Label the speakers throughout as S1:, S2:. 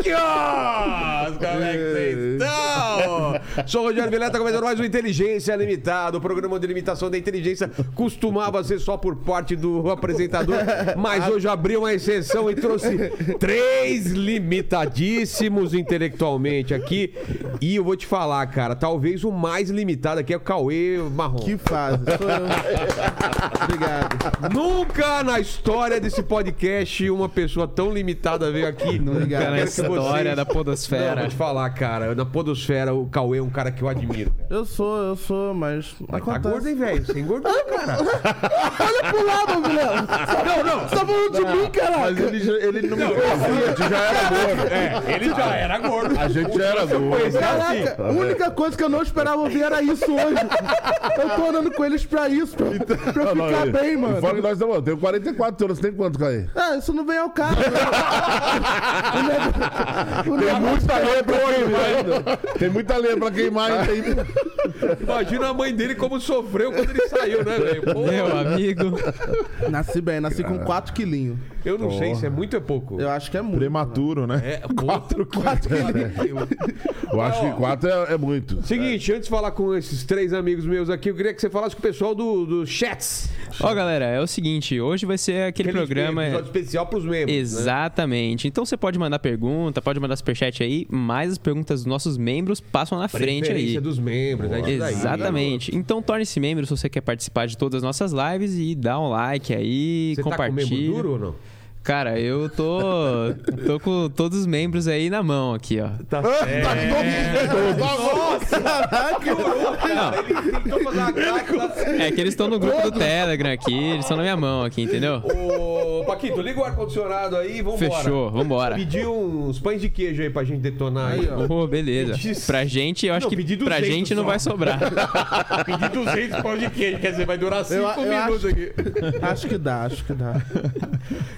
S1: Marquinhos! Como é que vocês estão? Sou Rogério Vileta, começando mais um Inteligência Limitada. O programa de limitação da inteligência costumava ser só por parte do apresentador, mas hoje abriu uma exceção e trouxe três limitadíssimos intelectualmente aqui. E eu vou te falar, cara, talvez o mais limitado aqui é o Cauê Marrom.
S2: Que fase? Sou eu. Obrigado.
S1: Nunca na história desse podcast uma pessoa tão limitada veio aqui.
S2: Não
S1: Eu
S2: ligado.
S3: Cara, a
S1: quero que
S3: história
S1: vocês- Não,
S3: da
S1: vou
S3: podosfera.
S1: te falar, cara. Na Podosfera, o Cauê é um cara que eu admiro. cara.
S2: Eu sou, eu sou, mas.
S1: Mas tá
S2: acontece.
S1: gordo, hein, velho? Você engordou, cara.
S2: Olha pro lado, Guilherme.
S1: Não, não.
S2: Você tá falando de mim, caralho.
S4: Mas ele, já- ele não me conhecia,
S1: já era gordo. É, ele já era gordo.
S4: a gente já era gordo.
S1: tá assim,
S2: Caraca, a única coisa que eu não esperava ouvir era isso hoje. Eu tô andando com eles pra isso, pra,
S1: Então,
S2: pra eu
S4: Não, não,
S2: ficar
S4: ele-
S2: bem, mano.
S4: e Fora que nós estamos, eu tenho 44 anos, tem quanto, Caí?
S2: Ah, isso não vem ao caso. O negócio- o negócio-
S4: lenha pra queimar ainda. Tem muita lenha pra queimar ainda.
S1: Imagina a mãe dele como sofreu quando ele saiu, né, velho? Pô,
S3: Meu amigo.
S2: Nasci bem, nasci com 4 quilinhos.
S1: Eu não sei se é muito ou é pouco.
S2: Eu acho que é muito.
S4: Prematuro, né?
S1: É, quatro, quatro
S4: Eu acho que 4 é, é muito.
S1: Seguinte, antes de falar com esses três amigos meus aqui, eu queria que você falasse com o pessoal do, do Chats.
S3: Ó, galera, é o seguinte, hoje vai ser aquele programa. é
S1: episódio especial pros membros. Né?
S3: Exatamente. Então você pode mandar pergunta, pode mandar superchat aí, mas as perguntas dos nossos membros passam na frente aí.
S1: Preferência dos membros, né? Isso daí.
S3: Exatamente. Então torne-se membro se você quer participar de todas as nossas lives e dá um like aí,
S1: Você tá com o membro
S3: compartilha.
S1: duro ou não?
S3: Cara, eu tô tô com todos os membros aí na mão aqui, ó.
S1: Tá Ele tentou fazer uma graça.
S3: É que eles estão no grupo do Telegram aqui, eles estão na minha mão aqui, entendeu?
S1: Ô, Paquito, liga o ar-condicionado aí e vambora.
S3: Fechou, vambora.
S1: Pediu uns pães de queijo aí pra gente detonar aí, ó.
S3: Oh, beleza.
S1: Pedi-
S3: Pra gente, eu acho
S1: Não, pedi
S3: que pra
S1: 200
S3: gente
S1: só.
S3: não vai sobrar.
S1: Pedi 200 pães de queijo, quer dizer, vai durar 5
S2: Eu- eu
S1: minutos
S2: acho-
S1: aqui.
S2: Acho que dá, acho que dá.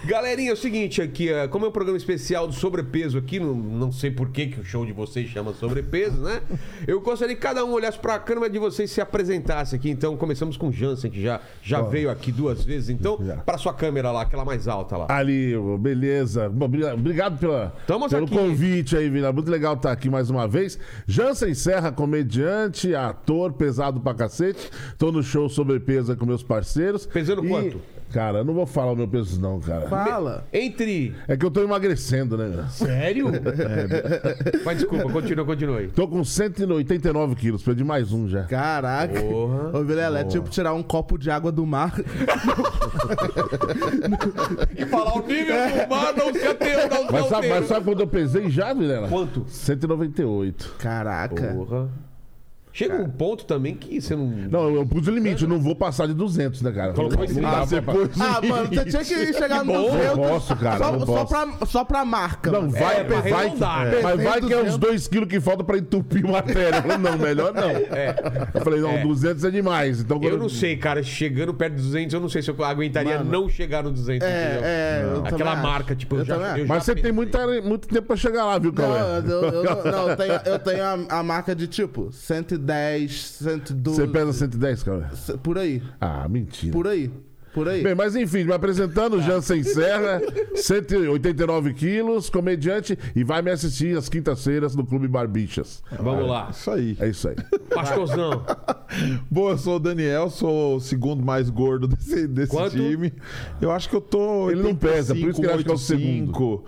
S1: Galerinha, é o seguinte aqui, é, como é um programa especial do sobrepeso aqui, não, não sei por que que o show de vocês chama sobrepeso, né? Eu gostaria que cada um olhasse pra câmera de vocês e se apresentasse aqui. Então, começamos com o Jansen, que já, já veio aqui duas vezes. Então,
S4: Já.
S1: pra sua câmera lá, aquela mais alta lá.
S4: Ali, beleza. Bom, obri- Obrigado pela,
S1: Tamo
S4: pelo
S1: aqui.
S4: convite aí, Vila. Muito legal estar aqui mais uma vez. Jansen Serra, comediante, ator, pesado pra cacete. Tô no show Sobrepesa com meus parceiros.
S1: Pesando quanto?
S4: Cara, eu não vou falar o meu peso, não, cara.
S2: Fala.
S1: Entre.
S4: É que eu tô emagrecendo, né?
S1: Sério? Mas desculpa, continua, continua aí.
S4: Tô com 189 quilos, perdi mais um já.
S2: Caraca.
S1: Porra.
S2: Ô, Vilela, é tipo tirar um copo de água do mar.
S1: E falar o nível do mar não se ateu, não
S4: Mas sabe, mas sabe quando eu pesei já, Vilela?
S1: Quanto?
S4: 198.
S2: Caraca.
S1: Porra. Chega um ponto também que você não.
S4: Não, eu, eu pus o limite, eu não vou passar de 200, né, cara?
S1: Colocou
S4: Não
S1: esse
S4: dá
S1: limite.
S4: pra- pôs o
S2: Ah,
S4: limite.
S2: mano, você tinha que chegar no
S4: bom.
S2: 200.
S4: Não posso, cara,
S2: Só,
S4: não
S2: só
S4: posso.
S2: pra, só pra marca.
S4: Não,
S2: mano.
S4: vai,
S1: É, pra
S4: vai,
S1: arredondar,
S4: é,
S1: né?
S4: mas vai que é uns
S2: 200.
S4: 2 quilos que faltam pra entupir uma matéria. Eu falei, não, melhor não. Eu falei, não, 200 é demais. Então, quando
S1: Eu não sei, cara. Chegando perto dos 200, eu não sei se eu aguentaria
S2: Mano.
S1: não chegar no 200. entendeu?
S2: É, é. eu também
S1: Aquela
S2: acho.
S1: marca, tipo, eu,
S2: Eu também
S1: já,
S2: acho.
S1: eu já
S4: Mas você tem
S1: pensei.
S4: muita- muito tempo pra chegar lá, viu,
S2: Não, é,
S4: Cauê?
S2: eu, eu- eu- não, eu tenho, eu tenho a, a marca de tipo 110, 112.
S4: Você pesa 110, Cauê?
S2: c- Por aí.
S4: Ah, mentira.
S2: Por aí. Por aí.
S4: Bem, mas enfim, me apresentando,
S1: Tá.
S4: Jansen Serra, 189 quilos, comediante, e vai me assistir às quintas-feiras no Clube Barbichas.
S1: Vamos lá.
S5: Isso aí.
S4: É isso aí.
S1: Pastorzão.
S5: Boa, eu sou o Daniel, sou o segundo mais gordo desse, desse
S1: Quanto?
S5: time. Eu acho que eu tô.
S4: Ele não pesa, por isso que ele acha que é o
S5: 85,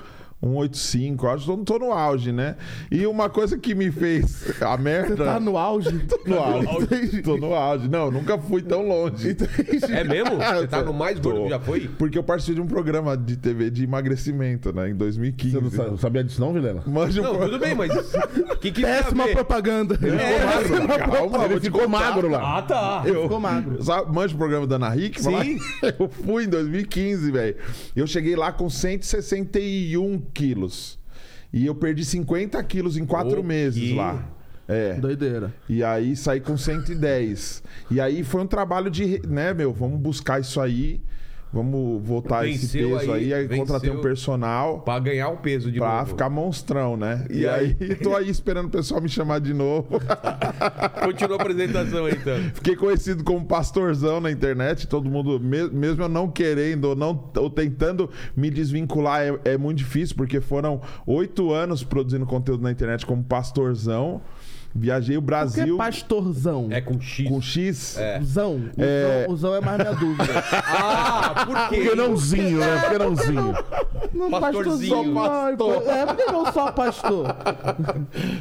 S5: 185, acho que eu não tô no auge, né? E uma coisa que me fez a merda.
S2: Tá no auge.
S5: Tô no auge. tô no auge. Não, eu nunca fui tão longe.
S1: É mesmo? Você tá no mais gordo
S5: Tô.
S1: que já foi?
S5: Porque eu participei de um programa de TV de emagrecimento, né? Em 2015.
S4: Você não sa- sabia disso, não, Vilela?
S5: Manja um
S1: Não,
S5: pro-
S1: tudo bem, mas. Que que
S2: Péssima
S1: tem a ver?
S2: É propaganda.
S1: É,
S5: Calma,
S4: Ele
S5: vou te
S4: ficou
S5: contar.
S4: magro lá.
S1: Ah, tá.
S2: Eu... Ficou magro.
S5: Sabe, manja o programa da Ana Hick? Vai lá.
S1: Sim.
S5: Eu fui em 2015, velho. Eu cheguei lá com 161 quilos. E eu perdi 50 quilos em quatro
S1: Ô,
S5: meses
S1: que-
S5: lá. É.
S2: Doideira.
S5: E aí saí com 110. E aí foi um trabalho de, né, meu, vamos buscar isso aí. Vamos voltar esse
S1: Venceu
S5: peso aí,
S1: aí,
S5: aí, contratei
S1: venceu.
S5: um personal
S1: Pra ganhar o peso de
S5: pra
S1: novo.
S5: ficar monstrão, né? E,
S1: E
S5: aí,
S1: aí?
S5: tô aí esperando o pessoal me chamar de novo.
S1: Continua a apresentação aí, então.
S5: Fiquei conhecido como pastorzão na internet, todo mundo, me- mesmo eu não querendo ou, não, ou tentando me desvincular, é, é muito difícil, porque foram oito anos produzindo conteúdo na internet como pastorzão. Viajei o
S2: Por que
S5: Brasil
S2: é pastorzão?
S1: É com X.
S5: com X.
S1: É.
S2: Zão. O
S5: É.
S2: zão- O zão é mais minha dúvida.
S1: Ah, por quê?
S4: Pequenãozinho, né? Pequenãozinho.
S2: Não,
S1: Pastorzinho.
S2: Pastor. não, É, por que não só pastor?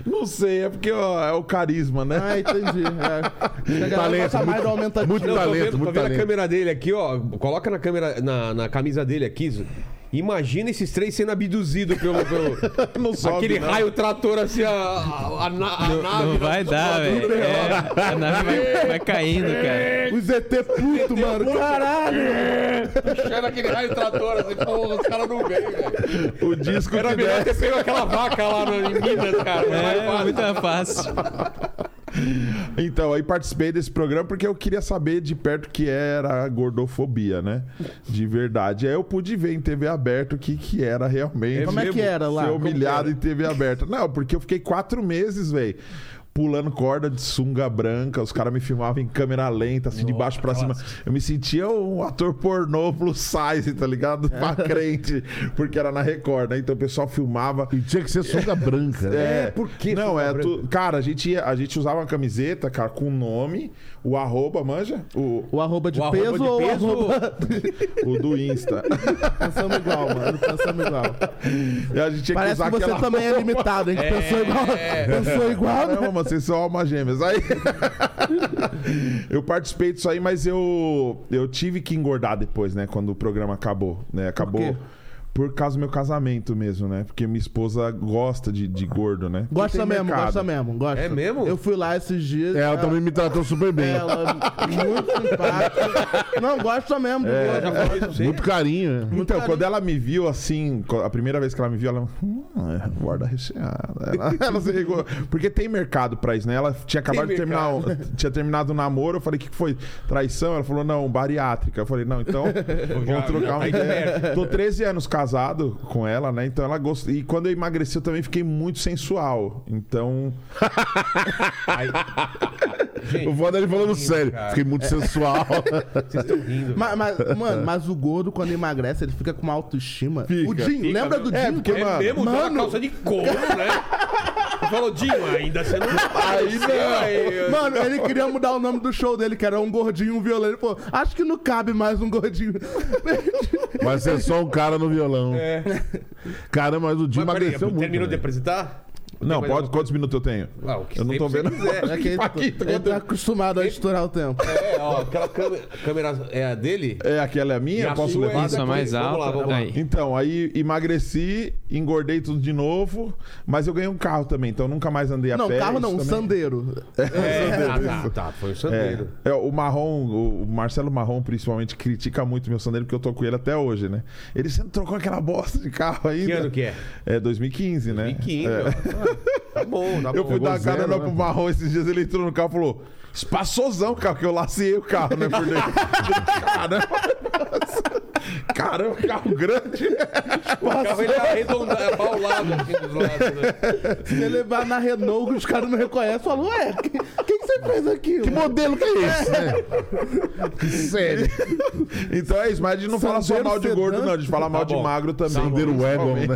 S5: Não sei, é porque ó, é o carisma, né?
S2: Ah, entendi. É. A galera
S4: talento,
S2: gosta mais do aumentativo.
S4: muito
S1: Não, tô
S4: talento,
S1: vendo, tô
S4: muito
S1: vendo a
S4: talento.
S1: câmera dele aqui, ó. Coloca na câmera, na, na camisa dele aqui. Zo- Imagina esses três sendo abduzidos pelo. pelo-
S5: Não sobe,
S1: aquele
S5: não.
S1: raio trator assim, a, a, a, na- a nave.
S3: Não vai dar, velho. É, a nave vai, vai caindo, cara.
S2: Os ET puto, mano. Caralho.
S1: Puxando aquele raio trator assim, pô, os caras não vêm, velho.
S5: O disco
S1: Era
S5: que
S1: melhor
S5: der.
S1: ter pego aquela vaca lá no, em Minas, cara. Foi mais
S3: É,
S1: fácil.
S3: muito fácil.
S5: Então, aí participei desse programa porque eu queria saber de perto o que era a gordofobia, né? De verdade. Aí eu pude ver em TV aberta o que, que era realmente.
S2: Como é que era lá?
S5: Ser
S2: Como
S5: humilhado em TV aberta. Não, porque eu fiquei quatro meses, velho. Pulando corda de sunga branca, os caras me filmavam em câmera lenta, assim, de baixo pra cima. Eu me sentia um ator pornô plus size, tá ligado? Pra crente, porque era na Record, né? Então o pessoal filmava.
S4: E tinha que ser sunga branca. né?
S5: É, por que Não, é. tu- cara, a gente, ia- a gente usava uma camiseta, cara, com o nome, o arroba, manja? O,
S2: O arroba de
S1: O arroba
S2: peso
S1: de
S2: ou o
S1: peso-
S2: arroba...
S5: o do Insta.
S2: Pensamos igual, mano. Pensamos igual.
S5: E a gente tinha que
S2: Parece que
S5: usar
S2: você
S5: aquela
S2: também é
S5: roupa.
S2: limitado, hein? Que Pensou igual. Pensou igual, né?
S5: Caramba, mano, é vocês são almas gêmeas. Aí... eu participei disso aí, mas eu, eu tive que engordar depois, né? Quando o programa acabou, né? Acabou.
S2: quê?
S5: Por causa do meu casamento mesmo, né? Porque minha esposa gosta de, de gordo, né? Porque
S2: Gosta
S5: tem
S2: mesmo,
S5: mercado.
S2: gosta mesmo, gosta.
S1: É mesmo?
S2: Eu fui lá esses dias.
S4: É, ela também me tratou super bem.
S2: Ela, muito simpática. Não, gosta mesmo.
S1: Eu já
S2: É,
S1: falei isso pra você.
S4: Muito carinho. né?
S5: Então, quando ela me viu assim, co- a primeira vez que ela me viu, ela. Hum, é, borda recheada. Ela, ela se ligou. Porque tem mercado pra isso, né? Ela tinha acabado de terminar.
S1: mercado.
S5: um- tinha terminado o namoro, eu falei, o que que foi? Traição? Ela falou, não, bariátrica. Eu falei, não, então.
S1: já-
S5: vamos trocar uma
S1: aí
S5: ideia. Tô 13 anos casado com ela, né? Então ela gostou. E quando eu emagreci, eu também fiquei muito sensual. Então.
S4: O foda é ele falando sério. Fiquei muito sensual.
S1: É. Vocês estão rindo.
S2: mas, mas, mano, mas o gordo, quando emagrece, ele fica com uma autoestima. o Jim, lembra do Jim?
S5: É, porque,
S1: É
S5: mano.
S1: mesmo usando a
S2: mano.
S1: calça de couro, né? Falou, Dinho, ainda você não. Aí não.
S2: Mano, ele queria mudar o nome do show dele, que era um gordinho, um violento. Pô, acho que não cabe mais um gordinho.
S4: Vai ser só um cara no violão. Caramba, mas o Jim
S1: É. Mas peraí,
S4: emagreceu muito.
S1: terminou de
S4: né?
S1: apresentar?
S5: Não,
S1: Tem mais
S5: pode. Quantos minutos eu tenho?
S1: alguma- Ah, o que
S5: Eu não
S1: tem
S5: tô
S1: pra você
S5: vendo.
S1: quiser.
S2: É que ele,
S5: Paquito,
S2: ele tá acostumado a estourar o tempo.
S1: É, ó, aquela câmera, câmera é a dele?
S5: É, aquela é a minha?
S1: E a
S5: Posso
S1: sua
S5: levar?
S1: é
S3: Isso, a mais
S1: Vamos lá,
S3: alta.
S1: vamos lá.
S3: Aí.
S5: Então, aí emagreci, engordei tudo de novo, mas eu ganhei um carro também, então eu nunca mais andei a
S2: Não,
S5: pé.
S2: carro não, um
S5: isso também-
S2: sandeiro.
S1: É, ah, tá, tá, foi o sandeiro.
S5: É, é, o Marrom, o Marcelo Marrom principalmente critica muito meu sandeiro, porque eu tô com ele até hoje, né? Ele sempre trocou aquela bosta de carro ainda.
S1: Que ano que é?
S5: É 2015, né?
S1: 2015,
S5: É.
S1: ó. Tá bom, tá
S5: Eu
S1: bom.
S5: fui dar a
S4: Pegou
S5: carona
S4: zero, né, pô?
S5: pro Marrom esses dias, ele entrou no carro e falou: espaçosão o carro, que eu laceei o carro, né? Por dentro. Caramba! Caramba, carro grande!
S1: O carro ele tá arredondado, abaulado aqui dos lados, né?
S2: Se ele levar na Renault, que os caras não reconhecem, falam, ué, o que, que, que você fez aqui?
S4: Que modelo que é esse, né? Que sério.
S1: Tá
S5: Então é isso, mas a gente não fala só
S2: Sandeiro
S5: mal de
S2: sedã.
S5: gordo, não. A gente fala mal de
S1: Tá bom.
S5: magro também.
S4: Sandeiro Wagon, né?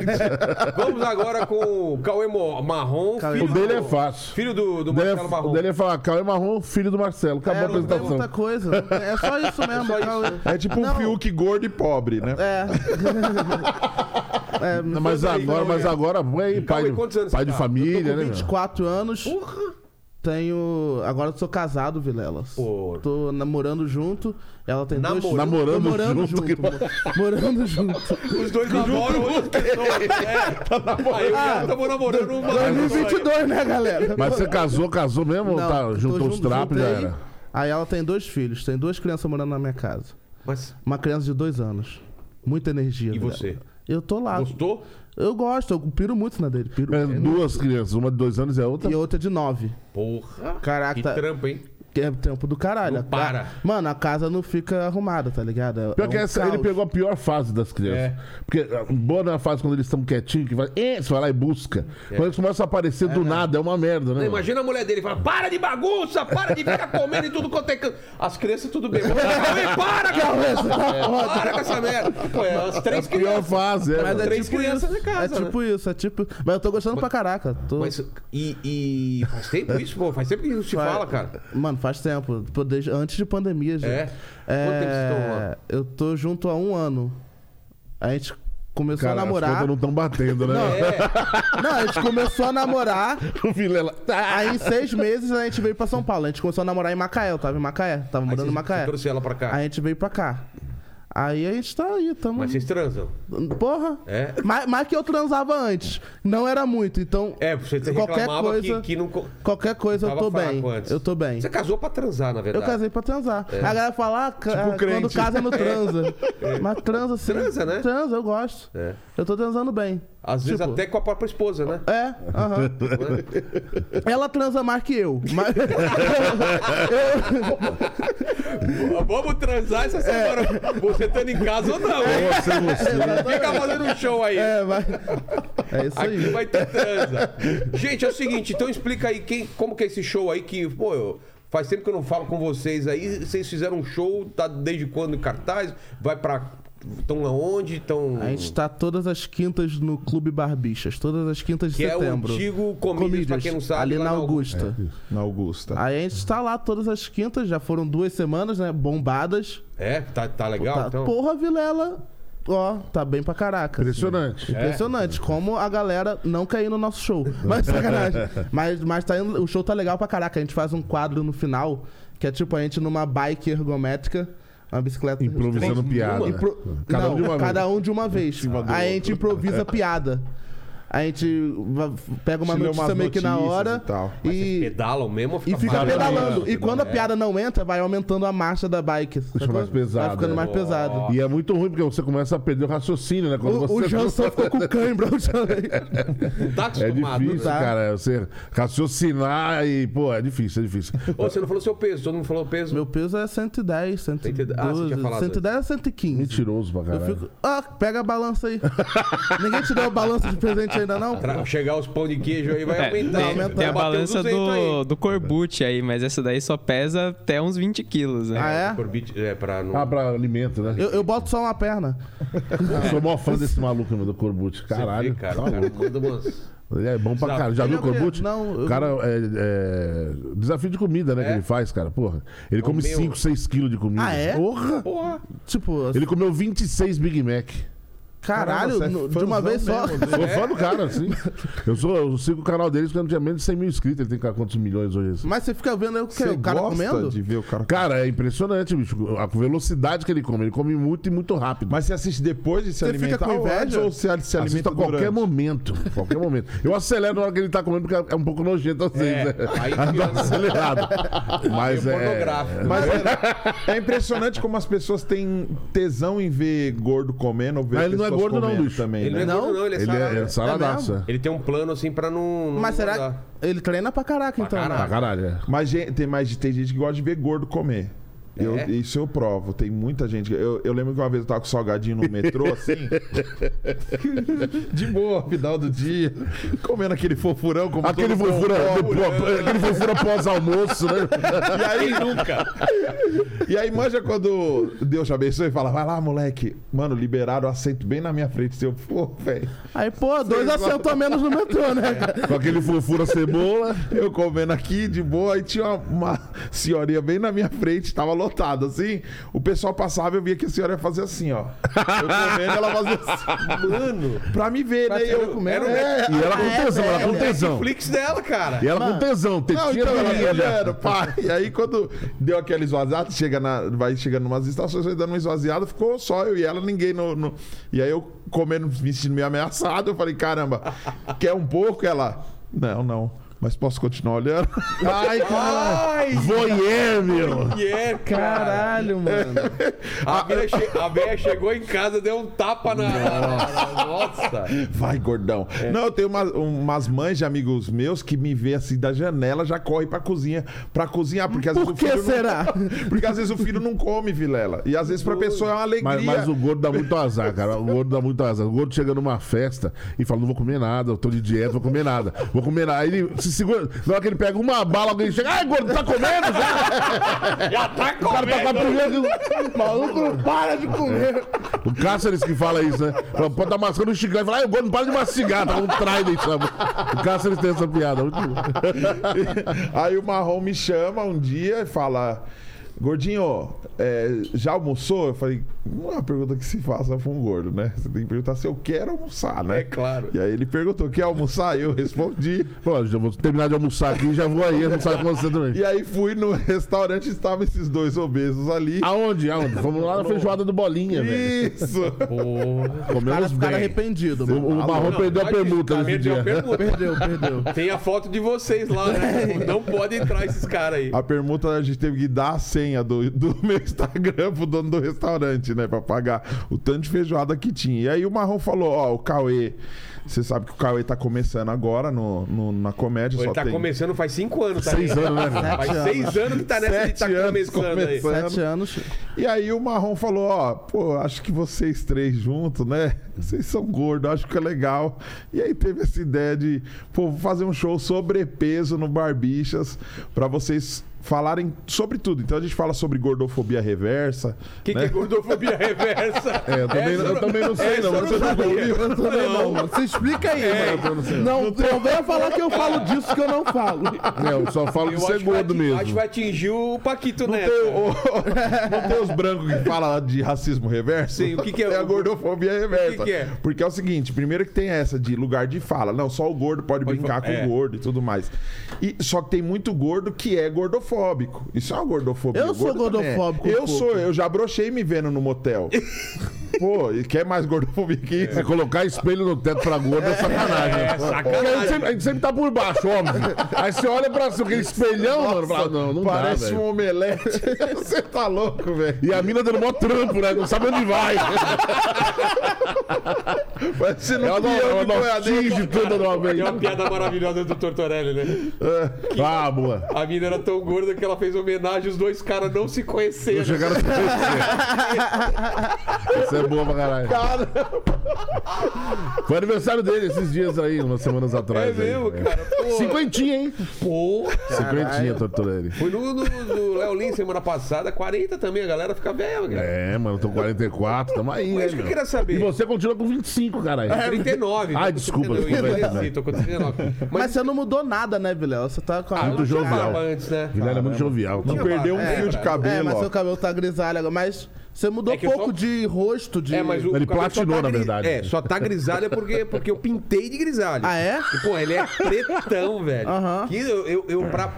S1: Vamos agora com o Cauê Mo- Marrom.
S2: Cauê
S4: O
S1: filho
S4: dele
S1: do-
S4: é fácil.
S1: Filho do, do
S4: O dele é-
S1: Marcelo Marrom.
S4: O dele é falar, Cauê Marrom, filho do Marcelo. Acabou
S2: É,
S4: a
S2: não tem
S4: apresentação.
S2: muita coisa. não tem- É só isso mesmo. Cauê.
S5: É tipo um
S2: Não.
S5: Fiuk gordo e pobre, né?
S2: É. é
S4: Não, mas agora, mas agora, ué, aí, pai,
S1: Cauê, quantos anos
S4: pai
S1: você
S4: de
S1: tá?
S2: tô
S4: família,
S2: com
S4: né? meu?
S2: 24 anos. Tenho. Agora eu sou casado, Vilelas.
S1: Porra.
S2: Tô namorando junto. Ela tem dois.
S1: Namorando-
S4: Namorando
S2: Namorando
S4: junto, que-
S2: mo- Morando junto.
S1: Os dois namoram outras pessoas. É. Aí o cara tava namorando um uma.
S2: 2022, né, galera?
S4: Mas você casou, casou mesmo? ou
S2: Não,
S4: tá,
S2: tô
S4: juntou os
S2: junto-
S4: trapos, já
S2: juntei.
S4: era.
S2: Aí ela tem dois filhos, tem duas crianças morando na minha casa.
S1: Mas
S2: Uma criança de dois anos. Muita energia.
S1: E
S2: Vilela.
S1: você?
S2: Eu tô lá.
S1: gostou?
S2: Eu gosto, eu piro muito na dele. Piro.
S4: É, duas crianças, uma de dois anos e a outra.
S2: E outra de nove.
S1: Porra.
S2: Caraca,
S1: Que
S2: tá-
S1: trampo, hein?
S2: é tempo do caralho.
S1: Não
S2: A ca-
S1: para.
S2: Mano, a casa não fica arrumada, tá ligado? É-
S4: Pior
S2: é
S4: que
S2: um
S4: essa, ele
S2: caos.
S4: pegou a pior fase das crianças. Porque ah, boa na fase quando eles estão quietinhos, que vai, eh, você vai lá e busca. Quando eles começam a aparecer do nada, é uma merda, né?
S1: Não,
S4: mano?
S1: Imagina a mulher dele fala: para de bagunça, para de ficar comendo e tudo quanto é canto. As crianças tudo bem. Mãe, para,
S2: tá
S1: cara! Para com essa merda! Pô, é umas três
S4: Pior
S1: crianças.
S4: fase, é.
S2: Mas
S4: mano.
S2: é
S1: Três
S2: tipo
S1: crianças
S2: isso.
S1: em casa,
S4: né?
S1: né?
S2: É tipo isso, é tipo. Mas eu tô gostando pra caraca. Tô...
S1: Mas, e, e faz tempo isso, pô? Faz tempo que não se
S2: Faz- tá
S1: fala, cara.
S2: Mano, faz tempo. Pô, desde- antes de pandemia já.
S1: É? Quanto tempo vocês estão lá?
S2: Eu tô junto há um ano. A gente começou
S4: Cara,
S2: a
S4: as contas
S2: namorar.
S4: não estão batendo, né?
S2: Não, a gente começou a namorar. Tá.
S4: O Vilela.
S2: Aí em seis meses a gente veio pra São Paulo. A gente começou a namorar em Macaé. Eu tava em Macaé. Tava
S1: Aí
S2: morando em
S1: vocês-
S2: Macaé.
S1: você trouxe ela pra cá.
S2: Aí a gente veio pra cá. Aí a gente tá aí, tamo.
S1: Mas vocês transam.
S2: Porra!
S1: É?
S2: Mas, mas que eu transava antes. Não era muito, então.
S1: É, você
S2: qualquer
S1: reclamava
S2: coisa.
S1: que, que não. co-
S2: Qualquer coisa eu
S1: tava
S2: tô
S1: fraco
S2: bem.
S1: antes.
S2: Eu tô bem.
S1: Você tá. É. casou pra transar, na
S2: Eu
S1: verdade.
S2: casei pra transar. A galera fala, ah, ca-
S1: Tipo
S2: quando
S5: crente.
S2: casa não transa. Mas transa sim.
S1: um É. Transa, né?
S2: Transa, eu gosto.
S1: É.
S2: Eu tô transando bem.
S1: Às vezes
S2: Tipo-
S1: até com a própria esposa, né?
S2: É, aham. Ela transa mais que eu. Mas...
S1: Vamos transar
S2: É.
S1: essa semana. Você estando em casa ou não, hein?
S4: Você, você.
S1: Fica fazendo um show aí.
S2: É, mas... É isso aí.
S1: Aqui vai ter transa. Gente, é o seguinte, então explica aí quem, como que é esse show aí que, pô, eu- faz tempo que eu não falo com vocês aí. Vocês fizeram um show, tá desde quando em cartaz? Vai pra. Estão aonde? Estão.
S2: A gente tá todas as quintas no Clube Barbichas, todas as quintas de
S1: Que é o
S2: setembro.
S1: antigo Comídios, pra quem não sabe,
S2: ali
S1: lá
S2: na
S1: na É
S2: Augusta.
S5: Na Augusta.
S2: Aí a gente tá lá todas as quintas, já foram duas semanas, né? Bombadas.
S1: É, tá, tá legal?
S2: Tá,
S1: então?
S2: Porra, Vilela, ó, tá bem pra caraca.
S4: Impressionante.
S2: É. Impressionante como a galera não caiu no nosso show. Mas é sacanagem. mas mas tá indo- o show tá legal pra caraca. A gente faz um quadro no final, que é tipo a gente numa bike ergométrica, uma bicicleta.
S4: Improvisando piada.
S2: Impro-
S4: Cada
S2: não,
S4: um de uma
S2: cada
S4: vez. é
S2: um de uma vez. Aí a gente improvisa piada. A gente va- pega uma
S5: Se lê
S2: notícia
S5: umas
S2: meio que na
S5: notícias
S2: hora
S5: e tal.
S2: e,
S1: Pedalam mesmo ou
S2: e fica
S4: Vai
S2: pedalando.
S4: variando,
S2: E quando a piada não entra, vai aumentando a marcha da bike. sacou?
S4: né? mais pesado,
S2: Vai ficando
S4: é.
S2: mais pesado.
S4: E é muito ruim, porque você começa a perder o raciocínio, né? Quando
S2: O, o
S4: você
S2: Jansson ficou com cãibra. o Jansson.
S1: Não tá
S4: É
S1: acostumado,
S4: difícil,
S1: né?
S4: cara. Você raciocinar e, pô, é difícil, é difícil.
S1: Ô, você não falou seu peso, todo mundo falou peso.
S2: Meu peso é 110, 112.
S1: Ah, você tinha falado
S2: 110 a 115.
S4: Mentiroso pra
S2: Eu
S4: caralho.
S2: fico. Ah, pega a balança aí. Ninguém te deu a balança de presente ainda, não?
S1: Pra chegar os pão de queijo aí vai
S3: É,
S1: aumentar.
S3: tem,
S1: aumentar.
S3: tem a
S1: Bateu
S3: balança
S1: 200
S3: do,
S1: um aí.
S3: do Corbucci aí, mas essa daí só pesa até uns 20 quilos, né?
S2: Ah, é?
S1: Corbit- é, pra não-
S4: Ah, pra alimento, né?
S2: Eu, eu boto só uma perna.
S4: Eu sou mó fã desse maluco, meu, do Corbucci. Caralho.
S1: Cara,
S4: tá
S1: o cara,
S4: louco.
S1: manda umas-
S4: Ele é bom pra caralho. Já viu o
S2: Ele é o quê?
S4: Corbucci?
S2: Não, eu-
S4: O cara é, é, Desafio de comida, né?
S1: É?
S4: Que ele faz, cara. Porra. Ele come
S1: meu.
S4: 5, 6 quilos de comida.
S2: É Ah, é?
S4: Porra.
S1: Porra.
S2: Tipo,
S4: Ele comeu 26 Big Mac.
S2: caralho,
S5: Caramba, você é
S2: no- de
S5: fãzão
S2: uma vez só.
S5: mesmo,
S4: Sou fã do cara, assim. Eu, sou, eu sigo o canal dele porque não tinha menos de 100 mil inscritos. Ele tem cara, quantos milhões hoje? assim?
S2: Mas você fica vendo aí o que o cara
S5: gosta
S2: comendo?
S5: de ver o cara...
S4: Cara, é impressionante, bicho. A velocidade que ele come. Ele come muito e muito rápido.
S5: Mas você assiste depois de se
S2: Você
S5: alimentar
S2: fica com
S5: ou antes,
S2: inveja?
S5: ou você se
S4: Alimenta
S5: alimenta
S4: a qualquer
S5: durante?
S4: momento. Qualquer momento. Eu acelero na hora que ele tá comendo, porque é um pouco nojento às vezes, né?
S1: aí
S4: Aí dá
S1: fica-
S4: uma acelerada. Mas
S1: Meio
S4: é.
S1: pornográfico.
S5: Mas é, é impressionante como as pessoas têm tesão em ver gordo comendo ou ver
S4: Mas ele não é
S5: pessoas
S4: gordo não,
S5: comendo
S4: bicho.
S5: também,
S1: Ele não é
S5: né?
S2: Não?
S1: gordo, não, ele é
S4: Ele é,
S1: sarado.
S4: é saradaço. é.
S1: Ele tem um plano assim pra não. não
S2: Mas será
S1: engordar.
S2: que. Ele treina pra caraca, então. né?
S4: Pra caralho. é.
S5: Mas gen- tem, mas tem gente que gosta de ver gordo comer. Eu-
S1: É?
S5: isso eu provo. Tem muita gente. que- Eu, eu lembro que uma vez eu tava com salgadinho no metrô, assim. de boa, final do dia. Comendo aquele fofurão. Como
S4: Aquele
S5: todo
S4: fofura,
S5: bom pobre.
S4: depois- aquele fofura pós-almoço, né?
S5: E aí nunca. E aí manja quando Deus te abençoe e fala: vai lá, moleque. Mano, liberaram o assento bem na minha frente. Se eu for, velho.
S2: Aí, pô, dois assentos a menos no metrô, né, cara?
S4: Com aquele fofura cebola.
S5: Eu comendo aqui de boa e tinha uma, uma senhorinha bem na minha frente, tava lotado assim. O pessoal passava e eu via que a senhora ia fazer assim, ó. Eu comendo, ela fazia assim. Mano, pra me ver, né? Eu
S1: comendo,
S5: É,
S4: E ela com tesão, ela com tesão.
S1: Netflix dela, cara.
S4: E ela com tesão,
S5: Não,
S4: tetinha
S5: então
S4: na
S5: eu ia
S4: linha.
S5: olhando, pá. E aí quando deu aquela esvaziada, chega na, vai chegando umas estações, vai dando uma esvaziada, ficou só eu e ela, ninguém no... no- E aí eu comendo, me sentindo meio ameaçado, eu falei, caramba, quer um pouco? Ela, não, não. Mas posso continuar olhando?
S4: Ai, cara.
S1: Ai,
S4: Voyeur, é, meu.
S1: yeah, é,
S5: É.
S1: cara.
S2: Caralho, mano.
S1: A Bia, che- a Bia chegou em casa, deu um tapa na. Nossa!
S5: Vai, gordão.
S2: É.
S5: Não, eu tenho uma- umas mães de amigos meus que me vê assim da janela, já corre pra cozinha, pra cozinhar, porque às
S2: Por
S5: vezes
S2: que
S5: o filho
S2: será?
S5: Não... Porque às vezes o filho não come, Vilela. E às vezes pra pessoa é uma alegria.
S4: Mas, mas o gordo dá muito azar, cara. O gordo dá muito azar. O gordo chega numa festa e fala: não vou comer nada, eu tô de dieta, vou comer nada. Vou comer nada. Aí ele se segura. Na hora que ele pega uma bala, alguém chega, ai, gordo, tá comendo? Já, tá comendo. O cara tá com a primeira. O maluco não para de comer. O Cáceres que fala isso, né? Fala, pode tá mascando um chiclete. Fala, ai, o gordo não para de mastigar, tá com um trident, sabe? O Cáceres tem essa piada. Muito bom.
S5: Aí o Marrom me chama um dia e fala: Gordinho, é, já almoçou? Eu falei: Não é uma pergunta que se faça pra um gordo, né? Você tem que perguntar se eu quero almoçar, né?
S1: É claro.
S5: E aí ele perguntou: Quer almoçar? Eu respondi.
S4: Pô, já vou terminar de almoçar aqui e já vou aí almoçar com você também.
S5: E aí fui no restaurante, estavam esses dois obesos ali.
S4: Aonde? Aonde? Vamos lá na feijoada do Bolinha, velho.
S5: Isso!
S4: Comemos
S2: Cara,
S4: bem.
S2: ficaram arrependidos,
S4: O,
S2: mano.
S4: o Marrom
S1: Ah, Não,
S4: perdeu a
S1: pode-
S4: permuta nesse
S1: Perdeu a
S4: dia.
S1: permuta.
S2: Perdeu, perdeu.
S1: Tem a foto de vocês lá, né? Não pode entrar esses caras aí.
S5: A permuta a gente teve que dar a senha do, do meu Instagram pro dono do restaurante, né? Pra pagar o tanto de feijoada que tinha. E aí o Marrom falou: Ó, o Cauê. Você sabe que o Cauê tá começando agora no, no- na comédia.
S1: Ele
S5: só
S1: tá
S5: tem...
S1: começando faz cinco anos, tá
S4: Seis
S1: ligado?
S4: anos, né, velho?
S1: Faz
S2: Sete
S1: seis anos que tá nessa de
S5: Sete
S1: tá
S5: anos
S1: começando aí.
S5: começando.
S2: Sete anos.
S5: E aí o Marrom falou, ó, pô, acho que vocês três juntos, né? Vocês são gordos, acho que é legal. E aí teve essa ideia de, pô, vou fazer um show sobrepeso no Barbixas pra vocês falarem sobre tudo. Então a gente fala sobre gordofobia reversa.
S1: O que, que é
S5: né?
S1: gordofobia reversa?
S4: É, eu também,
S1: Essa
S4: eu também não sei,
S1: essa
S4: não.
S1: eu não
S4: Você
S1: É.
S4: já
S1: sabia.
S4: ouviu?
S2: Eu também não, mano. Se explica aí, mano. Não, não venha falar que eu falo disso que eu não falo.
S4: Não, eu só falo
S1: Eu
S4: que você é
S1: acho que vai
S4: gordo
S1: atingir- Acho que
S4: mesmo.
S1: vai atingir o Paquito
S5: Não
S1: Neto.
S5: tem, o- não tem os brancos que falam de racismo reverso?
S1: Sim, o que que é
S5: a
S1: o-
S5: gordofobia reversa.
S1: que que é?
S5: Porque é o seguinte, primeiro que tem essa de lugar de fala. Não, só o gordo pode, brincar
S1: fa-
S5: com
S1: é.
S5: o gordo e tudo mais. E, só que tem muito gordo que é gordofóbico. Isso é uma gordofobia.
S2: Eu
S5: O
S2: sou
S5: gordo também é.
S2: gordofóbico,
S5: Eu
S2: pô.
S5: sou, eu já brochei me vendo no motel. Pô, e quer mais gordofobia que isso?
S4: É colocar espelho no teto pra gordo é sacanagem.
S1: É,
S4: Porque a gente,
S1: sacanagem.
S4: sempre, a gente sempre tá por baixo, óbvio. Aí você olha pra cima, aquele espelhão, mano. Fala, não, não
S5: Parece
S4: dá,
S5: um
S4: velho.
S5: omelete.
S1: É.
S5: Você tá louco, velho.
S4: E a
S1: tá
S4: mina dando mó trampo, né? Não sabe onde vai.
S5: Parece É no
S4: Ela não,
S5: peão
S4: ela
S5: de
S4: não
S5: boiadeiro.
S4: atinge
S1: é
S4: tudo é de uma vez.
S1: Tem uma piada maravilhosa do Tortorelli, né?
S4: Ah, boa.
S1: A mina era tão gorda que ela fez homenagem, os dois caras não se conheceram.
S4: Chegaram a se conhecer. Isso é boa pra caralho. Foi aniversário dele esses dias aí, umas semanas atrás.
S1: É mesmo,
S4: aí.
S1: cara. Pô,
S4: Cinquentinha, hein?
S1: pô.
S4: Cinquentinha, Tortorelli.
S1: Fui no no- do Léo Lins semana passada, 40 também, a galera fica velha, cara.
S4: É, mano, tô com 44, tamo aí,
S1: Mas
S4: né,
S1: isso que eu
S4: meu?
S1: queria saber. É,
S4: E você continua com 25, caralho.
S1: 39.
S4: Ah,
S1: tô com 39,
S4: desculpa, desculpa, né?
S1: eu
S4: velho.
S1: envelheci, tô com 39.
S2: Mas,
S1: Mas
S2: você não mudou nada, né, Vilela? Você tá com a...
S4: Muito
S1: eu
S4: jovial.
S1: falava antes, né?
S4: Vilela é muito jovial.
S5: Não perdeu um
S1: É,
S5: fio de
S1: cara.
S2: É,
S5: cabelo,
S2: mas seu
S5: ó.
S2: cabelo tá grisalho agora. Mas você mudou
S1: É que eu
S2: pouco
S1: só-
S2: de rosto, de...
S1: É, mas o,
S4: Ele
S1: o cabelo só
S4: platinou, na
S1: gri-
S4: verdade.
S1: É, só tá grisalha porque, porque eu pintei de grisalho.
S2: Ah, é?
S1: E, pô, ele é pretão, velho.
S2: Aham.
S1: Que eu, eu, eu pra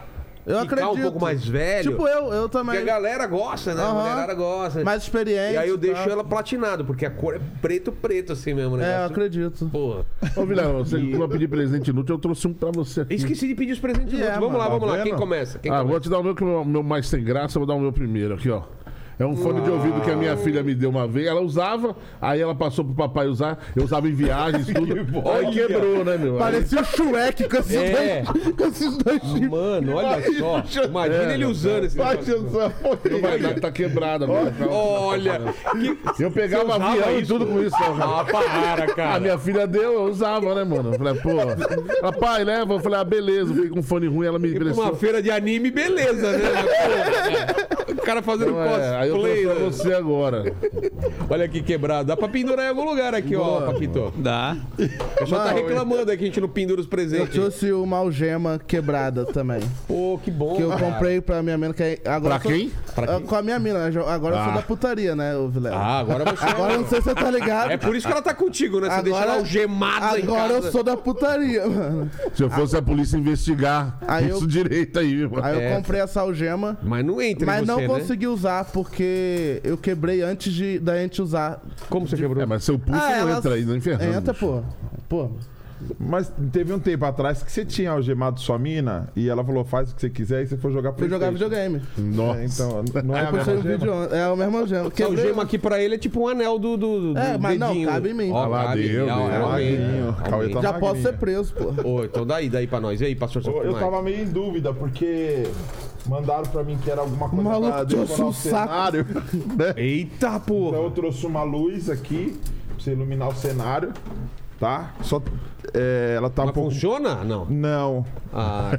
S2: Eu
S1: ficar um
S2: acredito.
S1: pouco mais velho.
S2: Tipo eu, eu
S1: porque
S2: também.
S1: a galera gosta, né? A
S2: Aham.
S1: mulherada gosta.
S2: Mais experiente.
S1: e aí eu deixo
S2: tá?
S1: ela platinado, porque a cor é preto, preto, assim mesmo, né?
S2: É, eu acredito.
S1: Pô.
S4: Ô, Vilela, você não pedir presente inútil, eu trouxe um pra você aqui.
S1: Esqueci de pedir os presentes
S2: É,
S1: yeah, Vamos lá,
S2: mano,
S1: vamos
S5: tá
S1: lá. Quem
S5: vendo?
S1: começa? Quem é
S4: Ah,
S1: começa?
S4: vou te dar o meu, que o meu mais sem graça, eu vou dar o meu primeiro aqui, ó. É um fone de ouvido que a minha filha me deu uma vez. Ela usava, aí ela passou pro papai usar. Eu usava em viagens, tudo. aí quebrou, né, meu? Aí-
S2: Parecia o Shrek com esses
S1: É.
S2: dois... Com esses dois chips.
S1: Mano, olha só. Imagina
S4: É,
S1: ele usando esse
S5: Vai,
S1: negócio.
S5: Janzão.
S4: Não vai dar, tá quebrada. mano.
S1: Olha. que-
S4: Eu pegava
S1: usava
S4: avião e
S1: isso?
S4: tudo com isso, ó, cara.
S1: Ah, para,
S4: A
S1: cara.
S4: minha filha deu, eu usava, né, mano? Eu falei, pô. Ela, pai, leva. Eu falei, ah, beleza. Eu Fiquei com um fone ruim,
S2: Tipo
S4: ela me
S1: Pra
S4: emprestou.
S1: Uma feira de anime, beleza, né? Mas, pô, O cara fazendo
S4: Então, é, aí eu
S1: cosplay.
S4: trouxe pra
S1: né?
S4: você agora.
S1: Olha que quebrado. Dá pra pendurar em algum lugar aqui, ó, Paquito.
S3: Dá.
S1: O pessoal tá reclamando aqui que a gente não pendura os
S2: Eu
S1: presentes.
S2: trouxe uma algema quebrada também.
S1: Pô, que bom.
S2: Que eu
S1: cara.
S2: comprei pra minha mina. Que é- agora
S4: Pra
S2: eu
S4: quem?
S2: Sou, Ah, Com a minha mina. né, Jo? Agora eu sou da putaria, né, ô Vilela?
S1: Ah, agora você.
S2: Agora eu não sei se você tá ligado.
S1: É por isso que ela tá contigo, né? Você deixa ela algemada em
S2: Agora
S1: casa.
S2: eu sou da putaria, mano.
S4: Se eu fosse a polícia investigar
S2: Aí eu-
S4: isso direito aí, mano.
S2: Aí
S1: É.
S2: eu comprei essa algema.
S1: Mas não entra
S2: Mas
S1: em
S2: não
S1: você, né?
S2: consegui usar porque eu quebrei antes de, da gente usar. Ah,
S1: Como você quebrou?
S5: Ah,
S4: É, mas seu pulso não
S2: ela
S4: entra aí, não enferrando.
S2: Entra, pô. Pô.
S5: Mas teve um tempo atrás que você tinha algemado sua mina e ela falou, faz o que você quiser e você foi jogar
S2: Fui jogar
S5: PlayStation.
S2: videogame.
S4: Nossa.
S5: É, então, não é
S2: Aí
S5: a
S2: postei um
S5: mesma
S2: vídeo
S5: gema?
S2: ontem. É o mesmo gema.
S1: Tá, o gema aqui pra ele é tipo um anel do. do, do
S2: É,
S1: do
S2: mas não,
S1: dedinho.
S2: cabe em mim.
S1: Ó,
S4: Ah lá,
S1: cabe.
S4: deu,
S1: Ó,
S4: deu.
S1: é
S5: Magrinho. Cauê tá
S2: Já
S5: magrinho.
S2: posso ser preso, pô.
S1: Ô, então daí, daí pra nós. E aí, pastor
S5: Eu, eu
S1: Satanás?
S5: tava meio em dúvida, porque mandaram pra mim que era alguma coisa
S2: Maluco,
S5: pra
S2: trouxe
S5: decorar
S2: um
S5: o
S2: saco.
S5: cenário. né?
S1: Eita, é pô!
S5: Então eu trouxe uma luz aqui pra você iluminar o cenário, tá? Só. é, ela tá um
S1: Mas
S5: pouco.
S1: funciona? Não.
S5: Não.
S1: Ah,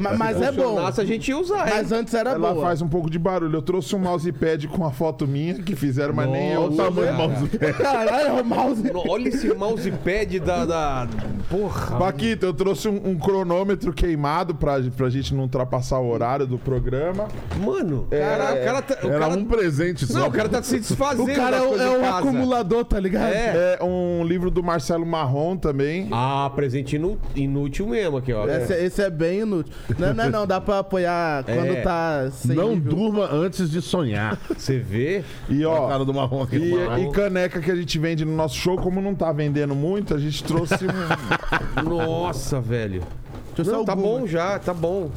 S2: Ma- Mas é bom.
S1: funcionasse a gente ia usar, hein?
S2: Mas antes era
S5: Ela
S2: Tá boa.
S5: faz um pouco de barulho. Eu trouxe um mousepad com a foto minha que fizeram, mas nem eu.
S4: Olha o tamanho do mouse.
S2: Caralho, é o mouse.
S1: No- Olha esse mousepad da. da... Porra!
S5: Paquito, eu trouxe um, um cronômetro queimado pra, pra gente não ultrapassar o horário do programa.
S1: Mano,
S2: É,
S1: cara, o cara tá. O
S4: Era
S1: cara...
S4: um presente só.
S1: Não, o cara tá se
S2: O
S1: desfazendo.
S2: cara é,
S1: das
S2: o-
S1: coisas
S2: é
S1: de
S2: um
S1: casa.
S2: acumulador, tá ligado?
S1: É.
S5: É um livro do Marcelo Marrom também.
S1: Ah, presente inú- inútil mesmo aqui, ó.
S2: Esse, esse é bem inútil. Não, não, é não, dá pra apoiar quando
S1: É.
S2: tá sem
S4: Não
S2: nível.
S4: durma antes de sonhar.
S1: Você vê?
S5: E ó,
S4: Cara do marrom aqui.
S5: E,
S4: do tá marrom.
S5: e caneca que a gente vende no nosso show, como não tá vendendo muito, a gente trouxe um.
S1: Nossa, velho.
S2: Deixa eu só
S1: Não, tá
S2: alguma.
S1: bom já, tá bom.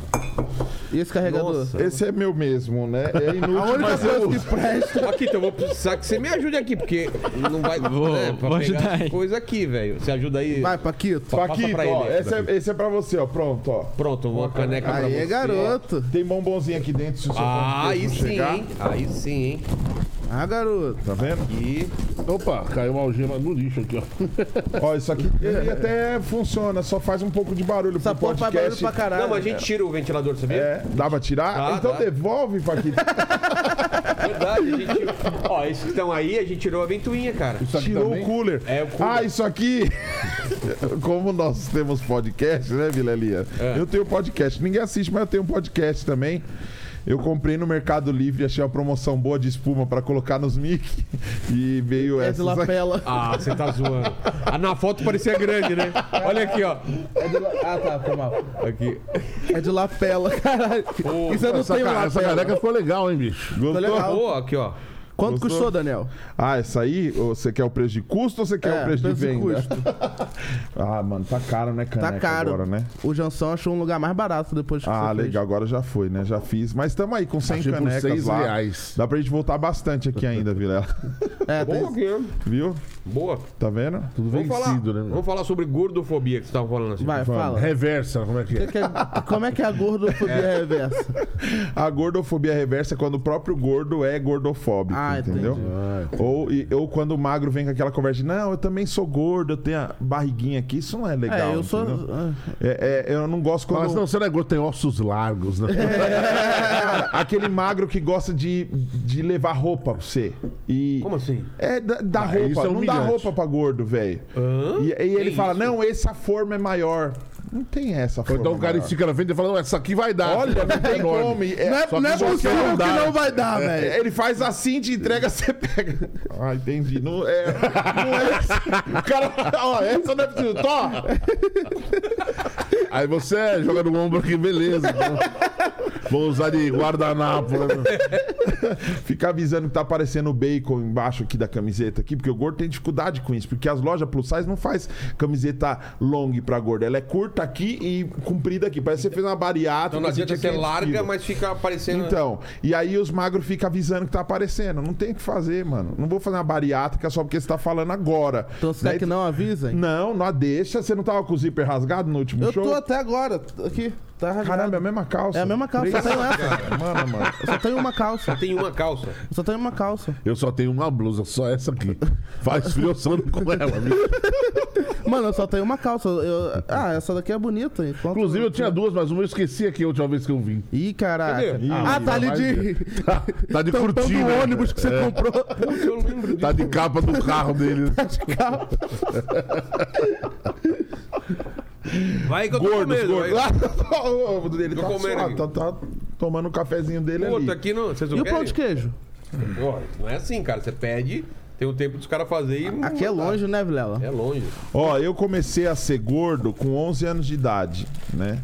S2: E esse carregador?
S1: Nossa.
S5: Esse é meu mesmo, né? É
S2: A
S5: inútil,
S2: única
S5: mas
S2: coisa
S5: eu
S2: que presta.
S1: Aqui, então eu vou precisar que você me ajude aqui, porque não vai.
S3: Vou-
S1: é, pra
S3: vou
S1: pegar
S3: ajudar
S1: as
S3: aí.
S1: coisas aqui, velho. Você ajuda aí.
S2: Vai, Paquito.
S1: Passa
S5: Paquito,
S1: pra
S5: ó,
S1: ele,
S5: esse, é, esse é pra você, ó. Pronto, ó.
S1: Pronto, uma caneca pra
S2: Aí, é
S1: você.
S2: garoto.
S5: Tem bombonzinho aqui dentro, se o seu
S1: Ah, aí
S5: mesmo
S1: sim, hein? Aí sim, hein?
S2: Ah, garoto.
S5: Tá vendo?
S1: E
S4: Opa, caiu uma algema no lixo aqui, ó.
S5: Ó, isso aqui ele até funciona, só faz um pouco de barulho
S2: Essa
S5: pro
S2: porra faz barulho
S5: podcast.
S2: pra caralho.
S1: Não, mas a gente tira o ventilador, sabia?
S5: É, dá pra tirar?
S1: Dá,
S5: então
S1: dá.
S5: devolve, tá Paquito.
S1: Verdade, a gente tirou. Ó, esses que estão aí, a gente tirou a ventoinha, cara.
S4: Isso aqui
S5: Tirou
S4: também?
S5: o cooler.
S1: É, o cooler.
S5: Ah, isso aqui. Como nós temos podcast, né, Vilelia? Eu tenho podcast. Ninguém assiste, mas eu tenho um podcast também. Eu comprei no Mercado Livre, achei uma promoção boa de espuma pra colocar nos mic e veio
S2: É
S5: essa.
S2: de lapela.
S1: Ah, você tá zoando. Ah, na foto parecia grande, né? Olha aqui, ó.
S2: É de la- Ah, tá, foi mal.
S1: Aqui.
S2: É de lapela, caralho. Isso eu não
S4: Essa,
S2: tenho
S4: ca- essa
S2: lapela.
S4: caneca ficou legal, hein, bicho?
S5: Gostou?
S2: legal.
S1: Boa, aqui, ó.
S2: Quanto
S5: Gostou?
S2: custou, Daniel?
S5: Ah, essa aí, ou você quer o preço de custo ou você quer
S2: É,
S5: o preço,
S2: preço de
S5: de venda?
S2: custo.
S5: ah, mano, tá caro, né, caneca
S2: Tá caro.
S5: agora, né?
S2: O Jansão achou um lugar mais barato depois que
S5: Ah,
S2: você fez.
S5: legal, agora já foi, né? Já fiz. Mas estamos aí com 100
S4: Achei por
S5: canecas
S4: seis
S5: lá.
S4: reais.
S5: Dá pra gente voltar bastante aqui ainda, Vilela.
S2: É, tem...
S1: Boa, aqui.
S5: Viu?
S1: Boa.
S5: Tá vendo?
S4: Tudo
S1: Vamos falar,
S4: vencido, né, meu?
S1: vamos falar sobre gordofobia que você tava falando assim.
S2: Vai, fala.
S4: Reversa, como é que é?
S2: Que é- Como é que é a gordofobia reversa?
S5: A gordofobia reversa é quando o próprio gordo é gordofóbico,
S2: Ah,
S5: entendeu?
S2: entendi.
S4: Ah,
S5: Ou, e- ou quando o magro vem com aquela conversa de não, eu também sou gordo, eu tenho a barriguinha aqui, isso não é legal.
S2: é, eu sou...
S5: entendeu?
S2: ah,
S5: É, é, eu não gosto
S4: Fala
S5: quando.
S4: assim, não, você não é gordo, tem ossos largos, né?
S5: Aquele magro que gosta de, de levar roupa pra você. E...
S1: Como assim?
S5: É, dá, dá
S4: Ah, isso
S5: roupa,
S4: é
S5: não dá
S4: humilhante.
S5: roupa pra gordo, velho.
S1: Hã?
S5: E, e ele
S1: Que
S5: fala,
S1: isso?
S5: não, essa forma é maior. Não tem essa
S4: Ou
S5: forma.
S4: então o cara
S5: maior.
S4: estica na frente e fala, não, essa aqui vai dar.
S5: Olha, não tem como. e- é-
S2: Não é,
S4: só
S2: não é
S4: que só que
S2: possível
S4: não
S2: que
S4: dá.
S2: não vai dar, velho.
S5: É, Ele faz assim, te entrega, você pega. Ah, entendi. Não é. Não é isso. O cara. Ó, essa não é possível. Tó!
S4: Aí você é, joga no ombro aqui, beleza. então. Vou usar de guardanapo. né, meu?
S5: Fica avisando que tá aparecendo bacon embaixo aqui da camiseta aqui, porque o gordo tem dificuldade com isso, porque as lojas plus size não faz camiseta long pra gordo. Ela é curta aqui e comprida aqui. Parece que você fez uma bariátrica.
S1: Então não
S5: assim,
S1: adianta
S5: tinha
S1: ser
S5: 500
S1: larga,
S5: quilos.
S1: mas fica aparecendo.
S5: Então, e aí os magros ficam avisando que tá aparecendo. Não tem o que fazer, mano. Não vou fazer uma bariátrica só porque você tá falando agora.
S2: Então será
S5: Daí-
S2: que não avisem?
S5: Não, não a deixa. Você não tava com o zíper rasgado no último
S2: Eu
S5: show?
S2: tô até agora, aqui. Tá rasgado.
S5: Caramba, é a mesma calça.
S2: É a mesma calça, só tenho essa.
S5: Mano, mano.
S2: Eu só tenho uma calça.
S1: Tem uma calça.
S2: Eu só tenho uma calça.
S4: Eu só tenho uma blusa, só essa aqui. Faz frio, eu sono com ela. viu?
S2: Mano, eu só tenho uma calça. Eu- Ah, essa daqui é bonita. enquanto-
S4: Inclusive, eu tinha duas, mas uma eu esqueci aqui a última vez que eu vim.
S2: Ih, caraca.
S1: Cadê?
S2: Ah, tá ali de.
S4: Tá, tá de
S2: Tampão
S4: cortina.
S2: do ônibus que você
S4: É,
S2: comprou. Tá
S1: Eu lembro disso.
S4: Tá de capa do carro dele.
S1: Vai que eu tô
S5: Gordos,
S1: comendo.
S5: gordos.
S1: vai.
S5: Ah, o ovo dele
S1: Tá Tô
S5: tá,
S1: comendo
S5: suado,
S1: aqui.
S5: tá, tá tomando o cafezinho dele
S1: Pô,
S5: ali.
S1: tá aqui não. Vocês não
S2: E o pão
S1: querem?
S2: de queijo?
S1: Pô, não é assim, cara. Você pede, tem o tempo dos caras fazerem e. não
S2: Aqui é
S1: mandar.
S2: longe, né, Vilela?
S1: É longe.
S5: Ó, eu comecei a ser gordo com 11 anos de idade, né?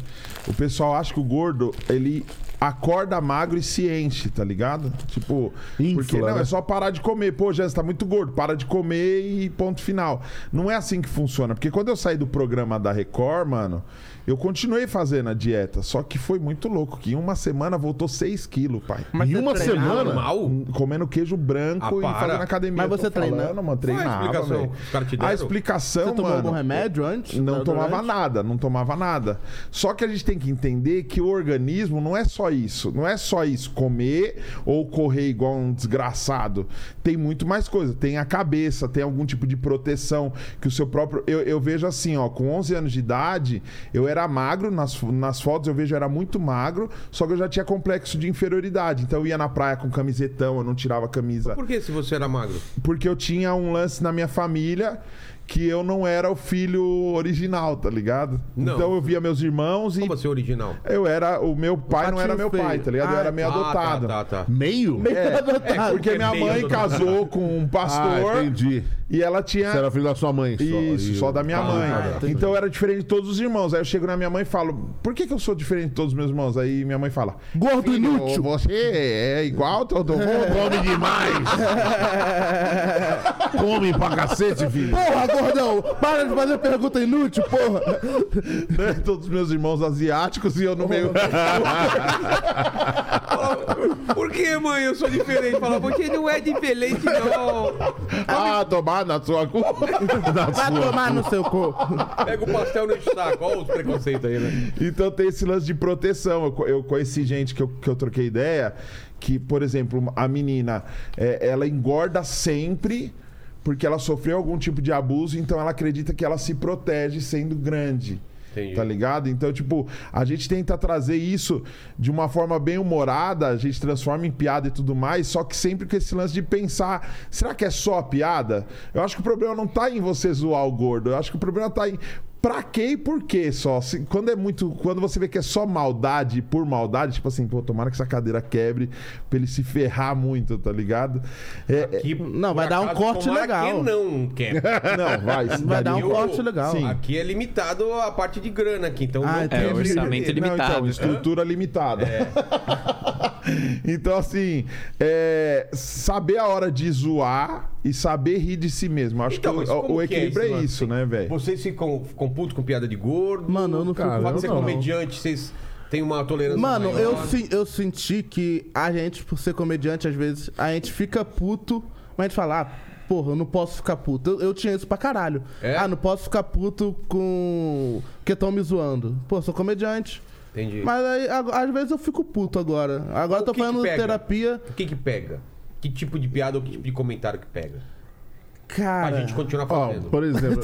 S5: O pessoal acha que o gordo, ele acorda magro e se enche, tá ligado? Tipo,
S4: Infla,
S5: porque não,
S4: né?
S5: é só parar de comer. Pô, Jean, você tá muito gordo, para de comer e ponto final. Não é assim que funciona, porque quando eu saí do programa da Record, mano, eu continuei fazendo a dieta, só que foi muito louco, que em uma semana voltou 6 quilos, pai.
S4: em uma semana.
S1: Normal?
S5: Comendo queijo branco
S1: Ah,
S5: e
S1: para.
S5: fazendo academia.
S2: Mas
S5: Eu
S2: você
S5: tô falando,
S2: treinava?
S5: mano, treinava,
S1: Qual é a explicação
S5: velho.
S1: que os caras te deram?
S5: A explicação,
S2: Você tomou
S5: mano...
S2: algum remédio antes?
S5: É
S2: né,
S5: Não tomava
S2: Durante?
S5: nada, não tomava nada. Só que a gente tem que entender que o organismo não é só isso. Não é só isso, comer ou correr igual um desgraçado. Tem muito mais coisa. Tem a cabeça, tem algum tipo de proteção que o seu próprio. Eu, eu vejo assim, ó, com 11 anos de idade, eu era magro, nas, fo- nas fotos eu vejo eu era muito magro, só que eu já tinha complexo de inferioridade. Então eu ia na praia com camisetão, eu não tirava a camisa
S1: Por que se você era magro?
S5: porque eu tinha um lance na minha família que eu não era o filho original, tá ligado?
S1: Não.
S5: Então eu via meus irmãos e
S1: Como assim, original?
S5: eu era o meu pai não era
S2: Patinho
S5: meu pai,
S2: feio.
S5: tá ligado? eu
S2: Ah,
S5: era meio
S1: Ah,
S5: adotado.
S1: Tá, tá, tá.
S4: Meio?
S1: É,
S5: Porque minha
S1: meio
S5: mãe
S1: adotado.
S5: casou com um pastor
S4: Ah, entendi.
S5: e ela tinha
S4: Você era filho da sua mãe só.
S5: isso,
S4: E-
S5: só da minha
S1: Ah,
S5: mãe.
S1: tá,
S5: então era diferente de todos os irmãos. Aí eu chego na minha mãe e falo: Por que, que eu sou diferente de todos os meus irmãos? Aí minha mãe fala:
S4: Gordo
S5: "Filho,
S4: inútil.
S5: Você é igual todo mundo.
S4: Come demais. Come pra cacete, filho.
S2: Porra, gordão! Para de fazer pergunta inútil, porra!
S5: né? Todos os meus irmãos asiáticos e eu no meio.
S1: Por que, mãe? Eu sou diferente. Fala, você não é diferente, não.
S5: ah, tomar na sua culpa.
S4: Da
S2: Vai
S4: sua-
S2: tomar no seu corpo.
S1: Pega o pastel no saco. Olha os preconceitos aí, né?
S5: Então tem esse lance de proteção. Eu, co- eu conheci gente que eu, que eu troquei ideia que, por exemplo, a menina, é, ela engorda sempre porque ela sofreu algum tipo de abuso, então ela acredita que ela se protege sendo grande.
S1: Entendi.
S5: Tá ligado? Então, tipo, a gente tenta trazer isso de uma forma bem humorada, a gente transforma em piada e tudo mais, só que sempre com esse lance de pensar: será que é só a piada? Eu acho que o problema não tá em você zoar o gordo, eu acho que o problema tá em Pra quê e por quê só? Se- quando é muito. Quando você vê que é só maldade por maldade, tipo assim, pô, tomara que essa cadeira quebre pra ele se ferrar muito, tá ligado? É,
S1: Que,
S2: Não,
S1: por
S2: vai dar um
S1: acaso,
S2: corte
S1: tomara
S2: legal.
S1: que não quer.
S5: é- não, vai.
S2: Vai dar um
S1: Eu-
S2: corte legal.
S5: Sim.
S1: Aqui é limitado a parte de grana aqui, então
S2: Ah,
S1: não
S2: entendi.
S1: tem-
S3: É, orçamento limitado. né? É.
S5: então, estrutura limitada. então, assim, é, saber a hora de zoar e saber rir de si mesmo. Acho
S1: Então, mas
S5: que o- o,
S1: como que é
S5: equilíbrio
S1: esse
S5: é
S1: lance?
S5: isso, né, velho?
S1: Vocês ficam, ficam putos com piada de gordo?
S2: Mano, eu não fico
S4: Cara,
S1: Pode
S4: eu
S1: ser
S4: não.
S1: comediante, vocês têm uma tolerância
S2: Mano,
S1: maior.
S2: eu, sen- eu senti que a gente, por ser comediante, às vezes, a gente fica puto, mas a gente fala, ah, porra, eu não posso ficar puto. Eu, eu tinha isso pra caralho.
S1: É?
S2: Ah, não posso ficar puto com. Porque estão me zoando. Pô, sou comediante.
S1: Entendi.
S2: Mas aí, ag- às vezes eu fico puto agora. Agora eu tô
S1: que que
S2: fazendo
S1: pega?
S2: terapia.
S1: O que que pega? Que tipo de piada ou que tipo de comentário que pega?
S2: Cara.
S1: a gente continua
S4: Ó,
S1: fazendo.
S4: por exemplo,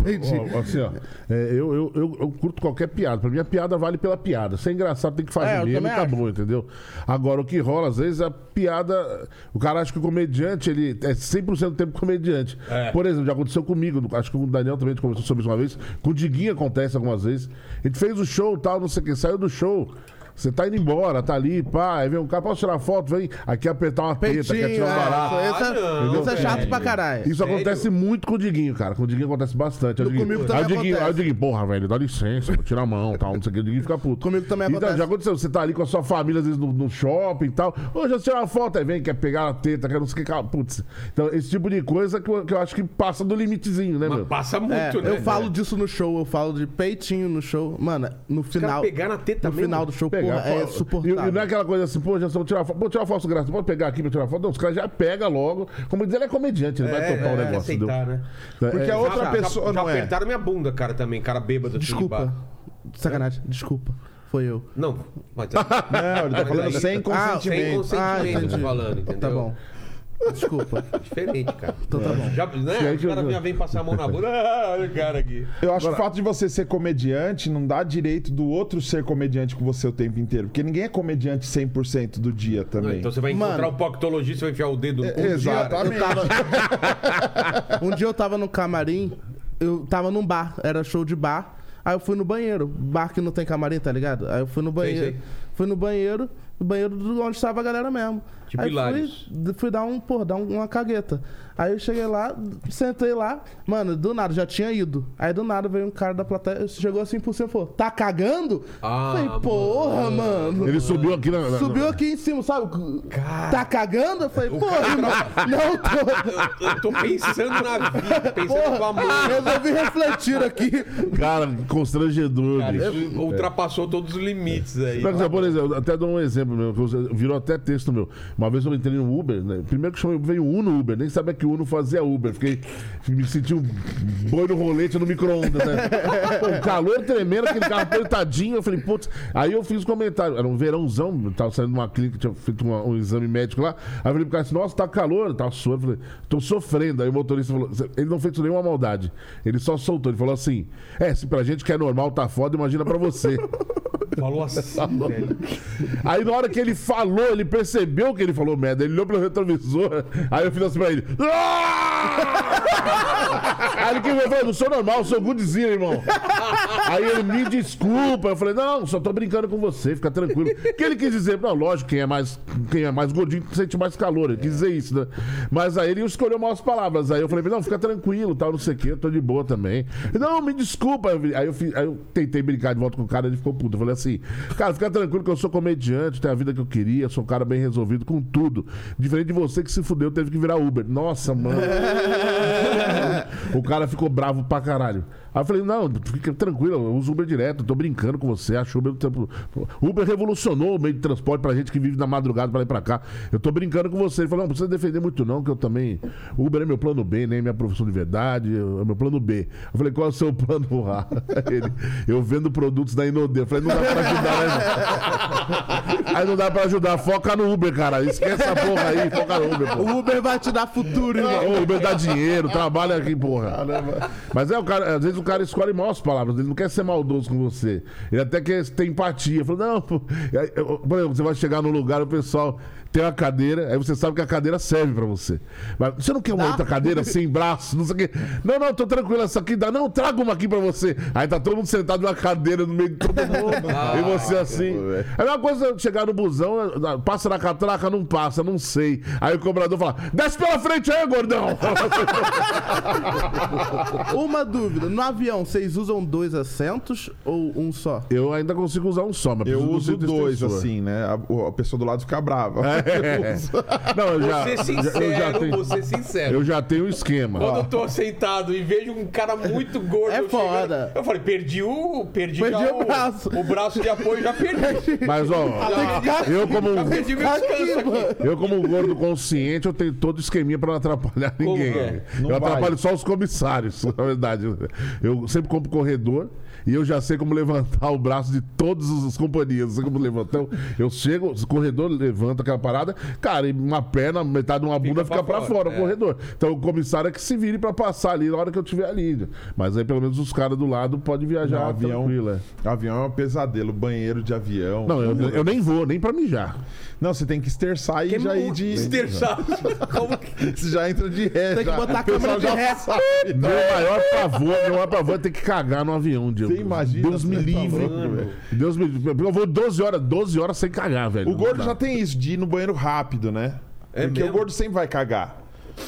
S4: ó, assim, ó, é, eu, eu, eu, eu curto qualquer piada. Pra mim, a piada vale pela piada. Se é engraçado, tem que fazer
S2: É, eu
S4: mesmo e
S2: também
S4: tá
S2: acho.
S4: bom, entendeu? Agora, o que rola, às vezes, é a piada. O cara acha que o comediante, ele é 100% do tempo comediante.
S1: É.
S4: Por exemplo, já aconteceu comigo, acho que com o Daniel também a gente conversou sobre isso uma vez. Com o Diguinho acontece algumas vezes. Ele fez o show tal, não sei o que, saiu do show. Você tá indo embora, tá ali, pá, aí vem um cara, posso tirar foto? Vem aqui apertar uma teta, quer
S2: Peitinho,
S4: tirar um barato.
S2: é, isso, isso
S1: Ah,
S2: é,
S1: não,
S2: isso é chato
S1: velho.
S2: pra caralho.
S4: Isso acontece muito com o Diguinho, cara. Com o Diguinho acontece bastante. Aí
S2: No
S4: o Diguinho,
S2: comigo
S4: aí
S2: também
S4: o Diguinho,
S2: acontece.
S4: aí o Diguinho, porra, velho, dá licença, pô, tira a mão, tal, não sei o que. O Diguinho fica puto.
S2: Comigo também
S4: Então,
S2: acontece.
S4: já aconteceu, você tá ali com a sua família, às vezes, no, no shopping e tal. Ô, já tirou uma foto, aí vem, quer pegar a teta, quer não sei o que. cara, Putz. Então, esse tipo de coisa que eu, que eu acho que passa do limitezinho, né, meu?
S1: Mas passa muito,
S2: É,
S1: né?
S2: eu falo disso no show, eu falo de peitinho no show. Mano, no final.
S1: pegar na teta
S2: No
S1: mesmo?
S2: final do show,
S4: Pegar,
S2: porra, é
S4: pô, E, e não é
S2: suportável.
S4: aquela coisa assim, pô, já só vou tirar foto. Pô, tirar foto, graça. Pode pegar aqui pra tirar foto. Não, os caras já pegam logo. Como diz, ele é comediante, ele vai
S2: é,
S4: topar o
S1: tem que
S4: negócio.
S1: aceitar,
S4: entendeu?
S1: né?
S4: É,
S5: Porque
S4: é,
S5: a outra
S1: Já- já-
S5: pessoa
S1: já
S5: não é.
S1: apertaram minha bunda, cara, também, cara bêbado. assim, de
S2: Desculpa.
S1: bar.
S2: Sacanagem, desculpa. Foi eu.
S1: Não, mas...
S5: Não, ele tá
S1: Mas
S5: falando
S1: aí-
S5: sem
S2: Ah,
S1: Sem
S5: consentimento.
S2: Ah,
S1: consentimento,
S2: entendi.
S1: falando, entendeu?
S2: Tá bom. Desculpa.
S1: Diferente, cara.
S2: Então tá bom.
S1: Já, né?
S4: Se é
S1: Os
S4: que eu-
S1: caras já vêm passar a mão na bunda. Ah, olha o cara aqui.
S5: Eu acho que o fato de você ser comediante não dá direito do outro ser comediante com você o tempo inteiro. Porque ninguém é comediante 100% do dia
S1: Não,
S5: também.
S1: Então você vai encontrar
S2: Mano.
S1: o proctologista, vai enfiar o dedo no cu.
S5: Exatamente.
S2: Eu tava... um dia eu tava no camarim, eu tava num bar, era show de bar. Aí eu fui no banheiro, bar que não tem camarim, tá ligado? Aí eu fui no banheiro.
S1: sei.
S2: Fui no banheiro, no banheiro do- onde estava a galera mesmo.
S1: Tipo
S2: Aí
S1: Hilários.
S2: fui, fui dar um, pô, dar um- uma cagueta. Aí eu cheguei lá, sentei lá, mano, do nada, já tinha ido. Aí do nada veio um cara da plateia, chegou assim por cima e falou, tá cagando?
S1: Ah,
S2: Falei, porra, mano.
S4: Ele subiu aqui na. na-
S2: Subiu aqui em cima, sabe? Tá cagando? Eu falei, porra, irmão,
S4: tá-"
S2: não tô.
S1: Eu tô pensando na vida, pensando com a
S2: Porra,
S1: mão.
S2: resolvi refletir aqui.
S4: Cara, constrangedor, bicho.
S1: Isso ultrapassou todos os limites aí.
S4: Não, por exemplo, até dou um exemplo meu, que você- virou até texto meu. Uma vez eu entrei no Uber, né? Primeiro que chamei, veio o Uno Uber, nem sabia que o Uno fazia Uber. Fiquei, me senti um boi no rolete no micro-ondas, né? Pô, o calor tremendo, aquele carro apertadinho. Eu falei, putz. Aí eu fiz comentário, era um verãozão, eu tava saindo de uma clínica, tinha feito uma- um exame médico lá. Aí eu falei pro cara assim, nossa, tá calor, tá suando. Eu falei, tô sofrendo. Aí o motorista falou, ele não fez nenhuma maldade. Ele só soltou, ele falou assim, é, se pra gente que é normal tá foda, imagina pra você.
S1: Falou assim, velho.
S4: Aí na hora que ele falou, ele percebeu que ele falou merda, ele olhou pelo retrovisor, aí eu fiz assim pra ele. "Ah!" aí ele que eu falei, não sou normal, sou goodzinho, irmão. Aí ele me desculpa, eu falei, não, só tô brincando com você, fica tranquilo. O que ele quis dizer, não, lógico, quem é mais, quem é mais gordinho sente mais calor, ele quis dizer isso, né? Mas aí ele escolheu maus palavras. Aí eu falei, não, fica tranquilo, tal, não sei o quê, eu tô de boa também. Não, me desculpa. Aí eu, fiz- aí eu tentei brincar de volta com o cara, ele ficou puto. Eu falei assim, cara, fica tranquilo que eu sou comediante, tenho a vida que eu queria, sou um cara bem resolvido com tudo. Diferente de você que se fudeu, teve que virar Uber. Nossa, mano. O cara ficou bravo pra caralho. Aí eu falei, não, fica tranquilo, eu uso Uber direto, tô brincando com você, acho Uber do tempo. Uber revolucionou o meio de transporte pra gente que vive na madrugada pra ir pra cá. Eu tô brincando com você. Ele falou, não, não precisa defender muito não, que eu também. Uber é meu plano B, nem minha profissão de verdade, eu- é meu plano B. Eu falei, qual é o seu plano A? Ele, eu vendo produtos da Inodê. Eu falei, não dá pra ajudar, né? Aí não dá pra ajudar, foca no Uber, cara. Esquece essa porra aí, foca no Uber, pô.
S2: O Uber vai te dar futuro, irmão.
S4: Ô, Uber dá dinheiro, trabalha aqui, porra. Mas é, o cara, às vezes o cara escolhe mal as palavras, ele não quer ser maldoso com você. Ele até quer ter empatia. Fala, não, pô. Aí, eu- Por exemplo, você vai chegar num lugar, o pessoal tem uma cadeira, aí você sabe que a cadeira serve pra você. Mas você não quer é uma outra cadeira sem braço, não sei o quê. Não, não, tô tranquilo, essa aqui dá. Não, traga uma aqui pra você. Aí tá todo mundo sentado numa cadeira no meio de todo mundo.
S5: Ah,
S4: e você assim. É a mesma coisa chegar no busão, eh, passa na catraca, não passa, não sei. Aí o cobrador fala, desce pela frente aí, gordão!
S2: Uma dúvida. No avião, vocês usam dois assentos ou um só?
S4: Eu ainda consigo usar um só, mas
S5: Eu
S4: preciso do
S5: uso
S4: cinto
S5: dois,
S4: extensor. É.
S5: assim, né? A, o- a pessoa do lado fica brava. Eu uso.
S4: Não, eu já,
S1: Vou ser
S4: já- eu já
S1: sincero,
S4: tenho,
S1: vou ser sincero.
S4: eu já tenho um esquema.
S1: Quando eu tô sentado e vejo um cara muito gordo
S2: É
S1: chegando,
S2: foda.
S1: eu falei, perdi o. Perdi,
S2: Perdi
S1: já
S2: o braço.
S1: O braço de apoio já perdi.
S4: Mas, ó, eu como,
S1: Já
S4: um-
S1: perdi meu
S2: Aqui,
S1: descanso aqui.
S4: eu como um gordo consciente, eu tenho todo esqueminha pra não atrapalhar ninguém.
S1: é?
S5: Não
S4: eu
S5: vai.
S4: atrapalho só os comissários, na verdade. Eu sempre compro corredor e eu já sei como levantar o braço de todas as companhias. Eu sei como levantar. Eu- Eu chego, o corredor levanta aquela parada, cara, e uma perna, metade de uma
S1: pra
S4: bunda fica pra
S1: fora,
S4: fora, o
S1: é.
S4: corredor. corredor. Então o comissário é que se vire pra passar ali na hora que eu estiver ali. Mas aí pelo menos os caras do lado podem viajar
S5: Não, avião.
S4: tranquilo. é.
S5: Avião é um pesadelo, banheiro de avião.
S4: Não, eu, eu nem vou, nem pra mijar.
S5: Não, você tem que esterçar e já ir de.
S1: Esterçado. Como que-
S5: Você já entra de ré.
S2: Tem que
S5: já.
S2: botar a
S5: O pessoal
S2: câmera de
S5: já
S2: ré.
S5: sabe.
S4: Meu maior pavor, meu maior pavor é ter que cagar no avião, Diego.
S5: Você imagina,
S4: Deus me
S5: você tá
S4: livre.
S5: louco, velho.
S4: Deus me livre. Eu vou 12 horas, 12 horas sem cagar, velho.
S5: O
S4: Não
S5: gordo
S4: dá.
S5: já tá- tem isso, de ir no banheiro rápido, né?
S1: É
S5: Porque
S1: mesmo?
S5: o gordo sempre vai cagar.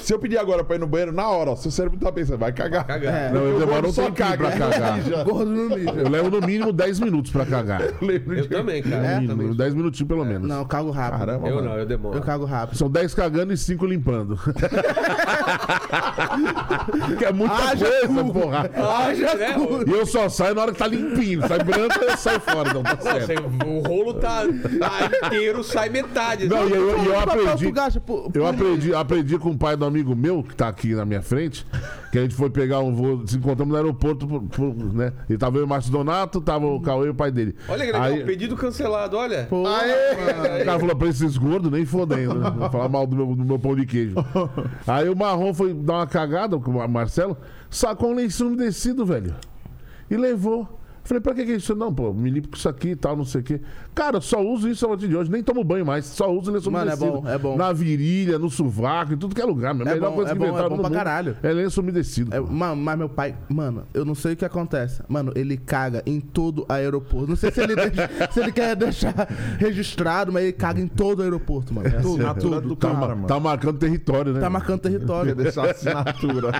S5: Se eu pedir agora pra ir no banheiro, na hora, ó, seu cérebro tá pensando, vai cagar.
S1: Cagar.
S4: Não, eu
S5: O
S4: demoro
S5: gordo
S4: um
S5: só
S4: tempinho pra
S5: caga.
S4: cagar.
S2: Gordo no lixo.
S4: Eu levo no mínimo 10 minutos pra cagar.
S5: Lembro
S1: Eu
S5: de...
S1: também, cara.
S4: No
S1: eu
S4: mínimo,
S1: também.
S4: 10 minutinhos pelo menos.
S2: É, Não, eu cago rápido.
S5: Caramba,
S1: Eu
S5: mano.
S1: não, eu demoro.
S2: Eu cago rápido.
S4: São 10 cagando e 5 limpando. que é muita
S2: Haja
S4: coisa, porra.
S1: Ah, já né? o-
S4: E eu só saio na hora que tá limpinho. Sai branco, eu saio fora. Não, tá
S5: É.
S1: Nossa,
S4: certo.
S1: o rolo tá, tá inteiro, sai metade.
S4: Não, e eu, e eu
S2: Quanto papel
S4: aprendi...
S2: tu gasta por-
S4: Eu aprendi, aprendi com o pai do amigo meu, que tá aqui na minha frente, que a gente foi pegar um voo, se encontramos no aeroporto, por- por- né? E tava eu e o Márcio Donato, tava o Cauê e o pai dele.
S1: Olha que legal,
S4: Aí-
S1: pedido cancelado, olha.
S2: Pô,
S4: O cara falou pra esses gordos, nem fodendo. Né? Vou falar mal do meu, do meu pão de queijo. Aí o Marrom foi dar uma cagada com o Marcelo, sacou um lenço umedecido, velho. E levou. Falei, pra que que isso? Não, pô, me limpo com isso aqui e tal, não sei o quê. Cara, só uso isso a partir de hoje, nem tomo banho mais, só uso lenço
S2: Mano, é
S4: umedecido.
S2: bom, é bom.
S4: Na virilha, no sovaco, em tudo que é lugar. meu. A
S2: É
S4: melhor
S2: bom,
S4: coisa
S2: é
S4: que
S2: bom, é
S4: inventaram
S2: bom
S4: no
S2: pra
S4: mundo
S2: caralho.
S4: É lenço umedecido.
S2: É, ma- mas meu pai, mano, eu não sei o que acontece. Mano, ele caga em todo aeroporto. Não sei se ele, deixa- se ele quer deixar registrado, mas ele caga em todo aeroporto, mano. tudo,
S5: assinatura
S2: tudo,
S5: do
S2: tudo.
S4: Tá, ma-
S5: cara, mano.
S4: tá marcando território, né?
S2: Tá marcando
S5: Quer
S2: território.
S5: deixar assinatura.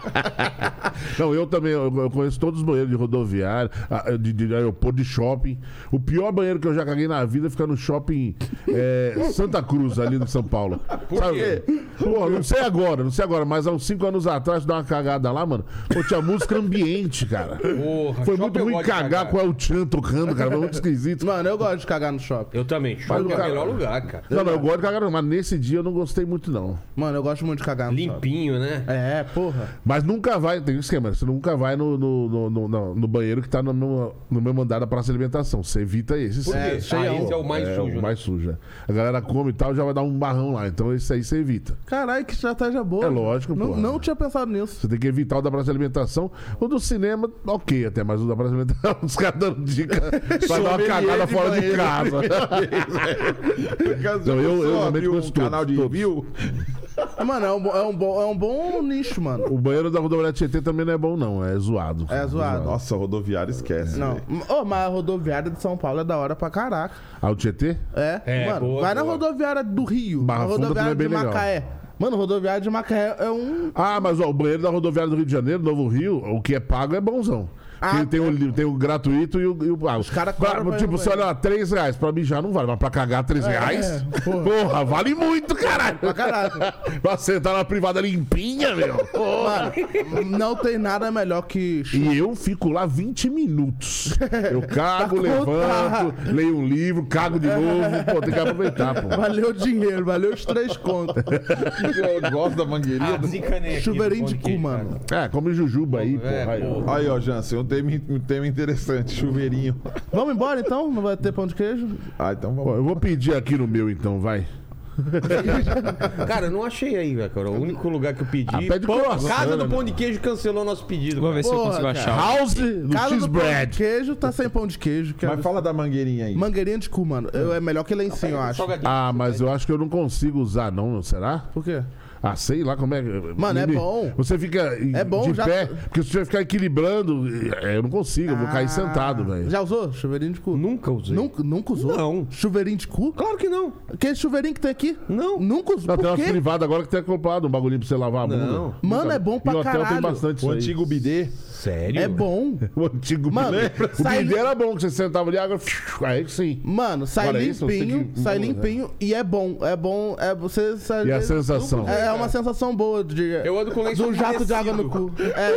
S4: Não, eu também, eu, eu conheço todos os banheiros de rodoviária, a- de, de aeroporto, de shopping. O pior banheiro que eu já caguei na vida fica no shopping é, Santa Cruz, ali de São Paulo. Por
S1: quê?
S4: Pô, não sei agora, não sei agora, mas há uns 5 anos atrás, dar uma cagada lá, mano, pô, tinha música ambiente, cara.
S1: Porra,
S4: Foi
S1: shopping
S4: muito
S1: eu
S4: ruim
S1: gosto de
S4: cagar, com o El Chan tocando, cara, foi muito esquisito.
S2: Mano, eu gosto de cagar no shopping.
S1: Eu também. Shopping é o
S4: cara-
S1: melhor lugar, cara.
S4: Não, não, eu gosto de cagar, não, mas nesse dia eu não gostei muito, não.
S2: Mano, eu gosto muito de cagar no shopping.
S1: Limpinho, né?
S2: É, porra.
S4: Mas nunca vai, tem um esquema, você nunca vai no, no, no, no- no- no banheiro que tá no meu, no meu andar da praça de alimentação. Você evita esse. sim.
S1: quê?
S2: É,
S1: Ah,
S2: cheião.
S1: esse é o mais
S4: é,
S1: sujo. né?
S4: o mais sujo. é. A galera come e tal, já vai dar um barrão lá. Então esse aí você evita.
S2: Caralho, que estratégia boa.
S4: É lógico,
S2: não,
S4: porra.
S2: não tinha pensado nisso.
S4: Você tem que evitar o da praça de alimentação. O do cinema, ok até, mas o da praça de alimentação, os caras dando dica pra dar uma
S5: Sommelier
S4: cagada
S5: de
S4: fora de
S5: banheiro.
S4: casa.
S5: Porque
S4: Não, eu- eu
S5: só
S4: realmente
S5: abri um
S4: conheço todos,
S5: canal de
S4: todos.
S5: review.
S2: Mano, é um, bo- é um, bom, é um bom nicho, mano.
S4: o banheiro da rodoviária Tietê também não é bom, não. É zoado.
S2: É zoado.
S5: Nossa, rodoviário esquece.
S2: Não.
S5: velho.
S2: Ô, mas a rodoviária de São Paulo é da hora pra caraca.
S4: Ah, o Tietê?
S2: É,
S1: É,
S2: mano.
S1: boa,
S2: vai na
S1: boa.
S2: rodoviária do Rio,
S4: Barra
S2: a
S4: Funda
S2: rodoviária
S4: também é
S2: de
S4: bem legal.
S2: Macaé. Mano, rodoviária de Macaé é um.
S4: Ah, mas ó, o banheiro da rodoviária do Rio de Janeiro, Novo Rio, o que é pago é bonzão.
S2: Ah,
S4: Porque tem, o, li- tem o gratuito e o, e o pago. Os
S2: cara cobram pra ir
S4: Tipo,
S2: no
S4: você
S2: banheiro. É,
S4: olha lá, 3 reais. Pra mijar não vale, mas pra cagar 3 reais? Porra. vale muito, caralho.
S2: Pra caraca.
S4: Pra sentar na privada limpinha, meu.
S2: Mano, não tem nada melhor que.
S4: E eu fico lá 20 minutos. Eu cago,
S2: Pra contar.
S4: levanto, leio um livro, cago de novo. Pô, tem que aproveitar, pô.
S2: Valeu o dinheiro, valeu os três contos.
S5: Eu gosto da
S2: Ah,
S5: mangueirinha.
S1: Zicaneia aqui
S2: Chuveirinho
S1: no
S2: de
S1: pão
S2: cu,
S1: queijo,
S2: mano.
S4: É, come jujuba aí, pô.
S1: É,
S4: aí, ó.
S5: Aí, ó, Jansen, um tema, um tema interessante, chuveirinho.
S2: Vamos embora então? Não vai ter pão de queijo?
S5: Ah, então
S4: Pô,
S5: vamos.
S4: eu vou pedir aqui no meu, então, vai.
S1: cara. Cara, eu não achei aí, velho. cara. O único lugar que eu pedi.
S4: Ah, pede
S1: Pão-
S4: croissant,
S1: Casa do
S4: né,
S1: Pão de Queijo cancelou nosso pedido.
S3: Vou ver se eu
S2: Porra,
S3: consigo
S2: cara.
S3: achar. um.
S4: House do
S2: Casa do pão
S4: Cheesebread.
S2: de queijo tá sem pão de queijo. Que
S5: Mas
S2: absurdo.
S5: fala da mangueirinha aí.
S2: Mangueirinha de cu, mano. Eu- é melhor que lencinho, eu acho.
S1: Salgadinho.
S4: Ah, mas eu acho que eu não consigo usar, não, será?
S2: Por quê?
S4: Ah, sei lá como é. que-
S2: Mano, é
S4: Me-
S2: bom.
S4: Você fica em-
S2: É bom,
S4: de
S2: já-
S4: pé, porque se você ficar equilibrando, eh, eu não consigo, eu vou
S2: Ah.
S4: cair sentado, velho.
S2: Já usou chuveirinho de cu?
S1: Nunca usei.
S2: Nunca, nunca usou?
S1: Não.
S2: Chuveirinho de cu?
S1: Claro que não.
S2: Aquele chuveirinho que tem aqui?
S1: Não.
S2: Nunca usou.
S4: Não, tem
S2: Por
S4: umas
S2: quê?
S4: privadas agora que tem comprado um bagulhinho pra você lavar a bunda.
S1: Não.
S2: Mano, é bom pra
S4: Em hotel tem
S2: caralho.
S4: bastante
S5: O
S4: isso aí.
S5: antigo bidê.
S1: Sério?
S2: É bom.
S4: O antigo
S2: Mano,
S4: bilhete. O
S2: sai-
S4: bilhete era bom, que você sentava ali, água. fiu, Aí sim.
S2: Mano, sai
S4: Agora, isso você
S2: limpinho,
S4: que-
S2: sai
S4: Vamos,
S2: limpinho e é bom. É bom, é você. sai-
S4: E a sensação?
S2: É, é uma sensação boa de.
S1: Eu ando com lenço
S2: um jato de água no cu. É,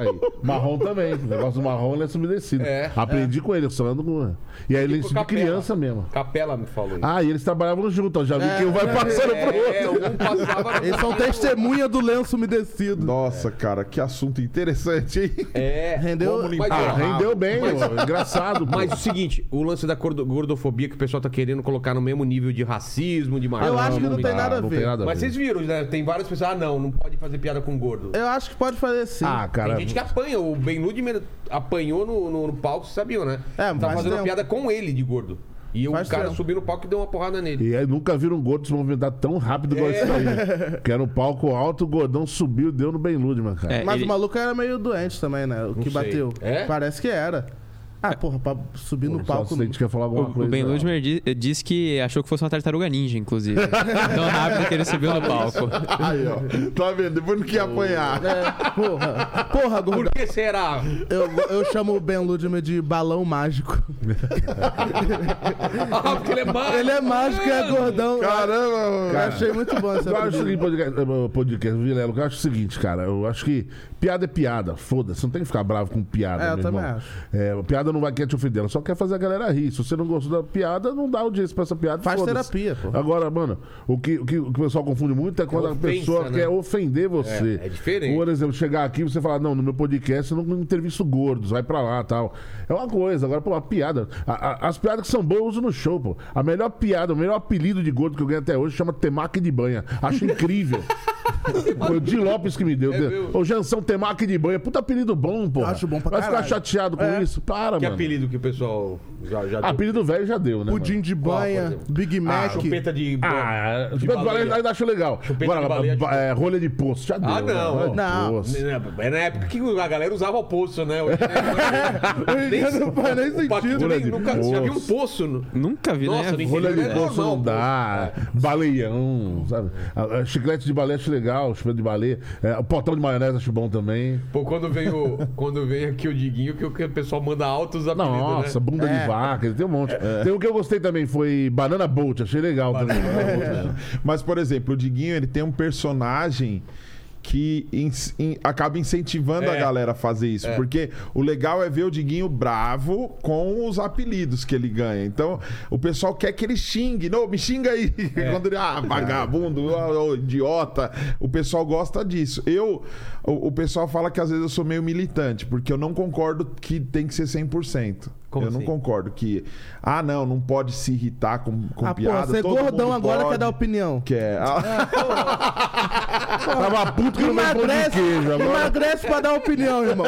S4: Aí. Marrom também. O negócio do marrom ele é subdecido.
S1: É.
S4: Aprendi com ele, eu só ando com. E
S2: Tipo
S4: aí ele
S1: com
S4: de
S1: capela.
S4: criança mesmo.
S1: Capela me falou isso.
S4: Ah, e eles trabalhavam juntos, ó. Já vi que um vai passando pro outro.
S1: É, um passava.
S2: eles são testemunha do lenço umedecido.
S5: Nossa, cara, que assunto interessante, hein?
S1: É.
S2: Rendeu-
S1: Vamos
S5: Ah,
S1: limpar.
S4: Ah, rendeu bem,
S1: Mas-
S4: ó. engraçado. pô.
S1: Mas o seguinte, o lance da gordo- gordofobia que o pessoal tá querendo colocar no mesmo nível de racismo, de machismo.
S2: Eu acho que não
S1: e
S2: tem
S1: tal.
S2: nada a
S4: não
S2: ver.
S4: tem nada a
S1: Mas
S4: ver.
S1: vocês viram, né? Tem várias pessoas, ah, não, não pode fazer piada com gordo.
S2: Eu acho que pode fazer sim.
S4: Ah, cara.
S1: Tem gente que apanha, o Ben Lud apanhou no, no, no palco, vocês sabiam, né?
S2: É,
S1: Tava
S2: faz
S1: fazendo uma
S2: tempo.
S1: piada com ele de gordo. E o
S2: Faz
S1: cara
S2: tempo.
S1: subiu no palco e deu uma porrada nele.
S4: E aí nunca viram um gordo se movimentar tão rápido igual isso aí. Porque era um palco alto, o gordão subiu, deu no Ben Ludman, cara.
S3: É,
S2: Mas
S3: ele-
S2: o maluco era meio doente também, né? O que
S1: sei.
S2: bateu.
S1: É?
S2: Parece que era. Ah, porra, pra subir no
S4: Só
S2: palco.
S4: se a gente quer falar alguma
S3: O
S4: coisa. né?
S3: Ben
S4: ó.
S3: Ludmer di- disse que achou que fosse uma tartaruga ninja, inclusive. Tão rápido que ele subiu no palco.
S5: Aí, ó. Tá vendo? Depois não quer apanhar.
S2: É, porra. Porra, gordo.
S1: Por que Ah, será?
S2: Eu, eu chamo o Ben Ludmer de balão mágico.
S1: Ah, porque ele é mágico.
S2: Ele é mágico e é gordão.
S5: Caramba,
S2: Eu achei muito bom essa
S4: Eu acho o seguinte, podcast, eh, podcast Vilela, eu acho o seguinte, cara. Eu acho que piada é piada, foda-se. Não tem que ficar bravo com piada,
S2: É, eu
S4: meu
S2: também
S4: irmão.
S2: acho.
S4: É, piada não vai querer te ofender, ela só quer fazer a galera rir. Se você não gostou da piada, não dá audiência pra essa piada.
S2: Faz
S4: foda-se.
S2: terapia, pô.
S4: Agora, mano, o que o, que, o que o pessoal confunde muito é quando a
S1: ofensa,
S4: pessoa
S1: né?
S4: quer ofender você.
S1: É, é diferente.
S4: Por exemplo, chegar aqui e você falar, não, no meu podcast eu não entrevisto gordos, vai pra lá tal. É uma coisa, agora, pô, a piada. a- a- as piadas que são boas eu uso no show, pô. A melhor piada, o melhor apelido de gordo que eu ganhei até hoje chama Temac de Banha. Acho incrível. Foi o Di Lopes que me deu.
S1: É meu.
S4: Ô, Jansão Temac de Banha. Puta apelido bom, pô.
S2: Eu acho bom pra
S4: Vai ficar
S2: caralho.
S4: chateado com
S2: É.
S4: isso? Para,
S1: Que
S4: mano.
S1: apelido que o pessoal já, já deu?
S4: Apelido velho já deu, né?
S2: Pudim
S4: mano?
S2: de banha,
S1: exemplo.
S2: Big
S1: Ah,
S2: Mac.
S1: chupeta de.
S4: Ah,
S1: de
S4: chupeta de
S1: baleia.
S4: baleia ainda acho legal.
S1: Chupeta de baleia,
S4: ba- é, rolha de poço, já deu.
S1: Ah,
S4: né?
S1: não.
S4: Rolha de
S2: Não.
S4: poço.
S1: É na época que a galera usava o poço, né? Hoje, né?
S2: Hoje em dia não faz nem
S1: O Paquito
S2: sentido.
S1: nem-
S4: de
S1: nunca já viu um
S4: poço.
S1: poço. no-
S3: Nunca vi,
S1: Nossa,
S3: né?
S1: nem-
S4: Rolha de
S1: É
S4: poço
S1: normal,
S4: não dá, baleião, sabe? Ah, ah, Chiclete de baleia acho legal, chupeta de baleia. É, o potão de maionese acho bom também.
S1: Pô, quando veio, quando veio aqui o Diguinho, que o que o pessoal manda altos apelidos,
S4: Nossa,
S1: né?
S4: bunda
S2: É.
S4: de vaca, ele tem um monte.
S1: É.
S4: Tem um que eu gostei também, foi Banana Bolt, achei legal também.
S1: É.
S4: Banana
S1: né?
S4: Bolt.
S5: né? Mas, por exemplo, o Diguinho, ele tem um personagem que ins- in- acaba incentivando
S1: É.
S5: a galera a fazer isso. Porque o legal é ver o Diguinho bravo com os apelidos que ele ganha. Então, o pessoal quer que ele xingue. Não, me xinga aí.
S1: É.
S5: Quando ele, ah, vagabundo, ah, ô, idiota. O pessoal gosta disso. Eu, o, o pessoal fala que às vezes eu sou meio militante, porque eu não concordo que tem que ser 100%.
S1: Como
S5: eu não
S1: assim?
S5: concordo que. Ah, não, não pode se irritar com, com
S2: Ah, pô,
S5: piada.
S2: você é
S5: todo
S2: gordão
S5: mundo
S2: agora
S5: pode.
S2: quer dar opinião.
S5: Que é. Ah,
S4: Tava puto que não veio pão de
S2: Emagrece,
S4: queijo agora.
S2: emagrece pra dar opinião, irmão.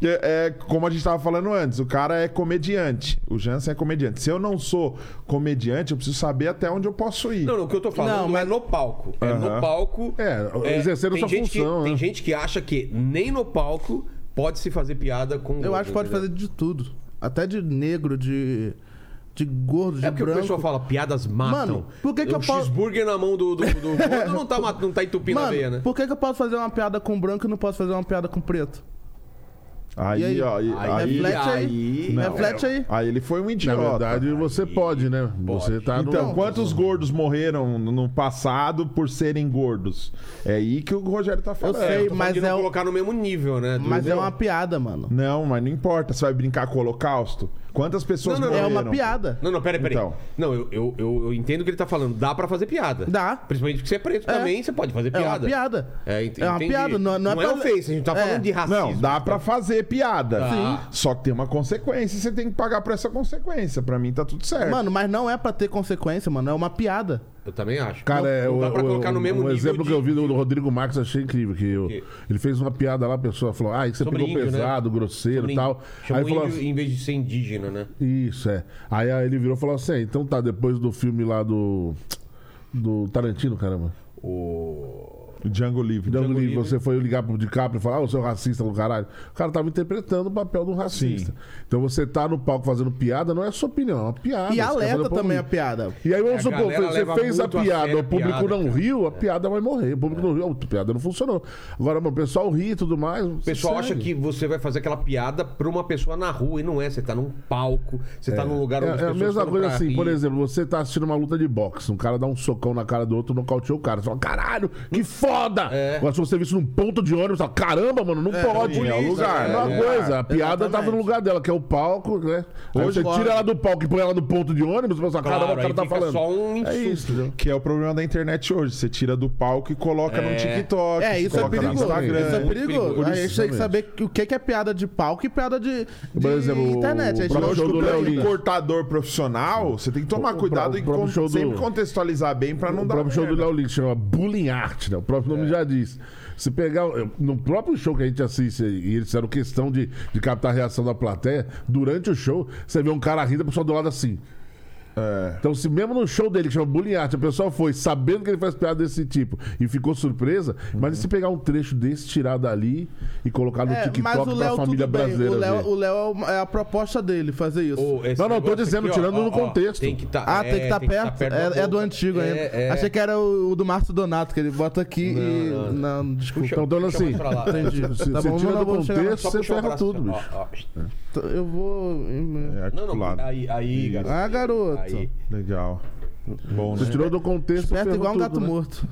S5: que é, é como a gente tava falando antes, o cara é comediante. O Jansen é comediante. Se eu não sou comediante, eu preciso saber até onde eu posso ir.
S1: Não, não, o que eu tô falando
S2: Não,
S1: não,
S2: mas-
S1: é no palco. É no
S5: Aham.
S1: palco.
S4: É, exercendo
S1: tem
S4: sua
S1: gente que-
S4: função, né?
S1: Tem gente que acha que nem no palco pode se fazer piada com.
S2: Eu acho que pode fazer
S1: entendeu?
S2: de tudo. Até de negro, de. de gordo, de
S1: É porque o
S2: branco.
S1: pessoal fala, piadas matam.
S2: Mano, por que que
S1: um
S2: eu posso-
S1: cheeseburger na mão do, do, do gordo não tá, mat- não tá entupindo a
S2: Mano,
S1: veia, né?
S2: por que, que eu posso fazer uma piada com branco e não posso fazer uma piada com preto?
S5: Aí,
S2: E aí?
S5: ó. e- Aí, aí,
S2: Reflete aí.
S1: aí-
S2: Reflete aí.
S5: ele foi um
S4: Na
S5: idiota.
S4: verdade, você pode, né? Você tá no-
S5: Então, quantos gordos morreram no passado por serem gordos? É aí que o Rogério tá falando.
S2: sei,
S1: Tô falando
S2: mas
S1: de não
S2: é o-
S1: colocar no mesmo nível, né? do-
S2: Mas é uma piada, mano.
S5: Não, mas não importa. Você vai brincar com o Holocausto? Quantas pessoas
S1: Não, não, não.
S2: É
S5: morreram?
S2: uma piada.
S1: Não, não, peraí, peraí.
S5: Então.
S1: Não, eu, eu, eu, eu entendo o que ele tá falando. Dá pra fazer piada.
S2: Dá.
S1: Principalmente porque você é preto também, você pode fazer
S2: É
S1: piada.
S2: uma piada.
S1: É, ent-
S2: É uma
S1: entendi.
S2: piada, não- não é pra-
S1: ofensa, a gente tá
S2: É.
S1: falando de racismo.
S5: Não, dá pra fazer piada.
S1: Tá.
S5: Só que tem uma consequência e você tem que pagar por essa consequência. Pra mim tá tudo certo.
S2: Mano, mas não é pra ter consequência, mano. É uma piada.
S1: Eu também acho.
S4: Cara, é,
S1: não, não dá
S4: o-
S1: pra
S4: o-
S1: colocar no mesmo
S4: um
S1: nível
S4: exemplo
S1: de-
S4: que eu vi do, do Rodrigo Marques, achei incrível. Que eu-
S1: quê?
S4: ele fez uma piada lá, a pessoa falou, ah, isso você
S1: Sobre
S4: pegou
S1: índio, né?
S4: pesado, grosseiro e tal.
S1: Chamou
S4: Aí falou
S1: um índio
S4: assim,
S1: em vez de ser indígena, né?
S4: isso, é. Aí, aí ele virou e falou assim, é, então tá, depois do filme lá do... Do Tarantino, caramba.
S1: O...
S5: Django Livre.
S4: Django
S1: Django
S4: Livre,
S1: Livre.
S4: você foi ligar pro DiCaprio e falar, ah, o seu racista do caralho. O cara tava interpretando o papel do racista. Então você tá no palco fazendo piada, não é sua opinião, é uma piada.
S2: E
S4: você tá
S2: alerta
S4: fazendo pra
S2: também
S4: um-
S2: a piada.
S4: E aí,
S1: É,
S4: vamos
S1: A
S4: supor,
S1: galera
S4: você
S1: leva
S4: fez a
S1: muito a
S4: piada,
S1: sério
S4: o público
S1: a piada,
S4: não
S1: cara. É.
S4: riu, a piada vai morrer. O público não riu, a piada não funcionou. Agora, mano, o pessoal ri e tudo mais.
S1: O pessoal acha que você vai fazer aquela piada pra uma pessoa na rua e não é. Você tá num palco, você tá num lugar onde as
S4: É, é a
S1: pessoas
S4: mesma
S1: estão
S4: coisa
S1: pra
S4: assim,
S1: rir.
S4: por exemplo, você tá assistindo uma luta de boxe, um cara dá um socão na cara do outro, nocauteou o cara. Você fala, caralho, que foda! Agora, se você visse num ponto de ônibus, você fala, caramba, mano, não pode.
S5: é o lugar,
S4: É a mesma
S5: né?
S4: coisa, a piada tava no
S2: exatamente.
S4: lugar dela, que é o palco, né? Aí
S5: Hoje-
S4: você tira ela do palco e põe ela no ponto de ônibus, você fala,
S1: Claro,
S4: caramba, o cara
S1: aí
S4: tá
S1: fica
S4: falando.
S1: só um
S4: é
S1: insulto,
S4: isso, entendeu?
S5: Que é o problema da internet hoje. Você tira do palco e coloca no TikTok.
S2: É, isso é
S5: coloca no
S2: perigoso.
S5: Instagram.
S2: Isso é perigoso.
S1: perigoso.
S2: Aí a gente tem que saber o que que é piada de palco e piada de, de
S4: Por exemplo,
S2: internet.
S4: o
S2: A gente
S4: próprio
S2: não
S4: show do
S2: escuta
S4: Léo
S2: ainda.
S5: Um
S4: Lins.
S5: cortador profissional, você tem que tomar
S4: é O- o
S5: cuidado
S4: pró-
S5: e
S4: o próprio
S5: con-
S4: show do-
S5: sempre contextualizar bem pra não
S4: o
S5: dar
S4: próprio show do
S5: merda.
S4: Léo Lins chama Bullying Art, né? O próprio
S2: É.
S4: nome já diz. Se pegar. eu- No próprio show que a gente assiste, e eles fizeram questão de, de captar a reação da plateia, durante o show, você vê um cara rindo, o pessoal do lado assim.
S2: É.
S4: Então, se mesmo no show dele, que chama Bullying Art, a pessoa foi sabendo que ele faz piada desse tipo e ficou surpresa, mas e se pegar um trecho desse, tirar dali e colocar no
S2: Uhum. É, mas o
S4: TikTok pra
S2: Léo tudo bem.
S4: família
S2: O
S4: brasileira
S2: Léo,
S4: ver?
S2: o Léo é uma- é a proposta dele fazer isso.
S1: Ô, esse
S4: Não, não, tô
S1: negócio
S4: dizendo, tirando no contexto.
S1: Tem que tá,
S2: Ah,
S1: é,
S2: tem que estar
S1: tá
S2: perto.
S1: da
S2: é, é do
S1: boca.
S2: antigo
S1: É,
S2: ainda.
S1: é.
S2: Achei que era o, o do Márcio Donato, que ele bota aqui e. Não, desculpa.
S4: Então, dando
S1: Puxa
S4: assim,
S1: mais pra lá, né?
S4: entendi. se
S2: Tá
S4: você
S2: bom, vamos
S4: tira do
S2: lá, vamos chegar lá.
S4: contexto,
S1: Só
S4: você
S1: puxar o
S4: ferra
S1: braço,
S2: né?
S4: tudo,
S1: ó,
S4: bicho.
S1: ó.
S2: Eu vou.
S5: É
S1: Não, não,
S5: articulado.
S1: aí, aí, garoto.
S2: Ah, garoto.
S1: Aí.
S5: Legal. Bom,
S4: Você
S5: né?
S4: tirou do contexto,
S2: Perto
S4: ferrou
S2: igual um
S4: tudo,
S2: gato
S4: né?
S2: morto.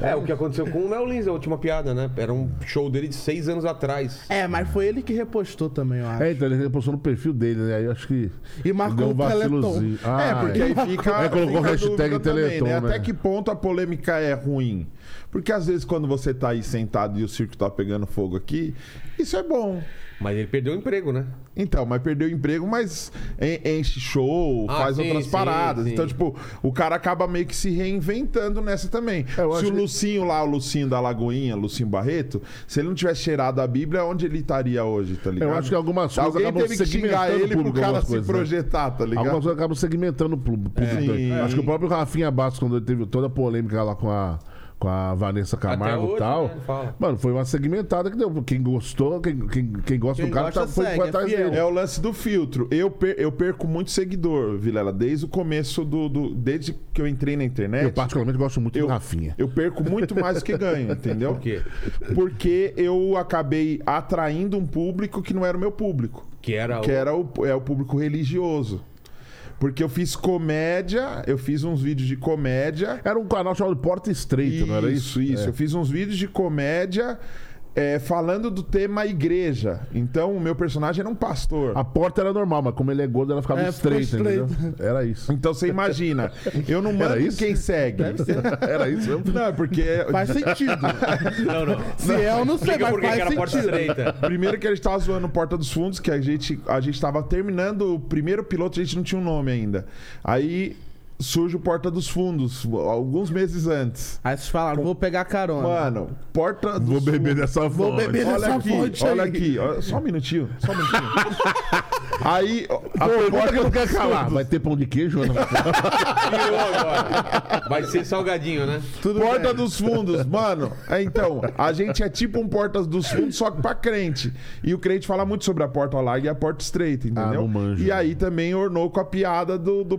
S1: É, o que aconteceu com o Léo Lins, a última piada, né? Era um show dele de seis anos atrás.
S2: É, mas foi ele que repostou também, eu acho.
S4: É, então ele postou no perfil dele, né? Aí eu acho que.
S2: E marcou
S4: deu
S2: o Teleton.
S4: vacilozinho. Ah,
S5: É, porque aí fica.
S4: É, colocou
S5: fica a
S4: hashtag
S5: dúvida
S4: Teleton, né?
S5: Até que ponto a polêmica é ruim? Porque às vezes quando você tá aí sentado e o circo tá pegando fogo aqui, isso é bom.
S1: Mas ele perdeu o emprego, né?
S5: Então, mas perdeu o emprego, mas en- enche show,
S1: Ah,
S5: faz
S1: sim,
S5: outras
S1: sim,
S5: paradas.
S1: sim.
S5: Então, tipo, o cara acaba meio que se reinventando nessa também.
S4: É, eu
S5: se
S4: acho
S5: o
S4: que-
S5: Lucinho lá, o Lucinho da Lagoinha, Lucinho Barreto, se ele não tivesse cheirado a Bíblia, onde ele estaria hoje, tá ligado?
S4: Eu acho que algumas coisas
S5: Alguém
S4: acabam
S5: teve que xingar
S4: segmentando o
S5: ele pro
S4: público,
S5: cara
S4: algumas
S5: se
S4: coisas, né?
S5: projetar, tá ligado?
S4: Algumas coisas acabam segmentando o público. também.
S5: Sim.
S4: Acho que o próprio Rafinha Bastos, quando ele teve toda a polêmica lá com a, com a Vanessa Camargo
S1: hoje,
S4: e tal.
S1: né, ele fala.
S4: Mano, foi uma segmentada que deu. Quem gostou, quem, quem, quem gosta
S2: Quem
S4: do cara,
S2: gosta,
S4: tá, foi
S2: segue,
S4: foi
S2: é
S4: atrás
S2: fiel.
S4: dele.
S5: É o lance do filtro. Eu, per- eu perco muito seguidor, Vilela, desde o começo do, do- Desde que eu entrei na internet.
S4: Eu particularmente gosto muito
S5: Eu-
S4: do Rafinha.
S5: Eu perco muito mais do que ganho, entendeu?
S1: Por quê?
S5: Porque eu acabei atraindo um público que não era o meu público.
S1: Que era
S5: Que
S1: o-
S5: era o, é o público religioso. Porque eu fiz comédia, eu fiz uns vídeos de comédia.
S4: Era um canal chamado Porta Estreita, não era isso? É.
S5: Isso, Eu fiz uns vídeos de comédia é, falando do tema igreja. Então, o meu personagem era um pastor.
S4: A porta era normal, mas como ele é gordo, ela ficava
S2: É, ficou
S4: estreita, entendeu? Era isso.
S5: Então, você imagina. Eu não
S4: Era
S5: mando
S4: isso?
S5: quem segue.
S4: Era isso mesmo?
S5: Não, é porque...
S2: Faz sentido.
S1: Não, não.
S2: Se é, eu não sei,
S1: Explica
S2: mas
S1: por que
S2: faz
S1: que era a porta
S2: sentido.
S1: estreita.
S5: Primeiro que a gente tava zoando Porta dos Fundos, que a gente, a gente tava terminando o primeiro piloto, a gente não tinha um nome ainda. Aí surge o Porta dos Fundos, alguns meses antes.
S2: Aí vocês falaram, vou pegar carona.
S5: Mano, Porta dos
S4: Vou beber
S5: Fundos.
S4: dessa
S2: Vou
S4: fonte.
S2: beber
S5: Olha
S2: dessa
S5: aqui,
S2: fonte
S5: olha
S2: aí.
S5: aqui, olha- só um minutinho, só um minutinho. Aí, ó, a
S4: Pô,
S5: porta-
S4: agora que não quer calar. Vai ter pão de queijo né? ou não?
S1: Virou agora. Vai ser salgadinho, né?
S5: porta dos fundos, mano. É, então, a gente é tipo um porta dos fundos, só que pra crente. E o crente fala muito sobre a porta larga e a porta estreita, entendeu?
S4: Ah, não manjo. né?
S5: E aí também ornou com a piada do, do
S4: Então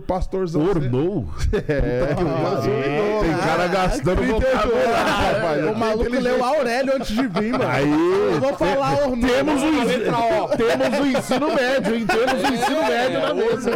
S5: pastorzão.
S4: Ornou? ah,
S5: É, mas ornou.
S4: Tem cara gastando vocabulário, né? rapaz.
S1: Ah,
S2: O maluco leu Aurélio antes de vir, mano.
S4: Aí,
S2: Eu vou falar hormônio.
S4: temos o, É.
S1: letra O.
S4: ensino, temos o ensino médio, hein? Temos o ensino médio
S1: né? É,
S4: na mesa.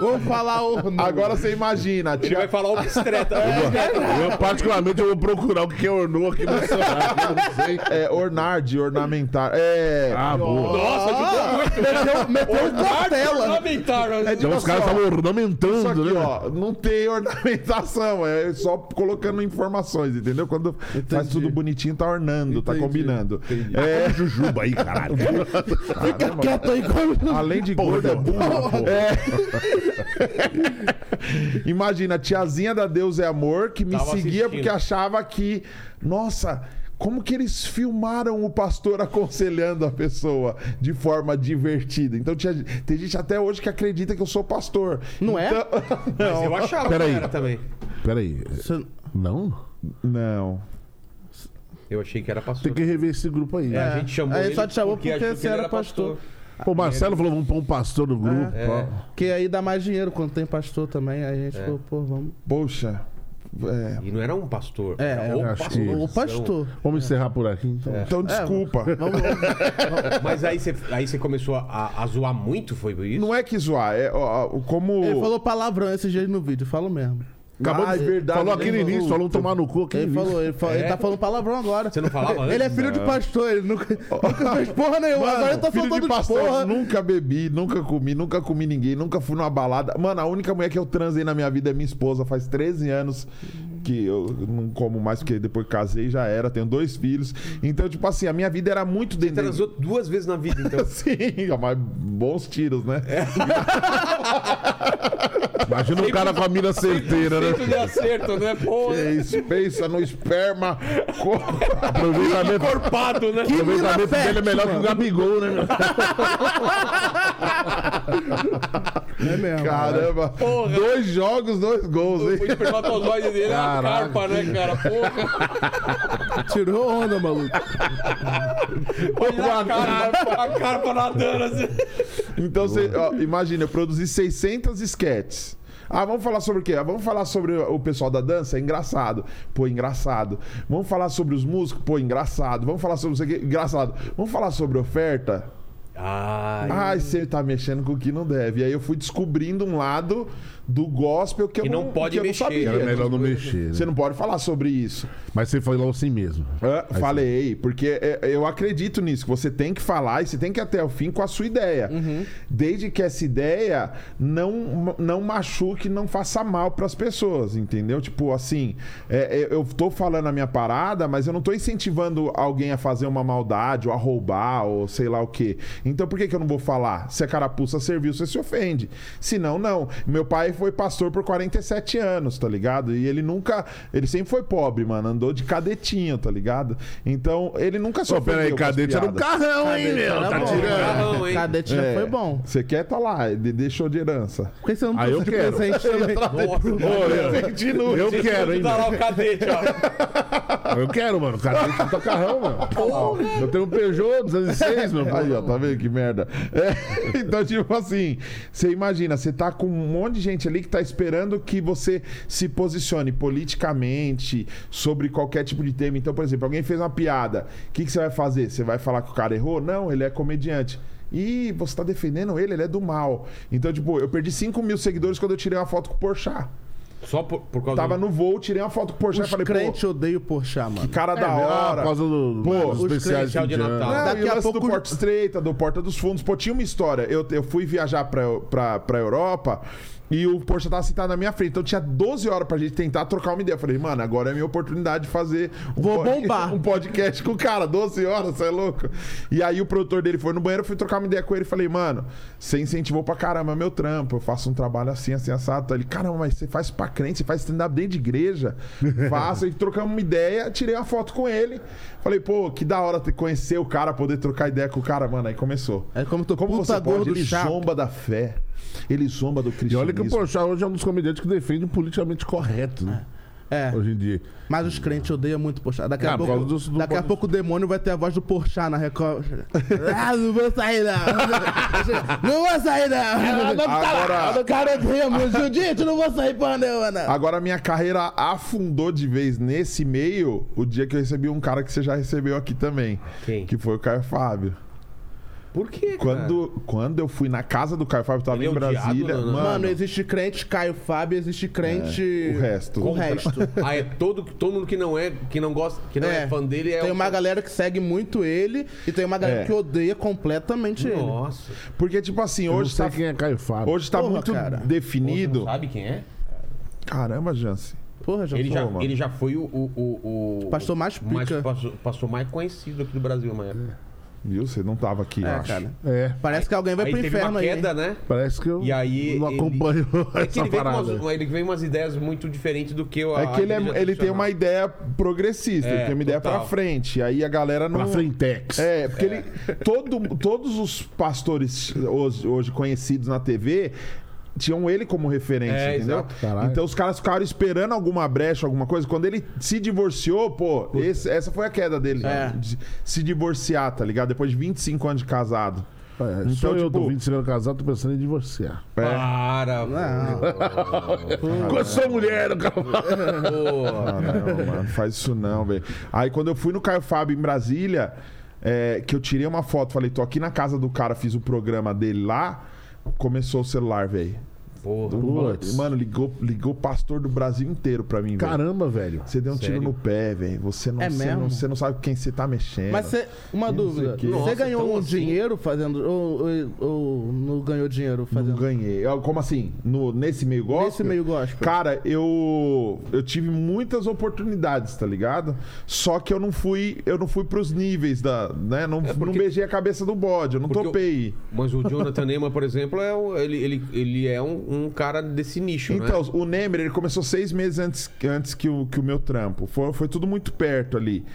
S2: Vou falar hormônio.
S5: Agora você imagina, a
S1: Ele vai
S5: tia,
S1: falar obstreta.
S2: É
S4: Eu, particularmente, eu vou procurar o que é ornou aqui no celular, que eu não sei.
S5: é, ornar de ornamentar. É.
S4: Ah, boa.
S1: Nossa, ajudou muito.
S2: Ah, meteu, meteu um cortela.
S1: Lamentaram.
S2: É
S1: né?
S4: Então os caras estavam
S5: Só
S4: ornamentando,
S5: que,
S4: né?
S5: ó, não tem ornamentação, é só colocando informações, entendeu? Quando faz tudo bonitinho, tá ornando, tá combinando.
S4: É jujuba aí, caralho.
S2: Fica quieto aí.
S5: É, além de gordo, é burro. Imagina, a tiazinha da Deus é Amor que me
S1: Tava
S5: seguia
S1: assistindo.
S5: porque achava que, nossa, como que eles filmaram o pastor aconselhando a pessoa de forma divertida? Então tinha, tem gente até hoje que acredita que eu sou pastor.
S2: Não é?
S5: Então-
S1: Mas eu achava que
S4: Peraí.
S1: era também.
S4: Peraí.
S2: Você-
S4: Não?
S5: Não.
S1: Eu achei que era pastor. É,
S4: Tem que rever esse grupo aí. né?
S5: É.
S1: A gente chamou
S2: É. Aí
S1: ele
S2: só te chamou porque
S1: achou que
S2: você
S1: ele
S2: era pastor.
S4: Pô, o Marcelo falou, vamos pôr um pastor no grupo.
S1: É.
S2: Que aí dá mais dinheiro quando tem pastor também. Aí a gente falou, pô, vamos.
S5: Poxa. É.
S1: E não era um pastor.
S2: É,
S1: era
S2: eu
S1: o
S4: acho
S1: pastor.
S4: que-
S2: O pastor.
S4: Vamos encerrar por aqui, então.
S2: É,
S5: Então desculpa.
S1: Mas aí você, aí você começou a, a zoar muito, foi isso?
S5: Não é que zoar, é ó, ó, como.
S2: Ele falou palavrão esses dias no vídeo, falo mesmo.
S5: Acabou
S2: Ah,
S5: de verdade.
S4: Falou aqui no
S5: né?
S4: início, falou um tomar no cu aqui no
S2: Ele
S4: início.
S2: falou, ele, falou- ele
S1: É?
S2: tá falando palavrão agora.
S1: Você não falava antes?
S2: Ele é filho de
S1: Não.
S2: pastor, ele nunca, nunca fez porra nenhuma.
S5: Mano,
S2: agora ele tá
S5: filho
S2: falando
S5: de
S2: de
S5: pastor,
S2: porra.
S5: nunca bebi, nunca comi, nunca comi ninguém, nunca fui numa balada. Mano, a única mulher que eu transei na minha vida é minha esposa. Faz 13 anos que eu não como mais, porque depois casei já era, tenho dois filhos. Então, tipo assim, a minha vida era muito dentro.
S1: Transou duas vezes na vida, então.
S5: Sim, ó, mas bons tiros, né?
S4: Imagina um cara com a mina certeira, né?
S1: Feito de acerto, né? Pô,
S5: É isso, pensa no esperma. co-
S4: Aproveitamento,
S1: encorpado, né?
S4: aproveitamento dele é melhor que o Gabigol, né? meu?
S2: É mesmo.
S5: Caramba.
S1: Porra.
S5: Dois jogos, dois gols,
S1: O
S5: hein?
S1: espermatozoide dele era uma
S4: Caraca.
S1: carpa, né, cara? Porra.
S2: Tirou onda, maluco.
S1: Olha a carpa, a carpa nadando assim.
S5: Então, você, ó, imagina, eu produzi 600 esquetes. Ah, vamos falar sobre o quê? Ah, vamos falar sobre o pessoal da dança? Engraçado. Pô, engraçado. Vamos falar sobre os músicos? Pô, engraçado. Vamos falar sobre isso aqui? Engraçado. Vamos falar sobre oferta?
S1: Ai,
S5: Ai, você tá mexendo com o que não deve. E aí eu fui descobrindo um lado do gospel que eu
S1: Que
S5: não,
S1: não pode
S5: que eu não
S1: mexer.
S5: sabia.
S4: Era melhor não mexer. né?
S5: Você não pode falar sobre isso.
S4: Mas você falou assim mesmo.
S5: Ah, falei, porque é, eu acredito nisso. que Você tem que falar e você tem que ir até o fim com a sua ideia. Desde que essa ideia não, não machuque, não faça mal pras pessoas, entendeu? Tipo, assim, é, é, eu tô falando a minha parada, mas eu não tô incentivando alguém a fazer uma maldade ou a roubar ou sei lá o quê. Então por que, que eu não vou falar? Se a carapuça serviu, você se ofende. Se não, não. Meu pai foi pastor por 47 anos, tá ligado? E ele nunca. Ele sempre foi pobre, mano. Andou de cadetinho, tá ligado? Então, ele nunca
S4: Pô,
S5: sofreu.
S4: peraí, cadete era um carrão, hein, meu?
S2: Era
S4: Tá
S2: bom.
S4: tirando.
S1: Carrão, hein?
S2: Cadete
S5: É.
S2: já foi bom.
S5: Você quer tá lá, ele deixou de herança.
S2: Por que você não
S4: Ah,
S2: trouxe
S4: eu
S2: de
S4: quero.
S2: presente?
S4: Ô, eu, eu quero, hein,
S1: Tá
S4: meu?
S1: lá o cadete, ó.
S4: Eu quero, mano. Cadete não tá carrão, mano. Eu tenho um Peugeot 206, meu.
S5: Aí, ó, tá vendo que merda? É, então, tipo assim, você imagina, você tá com um monte de gente ali que tá esperando que você se posicione politicamente sobre qualquer tipo de tema. Então, por exemplo, alguém fez uma piada. O que, que você vai fazer? Você vai falar que o cara errou? Não, ele é comediante. E você tá defendendo ele, ele é do mal. Então, tipo, eu perdi 5 mil seguidores quando eu tirei uma foto com o Porchat.
S1: Só por, por causa
S5: Tava no voo, tirei uma foto com o Porchat e
S2: Os
S5: falei,
S2: crentes
S5: pô,
S2: odeiam o Porchat, mano.
S5: que cara
S4: É,
S5: da
S4: meu,
S5: hora.
S4: Por causa do,
S5: Pô,
S4: dos
S5: os
S4: especiais né?
S1: credencial de
S4: de
S1: Natal.
S4: Natal.
S5: Não,
S2: Daqui
S5: e o
S2: a
S5: lance
S2: pouco-
S5: do Porta Estreita, do Porta dos Fundos. Pô, tinha uma história. Eu, eu fui viajar pra, pra, pra Europa e o Porsche tava sentado na minha frente. Então tinha 12 horas pra gente tentar trocar uma ideia. Eu falei, mano, agora é minha oportunidade de fazer um,
S2: Vou
S5: pod-
S2: bombar.
S5: um podcast com o cara. 12 horas, você é louco? E aí o produtor dele foi no banheiro, eu fui trocar uma ideia com ele. Falei, mano, você incentivou pra caramba meu trampo. Eu faço um trabalho assim, assim, assado. Ele, caramba, mas você faz pra crente, você faz stand-up dentro de igreja. Faço. E trocamos uma ideia, tirei uma foto com ele. Falei, pô, que da hora ter- conhecer o cara, poder trocar ideia com o cara, mano. Aí começou.
S2: É como tu
S5: Como
S2: puta
S5: você pode?
S2: gordo
S5: Ele
S2: chato.
S5: zomba da fé. Ele zomba do
S4: E
S5: cristianismo.
S4: olha que o Porchat hoje é um dos comediantes que defende o politicamente correto, né?
S2: É.
S4: Hoje em dia.
S2: Mas os crentes odeiam muito o Porchat. Daqui
S4: Ah,
S2: a,
S4: por
S2: pouco,
S4: causa do- do-
S2: daqui a pouco o demônio vai ter a voz do Porchat na Record. ah, não vou sair não. não vou sair não.
S5: Agora-
S2: Cara, Remo, Judite, não vou sair pra não, não.
S5: Agora minha carreira afundou de vez nesse meio o dia que eu recebi um cara que você já recebeu aqui também.
S1: Quem?
S5: Que foi o Caio Fábio.
S1: Por quê,
S5: Quando, quando eu fui na casa do Caio Fábio, tava
S1: Ele é
S5: em
S1: odiado,
S5: Brasília.
S1: não, não?
S5: Mano, É,
S2: Mano, existe crente Caio Fábio, existe crente...
S5: o resto.
S2: O resto.
S1: cara? Ah, é todo, todo mundo que não é, que não gosta, que não é, fã dele é
S2: Tem
S1: o-
S2: uma galera que segue muito ele e tem uma galera
S5: É.
S2: que odeia completamente ele.
S1: Nossa.
S5: Porque, tipo assim,
S4: Eu não
S5: hoje
S4: sei
S5: tá,
S4: quem é Caio Fábio.
S5: hoje tá
S2: Porra,
S5: muito
S2: cara.
S5: definido.
S1: Sabe quem é?
S5: Caramba, Jance.
S2: Porra, já
S1: Ele
S2: foi.
S1: já,
S5: mano.
S1: ele já foi o, o, o, o-
S2: Pastor mais pica.
S1: mais pastor, pastor mais conhecido aqui do Brasil, uma época.
S5: Viu? Você não tava aqui, eu
S2: É,
S5: acho.
S2: cara.
S4: É.
S2: Parece que alguém vai
S1: Aí
S2: pro
S1: teve
S2: inferno
S1: uma
S2: aí. hein?
S1: queda, né?
S4: Parece que eu
S1: E aí
S4: não
S1: ele-
S4: acompanho
S1: É que
S4: essa
S1: ele veio, com
S4: parada.
S1: umas, ele veio umas ideias muito diferentes do que eu
S5: É que ele, é- ele tem uma ideia progressista,
S1: É,
S5: ele tem uma ideia
S1: total.
S5: pra frente. Aí a galera não.
S4: Pra Frentex.
S5: É, porque ele. Todo, todos os pastores hoje, hoje conhecidos na TV tinham ele como referência,
S1: É,
S5: entendeu?
S1: exato.
S4: Caralho.
S5: Então os caras ficaram esperando alguma brecha, alguma coisa. Quando ele se divorciou, pô, esse- essa foi a queda dele. né?
S2: É.
S5: de Se divorciar, tá ligado? Depois de 25 anos de casado.
S4: É,
S5: Então,
S4: só eu tô
S5: tipo-
S4: 25 anos casado, tô pensando em divorciar.
S1: Ah. Para,
S5: Hum.
S4: Quando eu sou mulher, eu cara.
S1: pô.
S5: Ah, não, mano, faz isso não, velho. Aí quando eu fui no Caio Fábio em Brasília, é, que eu tirei uma foto, falei, tô aqui na casa do cara, fiz o programa dele lá, começou o celular, velho.
S1: Porra.
S4: Putz.
S5: Mano, ligou, ligou pastor do Brasil inteiro pra mim, velho.
S4: Caramba, velho.
S5: Você deu um
S1: Sério?
S5: tiro no pé, velho. Você não,
S2: É
S5: você
S2: mesmo?
S5: não, você não sabe com quem você tá mexendo.
S2: Mas cê, uma dúvida,
S5: que-
S2: você
S1: Nossa,
S2: ganhou
S1: tão
S2: um
S1: assim.
S2: dinheiro fazendo ou, ou- ou não ganhou dinheiro
S5: Não
S2: fazendo?
S5: ganhei. Eu- Como assim? No, nesse meio gospel?
S2: Nesse meio gospel.
S5: Cara, eu eu tive muitas oportunidades, tá ligado? Só que eu não fui, eu não fui pros níveis da, né? Não, não beijei a cabeça do bode, eu não
S1: Porque
S5: topei.
S1: Mas o Jonathan Neyman, por exemplo, é um- ele, ele, ele é um, um cara desse nicho, né?
S5: Então, o Nemer, ele começou seis meses antes, antes que, o, que o meu trampo. Foi, foi tudo muito perto ali.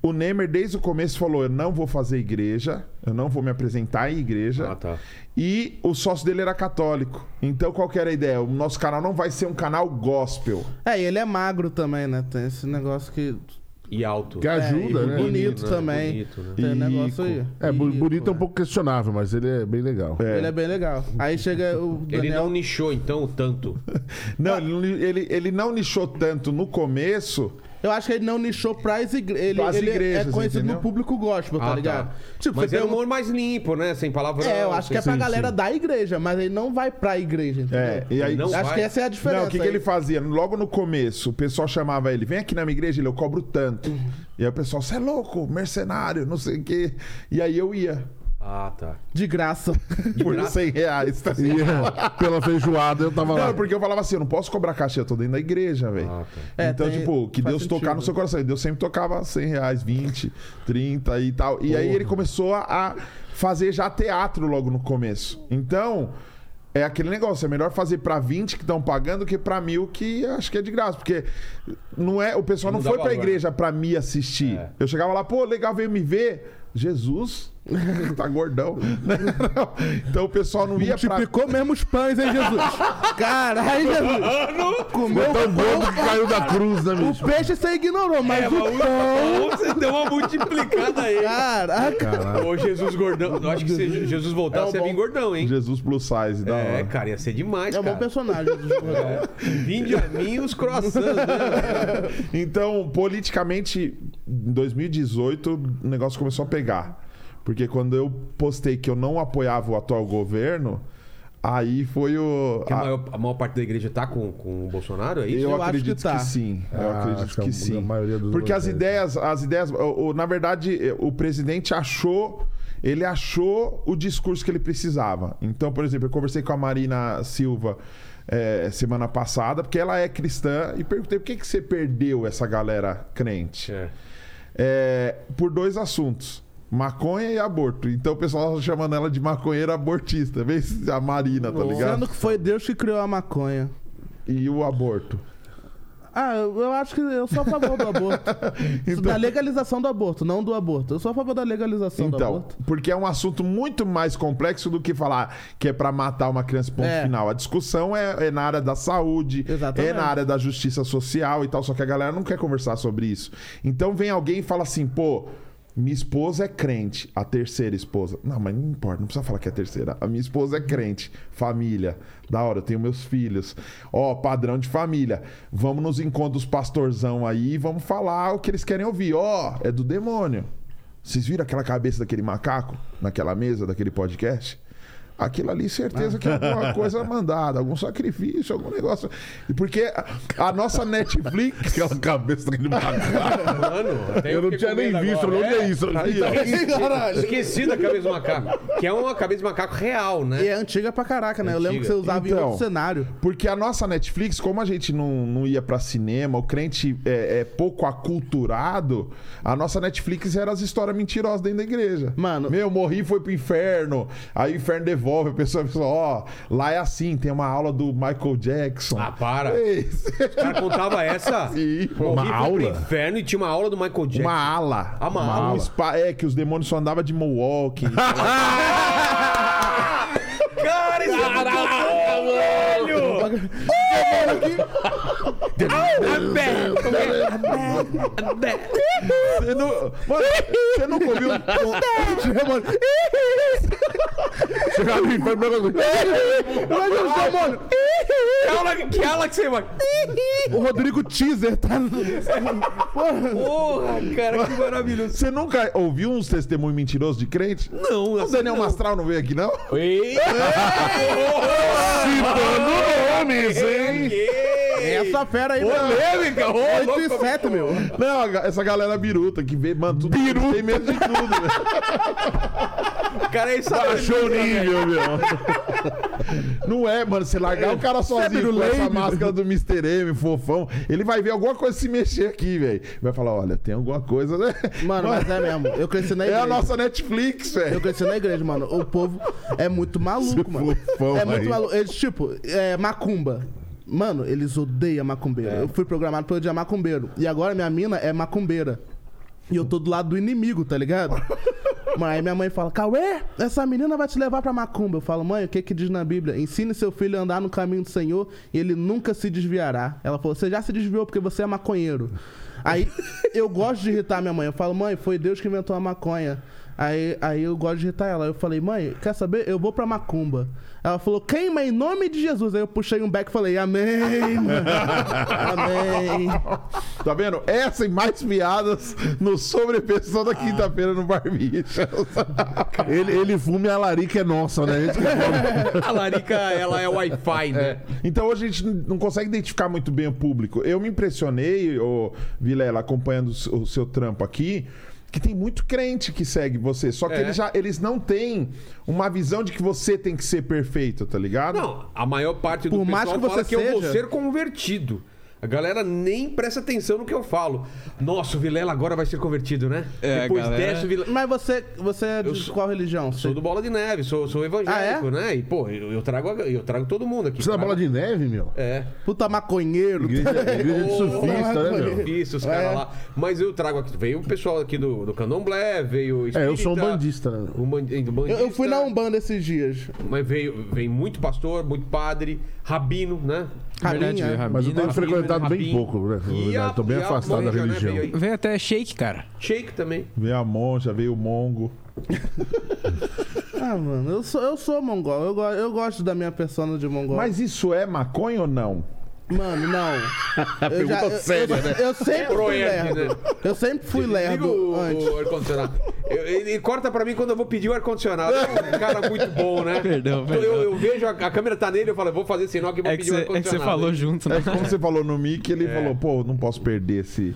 S5: O Nemer, desde o começo, falou: Eu não vou fazer igreja, eu não vou me apresentar em igreja.
S1: Ah, tá.
S5: E o sócio dele era católico. Então, qual que era a ideia? O nosso canal não vai ser um canal gospel.
S2: É, e ele é magro também, né? Tem esse negócio que
S1: E alto.
S4: Que ajuda,
S2: é, e
S4: né?
S2: bonito
S1: Bonito, né?
S2: também.
S1: Bonito, né?
S2: Tem um negócio aí.
S5: Rico.
S4: É, bu-
S2: Rico,
S4: bonito é um
S2: né?
S4: pouco questionável, mas ele é bem legal.
S2: Ele é bem legal. Aí chega o
S1: Ele
S2: Daniel. Tá
S1: não nichou, então, tanto.
S5: Não, ele, ele, ele não nichou tanto no começo
S2: Eu acho que ele não nichou pras igre... ele,
S5: Pras
S2: ele
S5: igrejas,
S2: é conhecido
S5: entendeu?
S2: no público gospel, tá
S1: Ah, tá.
S2: ligado? Tipo,
S1: Mas
S2: você
S1: é
S2: tem
S1: um
S2: um...
S1: humor mais limpo, né? Sem palavras.
S2: É, eu acho que é pra
S4: Sim,
S2: galera
S4: sim.
S2: da igreja, mas ele não vai pra igreja, entendeu?
S5: É, e aí.
S1: Não
S2: Eu Acho
S1: vai.
S2: que essa é a diferença.
S5: Não, o que, que
S2: aí.
S5: ele fazia? Logo no começo, o pessoal chamava ele, vem aqui na minha igreja, ele, eu cobro tanto.
S2: Uhum.
S5: E aí o pessoal, você é louco, mercenário, não sei o quê. E aí eu ia,
S1: Ah, tá.
S2: De graça.
S5: por 100 reais. Tá?
S4: E, eh, pela feijoada eu tava lá.
S5: Não, porque eu falava assim, eu não posso cobrar caixa, eu tô dentro da igreja, velho.
S1: Ah,
S2: tá. É,
S5: então,
S2: tem-
S5: tipo, que
S2: faz
S5: Deus tocar no
S2: sentido.
S5: seu coração. E Deus sempre tocava 100 reais, 20, 30 e tal. E aí ele começou a, a fazer já teatro logo no começo. Então, é aquele negócio, é melhor fazer pra 20 que estão pagando que pra mil que acho que é de graça. Porque não é, o pessoal não,
S1: Não dá
S5: foi pra
S1: valor. né?
S5: igreja pra me assistir.
S1: É.
S5: Eu chegava lá, pô, legal, veio me ver. Jesus... tá gordão. então o pessoal não ia pra...
S2: Multiplicou mesmo os pães, hein, Jesus? Caralho, Jesus!
S4: Não
S2: Comeu
S4: é tão gordo que caiu da cruz, né,
S2: o
S4: bicho?
S2: peixe, você ignorou, mas
S1: É,
S2: o
S1: mas
S2: é
S1: o pão, você deu uma multiplicada aí.
S2: Caraca!
S1: Ô, Jesus gordão. Eu acho que se Jesus voltar,
S2: É um
S1: você ia
S2: bom-
S1: vir gordão, hein?
S5: Jesus plus size, da
S1: É,
S5: hora.
S1: cara, ia ser demais,
S2: É um bom
S1: cara. É.
S2: personagem. Jesus Rodão.
S1: Vinde a mim e os croissants, né?
S5: Então, politicamente, em 2018, o negócio começou a pegar. Porque quando eu postei que eu não apoiava o atual governo, aí foi o.
S1: Que a,
S5: a-
S1: maior, a maior parte da igreja tá com, com o Bolsonaro, é isso?
S5: eu,
S2: Eu acho que
S5: acredito que,
S2: tá.
S5: sim. Eu
S4: Ah, acho
S5: acredito
S4: que a-
S5: que sim.
S4: a maioria dos
S5: Porque as
S4: lugares.
S5: ideias, as ideias. o- o- na verdade, eh, o presidente achou. Ele achou o discurso que ele precisava. Então, por exemplo, eu conversei com a Marina Silva eh, semana passada, porque ela é cristã, e perguntei por que, que você perdeu essa galera crente.
S1: É.
S5: É, por dois assuntos. Maconha e aborto. Então o pessoal tá chamando ela de maconheira abortista. Vê se a Marina, tá ligado?
S2: Sendo que foi Deus que criou a maconha.
S5: E o aborto.
S2: Ah, eu, eu acho que eu sou a favor do aborto.
S5: Então,
S2: Isso Da legalização do aborto, não do aborto. Eu sou a favor da legalização do
S5: Então,
S2: aborto.
S5: porque é um assunto muito mais complexo do que falar que é pra matar uma criança, ponto
S2: É.
S5: final. A discussão é, é na área da saúde,
S2: Exatamente.
S5: é na área da justiça social e tal, só que a galera não quer conversar sobre isso. Então vem alguém e fala assim, pô. Minha esposa é crente, a terceira esposa. Não, mas não importa, não precisa falar que é a terceira. A minha esposa é crente, família. Da hora, eu tenho meus filhos. Ó, padrão de família. Vamos nos encontros pastorzão aí, vamos falar o que eles querem ouvir. Ó, é do demônio. Vocês viram aquela cabeça daquele macaco naquela mesa daquele podcast? Aquilo ali, certeza que é alguma coisa mandada, algum sacrifício, algum negócio. E Porque a- a nossa Netflix.
S4: Aquela cabeça daquele macaco.
S1: Mano, até
S4: Eu não
S1: fiquei com
S4: tinha nem
S1: medo
S4: visto,
S1: agora.
S4: olha onde é isso?
S5: então,
S1: Esqueci, esqueci da cabeça do macaco. Que é uma cabeça de macaco real, né?
S2: E é antiga pra caraca, né? Eu lembro que você
S1: Antiga.
S2: usava em
S5: Então.
S2: outro cenário.
S5: Porque a nossa Netflix, como a gente não, não ia pra cinema, o crente é, é pouco aculturado, a nossa Netflix era as histórias mentirosas dentro da igreja.
S2: Mano-
S5: Meu, morri foi pro inferno. Aí o inferno devolve, a pessoa, a pessoa, ó, lá é assim, tem uma aula do Michael Jackson.
S1: Ah, para.
S5: Ei,
S1: O cara contava essa.
S5: Sim.
S1: Morri,
S4: Uma
S1: fui pro
S4: aula?
S1: inferno e tinha uma aula do Michael Jackson.
S5: Uma ala.
S1: Ah, uma ala.
S5: Um spa, é, que os demônios só andavam de Milwaukee.
S1: Cara, isso é muito bom, velho!
S5: Você não, mano, você nunca ouviu.
S4: Chegava ali, foi
S1: Que aula que, aula que você vai?
S2: O Rodrigo Teaser tá. Porra,
S1: Porra, cara, que maravilhoso.
S5: Você nunca ouviu uns testemunhos mentirosos de crente?
S1: Não,
S5: O Daniel Mastral assim não veio aqui, não?
S4: Citando nomes, hein?
S1: Essa
S2: essa fera aí, mano.
S1: polêmica, ô,
S5: É,
S1: louco.
S2: 87, meu.
S5: Não, a ga- essa galera biruta que vê, mano, tudo biruta. tem medo de tudo. velho.
S1: Cara, isso é
S4: Achou o nível, meu.
S5: Não é, mano, se largar o cara sozinho com
S2: birulei,
S5: essa
S2: biruta?
S5: máscara do Mr. M, fofão, ele vai ver alguma coisa se mexer aqui, velho. Vai falar, olha, tem alguma coisa, né?
S2: Mano, mas é mesmo. Eu cresci na
S5: É
S2: igreja.
S5: a nossa Netflix,
S2: Eu
S5: velho.
S2: cresci na igreja, mano. O povo é muito maluco, mano.
S4: fofão
S2: é muito
S4: aí.
S2: maluco. Eles, tipo, é, macumba. Mano, eles odeiam macumbeiro. Eu fui programado pra odiar macumbeiro. E agora minha mina é macumbeira. E eu tô do lado do inimigo, tá ligado? Mas aí minha mãe fala, Cauê, essa menina vai te levar pra macumba. Eu falo, mãe, o que que diz na Bíblia? Ensine seu filho a andar no caminho do Senhor e ele nunca se desviará. Ela falou, você já se desviou porque você é maconheiro. Aí eu gosto de irritar minha mãe. Eu falo, mãe, foi Deus que inventou a maconha. Aí, aí eu gosto de irritar ela. Eu falei, mãe, quer saber? Eu vou pra Macumba. Ela falou, queima em nome de Jesus. Aí eu puxei um beck e falei, amém, mãe. amém.
S5: Tá vendo? Essa e mais piadas no sobrepeso da quinta-feira no Barbicha.
S4: Ele, ele fuma e a larica é nossa, né? A gente que
S1: A Larica, ela é Wi-Fi, né?
S5: É. Então hoje a gente não consegue identificar muito bem o público. Eu me impressionei, ô, Vilela, acompanhando o seu- o seu trampo aqui, que tem muito crente que segue você. Só que
S1: É.
S5: eles, já, eles não têm uma visão de que você tem que ser perfeito, tá ligado?
S1: Não, a maior parte do
S2: Por mais
S1: pessoal
S2: que você
S1: fala que eu vou
S2: seja-
S1: ser convertido. A galera nem presta atenção no que eu falo. Nossa, o Vilela agora vai ser convertido, né?
S3: É,
S1: Depois
S3: galera-
S1: desce o Vilela.
S2: Mas você, você é de qual religião?
S1: Sou do Bola de Neve, sou, sou evangélico,
S2: Ah, é?
S1: né? E, pô, eu, eu trago, a- eu trago todo mundo aqui.
S4: Você na
S1: Trago-
S4: bola de neve, meu?
S1: É.
S2: Puta maconheiro.
S4: Igreja, igreja de
S1: Ô,
S4: surfista, né, meu?
S1: Isso, os caras
S2: É.
S1: lá. Mas eu trago aqui. Veio o pessoal aqui do, do Candomblé, veio.
S4: É, eu sou um
S1: espírita,
S4: bandista, né?
S1: um ban- do
S5: é
S2: Eu, eu
S1: bandista,
S2: fui na um- Umbanda esses dias.
S1: Mas veio, veio muito pastor, muito padre, rabino, né?
S3: Verdade,
S2: Rabinha.
S3: Rabino.
S4: Mas eu tenho
S1: Rabino,
S4: frequentado bem
S1: Rabino.
S4: pouco, né? Na
S1: E
S4: verdade,
S1: a-
S4: Tô bem
S1: e a
S4: afastado da
S1: monja, né,
S4: religião.
S1: veio aí.
S3: Veio até shake, cara.
S1: Shake também.
S5: Vem a monja, veio o mongo.
S1: é,
S2: Ah, mano, eu sou, eu sou mongol. Eu, go- eu gosto da minha persona de mongol.
S5: Mas isso é maconha ou não?
S2: Mano, não. eu, já, eu, eu,
S5: né?
S2: eu sempre
S1: Pro
S2: fui
S1: Ed,
S2: lerdo.
S1: né?
S2: Eu sempre fui
S1: Liga
S2: lerdo
S1: o,
S2: antes.
S1: o ar-condicionado. Eu- Ele corta pra mim quando eu vou pedir o ar-condicionado. É um cara muito bom, né?
S3: Perdão,
S1: Então Eu, eu vejo, a, a câmera tá nele, eu falo, eu vou fazer sinal que eu vou
S3: É que
S1: pedir o
S3: você
S1: ar-condicionado.
S3: falou junto, né?
S5: É, Como você falou no Mickey,
S2: É.
S5: ele falou, pô, não posso perder esse.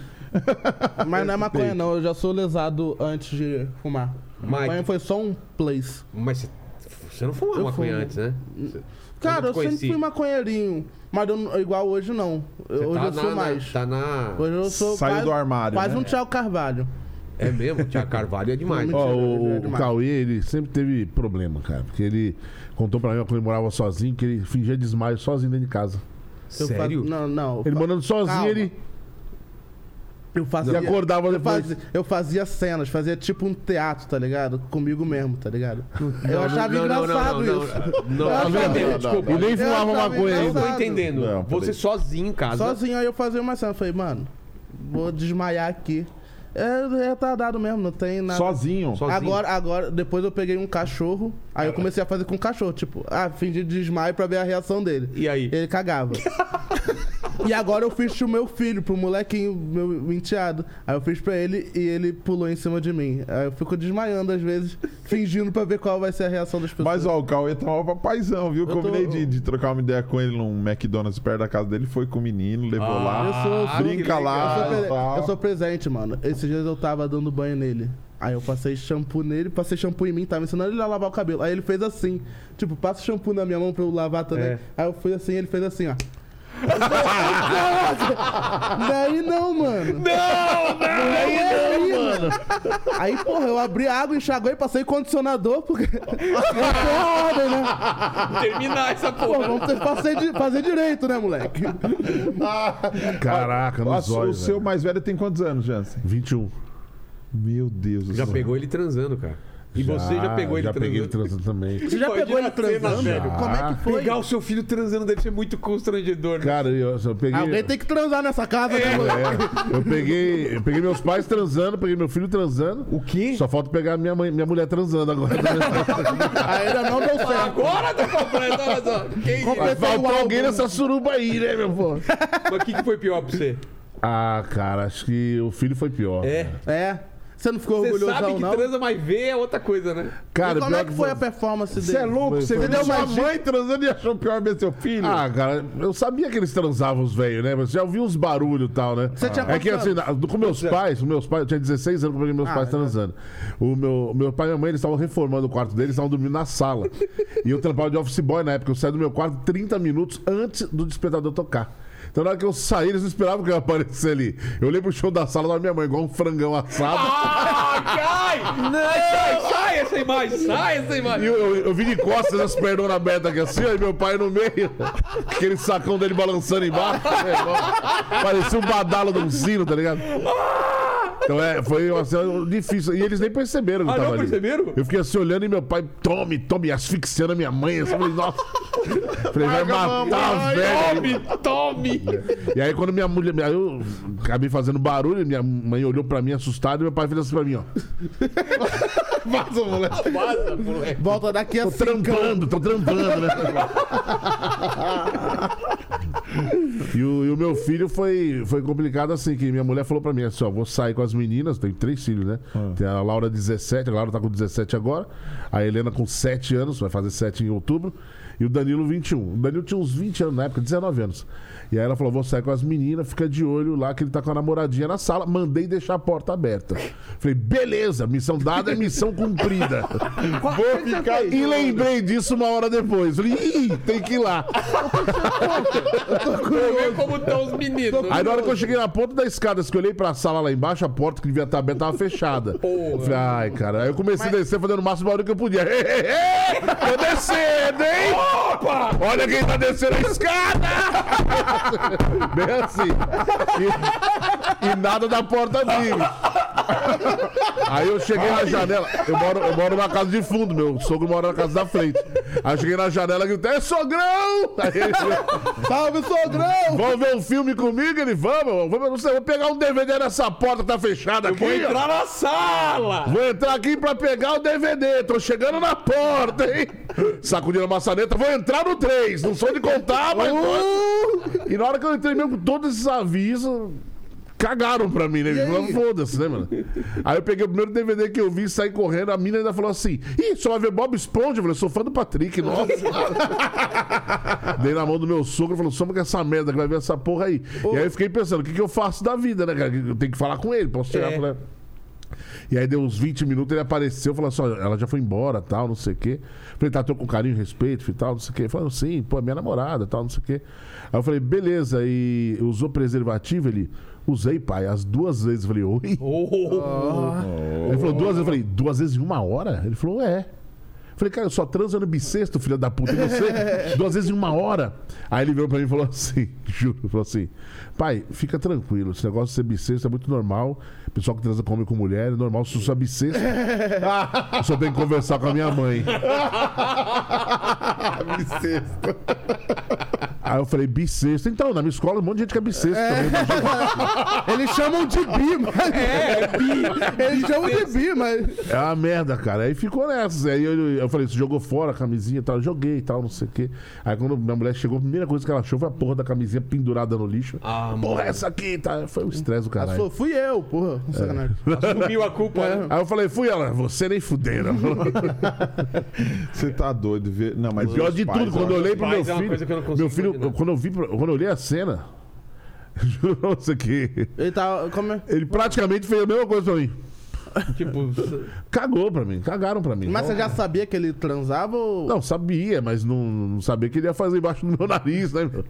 S2: Mas não é maconha, não. Eu já sou lesado antes de fumar. Maconha foi só um place.
S1: Mas você- você não fumava
S2: Eu
S1: maconha
S2: fumo.
S1: antes, né?
S2: Cara, eu sempre
S1: conheci.
S2: fui maconheirinho. Mas eu não- igual hoje, não. Eu-
S1: Você
S2: hoje
S1: tá
S2: eu
S1: na,
S2: sou
S1: na-
S2: mais.
S1: Tá na...
S2: Hoje eu sou
S5: Saiu
S2: quase,
S5: do armário,
S2: quase
S5: né?
S2: um Thiago Carvalho.
S1: É mesmo, Tia Carvalho é demais.
S2: Muito
S4: Ó,
S2: Ele é
S4: o, o
S2: demais.
S4: Cauê, ele sempre teve problema, cara. Porque ele contou pra mim quando ele morava sozinho, que ele fingia desmaio sozinho dentro de casa.
S2: Eu fa-
S1: Sério?
S2: Não, não. eu
S4: Ele
S2: fa-
S4: morando sozinho,
S2: Calma.
S4: ele
S2: Eu
S4: e
S2: fazia,
S4: acordava
S2: eu,
S4: depois.
S2: fazia, eu fazia cenas, fazia tipo um teatro, tá ligado? Comigo mesmo, tá ligado? eu
S1: Não,
S2: achava
S1: não, não,
S2: engraçado
S1: não, não,
S2: isso.
S1: Não, não,
S2: Eu
S1: não,
S2: achava-
S1: não, não, desculpa.
S4: E nem
S2: Eu
S4: fumava
S2: tava
S4: maconha
S1: Eu
S4: ainda.
S1: não tô
S2: engraçado.
S1: entendendo.
S5: Não,
S1: você
S5: peraí.
S1: sozinho em casa.
S2: Sozinho aí eu fazia uma cena. Eu falei, mano, vou desmaiar aqui. É retardado mesmo, não tem nada.
S5: Sozinho.
S1: Sozinho.
S2: Agora, agora, depois eu peguei um cachorro, aí eu comecei a fazer com o cachorro, tipo, ah, fingi desmaio pra ver a reação dele.
S1: E aí?
S2: Ele cagava. e agora eu fiz pro meu filho, pro molequinho, meu enteado. Aí eu fiz pra ele e ele pulou em cima de mim. Aí eu fico desmaiando às vezes, fingindo pra ver qual vai ser a reação das pessoas.
S5: Mas ó, o Cauê tá mó papaizão, viu?
S2: tô-
S5: Combinei de, de trocar uma ideia com ele num McDonald's perto da casa dele, foi com o menino, levou
S1: Ah,
S5: lá.
S2: eu sou- sou-
S5: brinca lá.
S2: Eu sou, pre-
S5: tal.
S2: eu sou presente, mano. Esses dias eu tava dando banho nele. Aí eu passei shampoo nele, passei shampoo em mim, tava ensinando ele a lavar o cabelo. Aí ele fez assim, tipo, passa o shampoo na minha mão pra eu lavar também.
S1: É.
S2: Aí eu fui assim, ele fez assim, ó. Daí não, mano. Não, Daí não, mano. Aí, porra, eu abri a água, enxaguei, passei condicionador, porque. Porra, ordem, né?
S1: Terminar essa
S2: Pô,
S1: porra.
S2: vamos ter que fazer, di- fazer direito, né, moleque?
S4: Caraca,
S5: Ah,
S4: nos
S5: o
S4: olhos.
S5: seu
S4: velho.
S5: mais velho tem quantos anos, Jansen?
S4: 21.
S5: Meu Deus do
S1: Já
S5: céu.
S1: pegou ele transando, cara. E você Ah, já pegou ele
S4: Já peguei ele
S1: transando.
S4: transando também.
S2: Você já
S1: Imagina
S2: pegou ele
S1: a cena,
S2: transando?
S1: velho.
S2: Como é que foi?
S1: Pegar o seu filho transando deve ser muito constrangedor. né?
S4: Cara, eu, eu peguei.
S2: Ah, Alguém tem que transar nessa casa, né, moleque?
S4: É, eu peguei, eu peguei meus pais transando, peguei meu filho transando.
S1: O quê?
S4: Só falta pegar minha mãe, minha mulher transando agora. né?
S2: Ainda não deu certo.
S1: Agora tá completo, olha só. Quem-
S2: Completou o
S4: Faltou
S2: álbum.
S4: alguém nessa suruba aí, né, meu pô?
S1: Mas o que, que foi pior pra você?
S4: Ah, cara, acho que o filho foi pior.
S1: É.
S2: É. Você não ficou
S1: Você sabe
S2: orgulhosão,
S1: que
S2: não?
S1: transa, mas vê é outra coisa, né?
S4: Cara,
S2: e como é
S4: pior
S2: que foi a performance dele?
S5: Você é louco?
S4: Foi-
S5: Você
S4: foi-
S5: viu
S2: Entendeu?
S5: sua
S2: Mas-
S5: mãe transando e achou pior ver seu filho?
S4: Ah, cara, eu sabia que eles transavam os velhos, né? Mas já ouvi uns barulhos e tal, né?
S2: Você tinha
S4: é que
S2: quantos
S4: assim, na- com meus pais, com meus pais, eu tinha 16 anos que eu peguei meus
S2: Ah,
S4: pais
S2: então.
S4: transando. O meu, meu pai e minha mãe, eles estavam reformando o quarto deles, estavam dormindo na sala. e eu trampava de office boy na época, eu saía do meu quarto 30 minutos antes do despertador tocar. Então, na hora que eu saí, eles não esperavam que eu aparecesse ali. Eu olhei pro show da sala da minha mãe, igual um frangão assado.
S1: Ah, cai! Sai, sai essa imagem, sai essa
S4: E
S1: imagem.
S4: eu, eu, eu vi de costas as pernas abertas aqui assim, ó, e meu pai no meio. Aquele sacão dele balançando embaixo. Meu irmão. Parecia um badalo de um sino, tá ligado? Então é, foi uma cena difícil. E eles nem perceberam que eu
S1: Ah, não
S4: tava ali.
S1: perceberam?
S4: Eu fiquei assim olhando e meu pai, tome, tome, e asfixiando a minha mãe. Assim, eu falei, nossa. Falei, vai matar a velha.
S1: Tome, tome!
S4: E aí quando minha mulher. Aí eu acabei fazendo barulho, minha mãe olhou pra mim assustada e meu pai fez assim pra mim, ó.
S5: Vaza, moleque.
S1: Vaza, moleque.
S2: Volta daqui a
S4: Tô
S2: cinco
S4: trampando, tô trampando, né? e, o, e o meu filho foi, foi complicado assim, que minha mulher falou pra mim assim, ó, vou sair com as meninas, tenho três filhos, né? Tem a Laura 17, a Laura tá com 17 agora, a Helena com 7 anos, vai fazer 7 em outubro, e o Danilo 21. O Danilo tinha uns 20 anos na época, 19 anos. E aí ela falou, vou sair com as meninas, fica de olho lá que ele tá com a namoradinha na sala, mandei deixar a porta aberta. Falei, beleza, missão dada é missão cumprida.
S5: Vou ficar...
S4: E lembrei disso uma hora depois. Falei, Ih, tem que ir lá.
S1: Vou ver como estão os meninos.
S4: Aí na hora que eu cheguei na ponta da escada, assim, que eu olhei pra sala lá embaixo, a porta que devia estar aberta tava fechada. Eu falei, ai, cara. Aí eu comecei a descer fazendo o máximo barulho que eu podia. Ei, ei, ei, Tô descendo, hein? Opa! Olha quem tá descendo a escada! Bem assim. E, e nada da porta livre. Aí eu cheguei na janela, eu moro, eu moro numa casa de fundo, meu sogro mora na casa da frente. Aí eu cheguei na janela e gritei, é sogrão! Aí ele,
S2: Salve, sogrão!
S4: Vamos ver um filme comigo? Ele, vamos, vamos, não sei, vou pegar um DVD nessa porta que tá fechada aqui.
S1: Vou
S4: ó.
S1: entrar na sala.
S4: Vou entrar aqui pra pegar o DVD, tô chegando na porta, hein? Sacudindo a maçaneta, vou entrar no 3, não sou de contar, mas... E na hora que eu entrei mesmo com todos esses avisos, cagaram pra mim, né? Eles falaram, foda-se, né, mano? Aí eu peguei o primeiro DVD que eu vi, saí correndo, a mina ainda falou assim, ih, só vai ver Bob Esponja? Eu falei, sou fã do Patrick, nossa. Dei na mão do meu sogro e falou, soma com essa merda que vai ver essa porra aí. E aí eu fiquei pensando, o que, que eu faço da vida, né, cara? Eu tenho que falar com ele, posso chegar e falar... E aí deu uns 20 minutos, ele apareceu, falou assim, ó, ela já foi embora, tal, não sei o quê. Falei, tratou com carinho, respeito, e tal, não sei o quê. Falou, sim, pô, é minha namorada, tal, não sei o quê. Aí eu falei, beleza, e usou preservativo? Ele, usei, pai, as duas vezes. Eu falei, oi? Ele falou, duas vezes? Eu falei, duas vezes em uma hora? Ele falou, é. Eu Falei, cara, eu só transo no bissexto, filho da puta. E você? Duas vezes em uma hora. Aí ele veio pra mim e falou assim, juro, falou assim, pai, fica tranquilo, esse negócio de ser bissexto é muito normal. Pessoal que transa com homem e com mulher, é normal. Se eu sou bissexto, eu só tenho que conversar com a minha mãe.
S5: Bissexto.
S4: Aí eu falei, bissexto. Então, na minha escola, um monte de gente que é bissexto também.
S2: Eles chamam de bi, mas... É, bi. Eles chamam de bi, mas...
S4: É uma merda, cara. Aí ficou nessa. Aí eu, eu falei, você jogou fora a camisinha e tal. Eu joguei e tal, não sei o quê. Aí quando minha mulher chegou, a primeira coisa que ela achou foi a porra da camisinha pendurada no lixo.
S1: Ah,
S4: porra,
S1: mano.
S4: essa aqui, tá? Foi um estresse do
S2: Ah,
S4: caralho. É.
S2: sou- fui eu, porra. um Sacanagem.
S1: Sumiu a culpa. né?
S4: Aí eu falei, fui ela, você nem fudeira.
S5: Você tá doido. Vê... Não, mas
S4: Pior
S5: os
S4: de
S5: pais,
S4: tudo, quando eu olhei pro meu
S1: pais é uma
S4: filho.
S1: coisa que eu não consigo
S4: meu filho,
S1: imaginar.
S4: quando eu vi, pra- quando eu olhei a cena, juro pra você que.
S2: Ele tá... Como é?
S4: Ele praticamente fez a mesma coisa pra mim.
S1: Tipo,
S4: Cagou pra mim, cagaram pra mim.
S2: Mas você já sabia que ele transava ou...
S4: Não, sabia, mas não, não sabia que ele ia fazer embaixo do meu nariz, né, meu?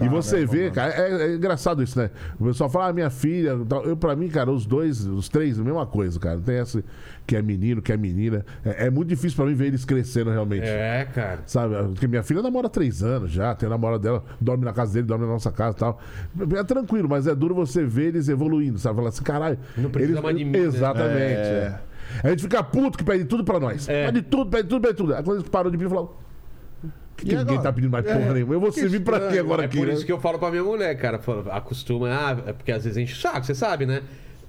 S4: e você vê, cara, é, é engraçado isso, né? O pessoal fala, ah, minha filha, tal. eu pra mim, cara, os dois, os três, a mesma coisa, cara. Não tem essa que é menino, que é menina. É, é muito difícil pra mim ver eles crescendo realmente.
S1: é, cara.
S4: Sabe? Porque minha filha namora há três anos já, tem a namora dela, dorme na casa dele, dorme na nossa casa e tal. É tranquilo, mas é duro você ver eles evoluindo, sabe? Falar assim, caralho.
S1: Não precisa
S4: eles-
S1: mais de mim, né?
S4: Exatamente.
S5: É.
S4: é. A gente fica puto que pede tudo pra nós.
S1: É.
S4: Pede tudo, pede tudo, pede tudo. Aí quando eles param de pedir, falam. Que, que
S2: E
S4: ninguém
S2: agora? É.
S4: tá pedindo mais porra nenhuma. Eu vou servir pra quê agora
S1: É
S4: aqui?
S1: por
S4: né?
S1: isso que eu falo pra minha mulher, cara. falo, Acostuma, ah, é porque às vezes enche o saco, você sabe, né?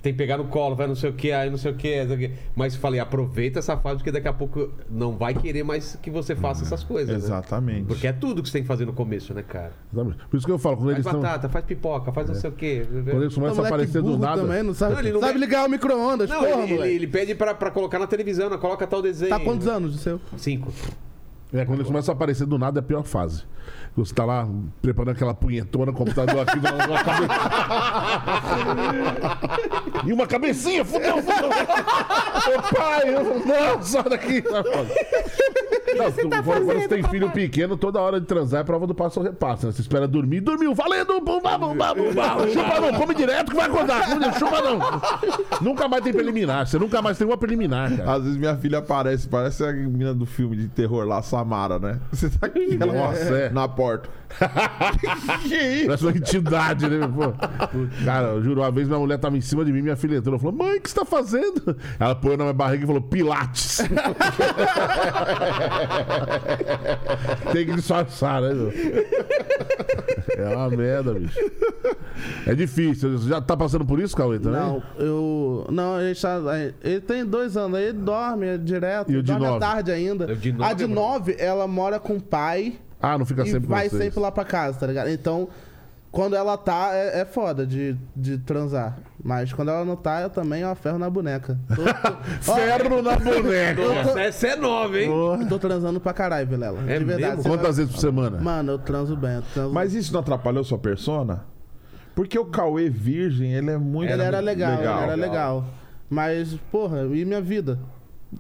S1: Tem que pegar no colo, vai não sei o que, aí não sei o que. Mas falei, aproveita essa fase, porque daqui a pouco não vai querer mais que você faça
S2: É,
S1: essas coisas. né?
S5: Exatamente.
S1: Porque é tudo que você tem que fazer no começo, né, cara?
S4: Exatamente. Por isso que eu falo, quando
S1: Faz
S4: eles estão.
S1: batata, faz pipoca,
S2: É.
S1: faz não sei o quê.
S4: Quando eles começam a
S2: Então, moleque
S4: aparecer do
S2: burro
S4: nada.
S2: Também, não sabe
S1: Não, ele não
S2: sabe
S1: vai-
S2: ligar o micro-ondas,
S1: Não,
S2: porra,
S1: ele, ele,
S2: moleque.
S1: ele pede pra, pra colocar na televisão, né? coloca tal desenho.
S2: Tá quantos anos o seu?
S1: Cinco.
S4: É, quando eles começam a aparecer do nada é a pior fase. Você tá lá preparando aquela punhetona, o computador aqui, uma, uma cabe- e uma cabecinha, fudeu, fudeu. Ô pai, eu- não, sai daqui. Não, tu- tá quando você tem filho pequeno, toda hora de transar é prova do passo ou repasso. Né? Você espera dormir, dormiu, valendo, bumba, bumba, bumba. Chupa não, come direto que vai acordar. Chupa não. Nunca mais tem preliminar, você nunca mais tem uma preliminar, cara.
S5: Às vezes minha filha aparece, parece a menina do filme de terror lá, essa Samara, né? Você tá aqui ela,
S4: Nossa, é.
S5: na porta. que isso?
S4: Parece uma entidade, né? Pô. Cara, eu juro, uma vez minha mulher tava em cima de mim, minha filha entrou. Ela falou, mãe, o que você tá fazendo? Ela pôs na minha barriga e falou, Pilates. Tem que disfarçar, né, meu? É uma merda, bicho. É difícil. Você já tá passando por isso, Cauê, também?
S2: Não, eu. Não, ele, está, ele tem dois anos, aí ele dorme é direto.
S4: E o de
S2: dorme
S4: nove?
S2: à tarde ainda.
S1: O de nove
S2: a de
S1: é bom.
S2: nove, ela mora com o pai
S4: Ah, não fica
S2: e
S4: sempre com
S2: vai
S4: vocês.
S2: sempre lá pra casa, tá ligado? Então, quando ela tá, é, é foda de, de transar. Mas quando ela não tá, eu também, ó, ferro na boneca. Tô- tô- ó,
S4: Ferro na boneca.
S1: Nossa, essa é nova, hein?
S2: eu tô transando pra caralho, Vilela.
S1: É
S2: de verdade.
S1: mesmo?
S2: Você
S4: Quantas vezes por semana?
S2: vai- Mano, eu transo bem. Eu transo
S5: Mas isso não atrapalhou sua persona? Porque o Cauê virgem, ele é muito
S2: Ele era legal,
S5: legal.
S2: ele era legal. Mas, porra, e minha vida?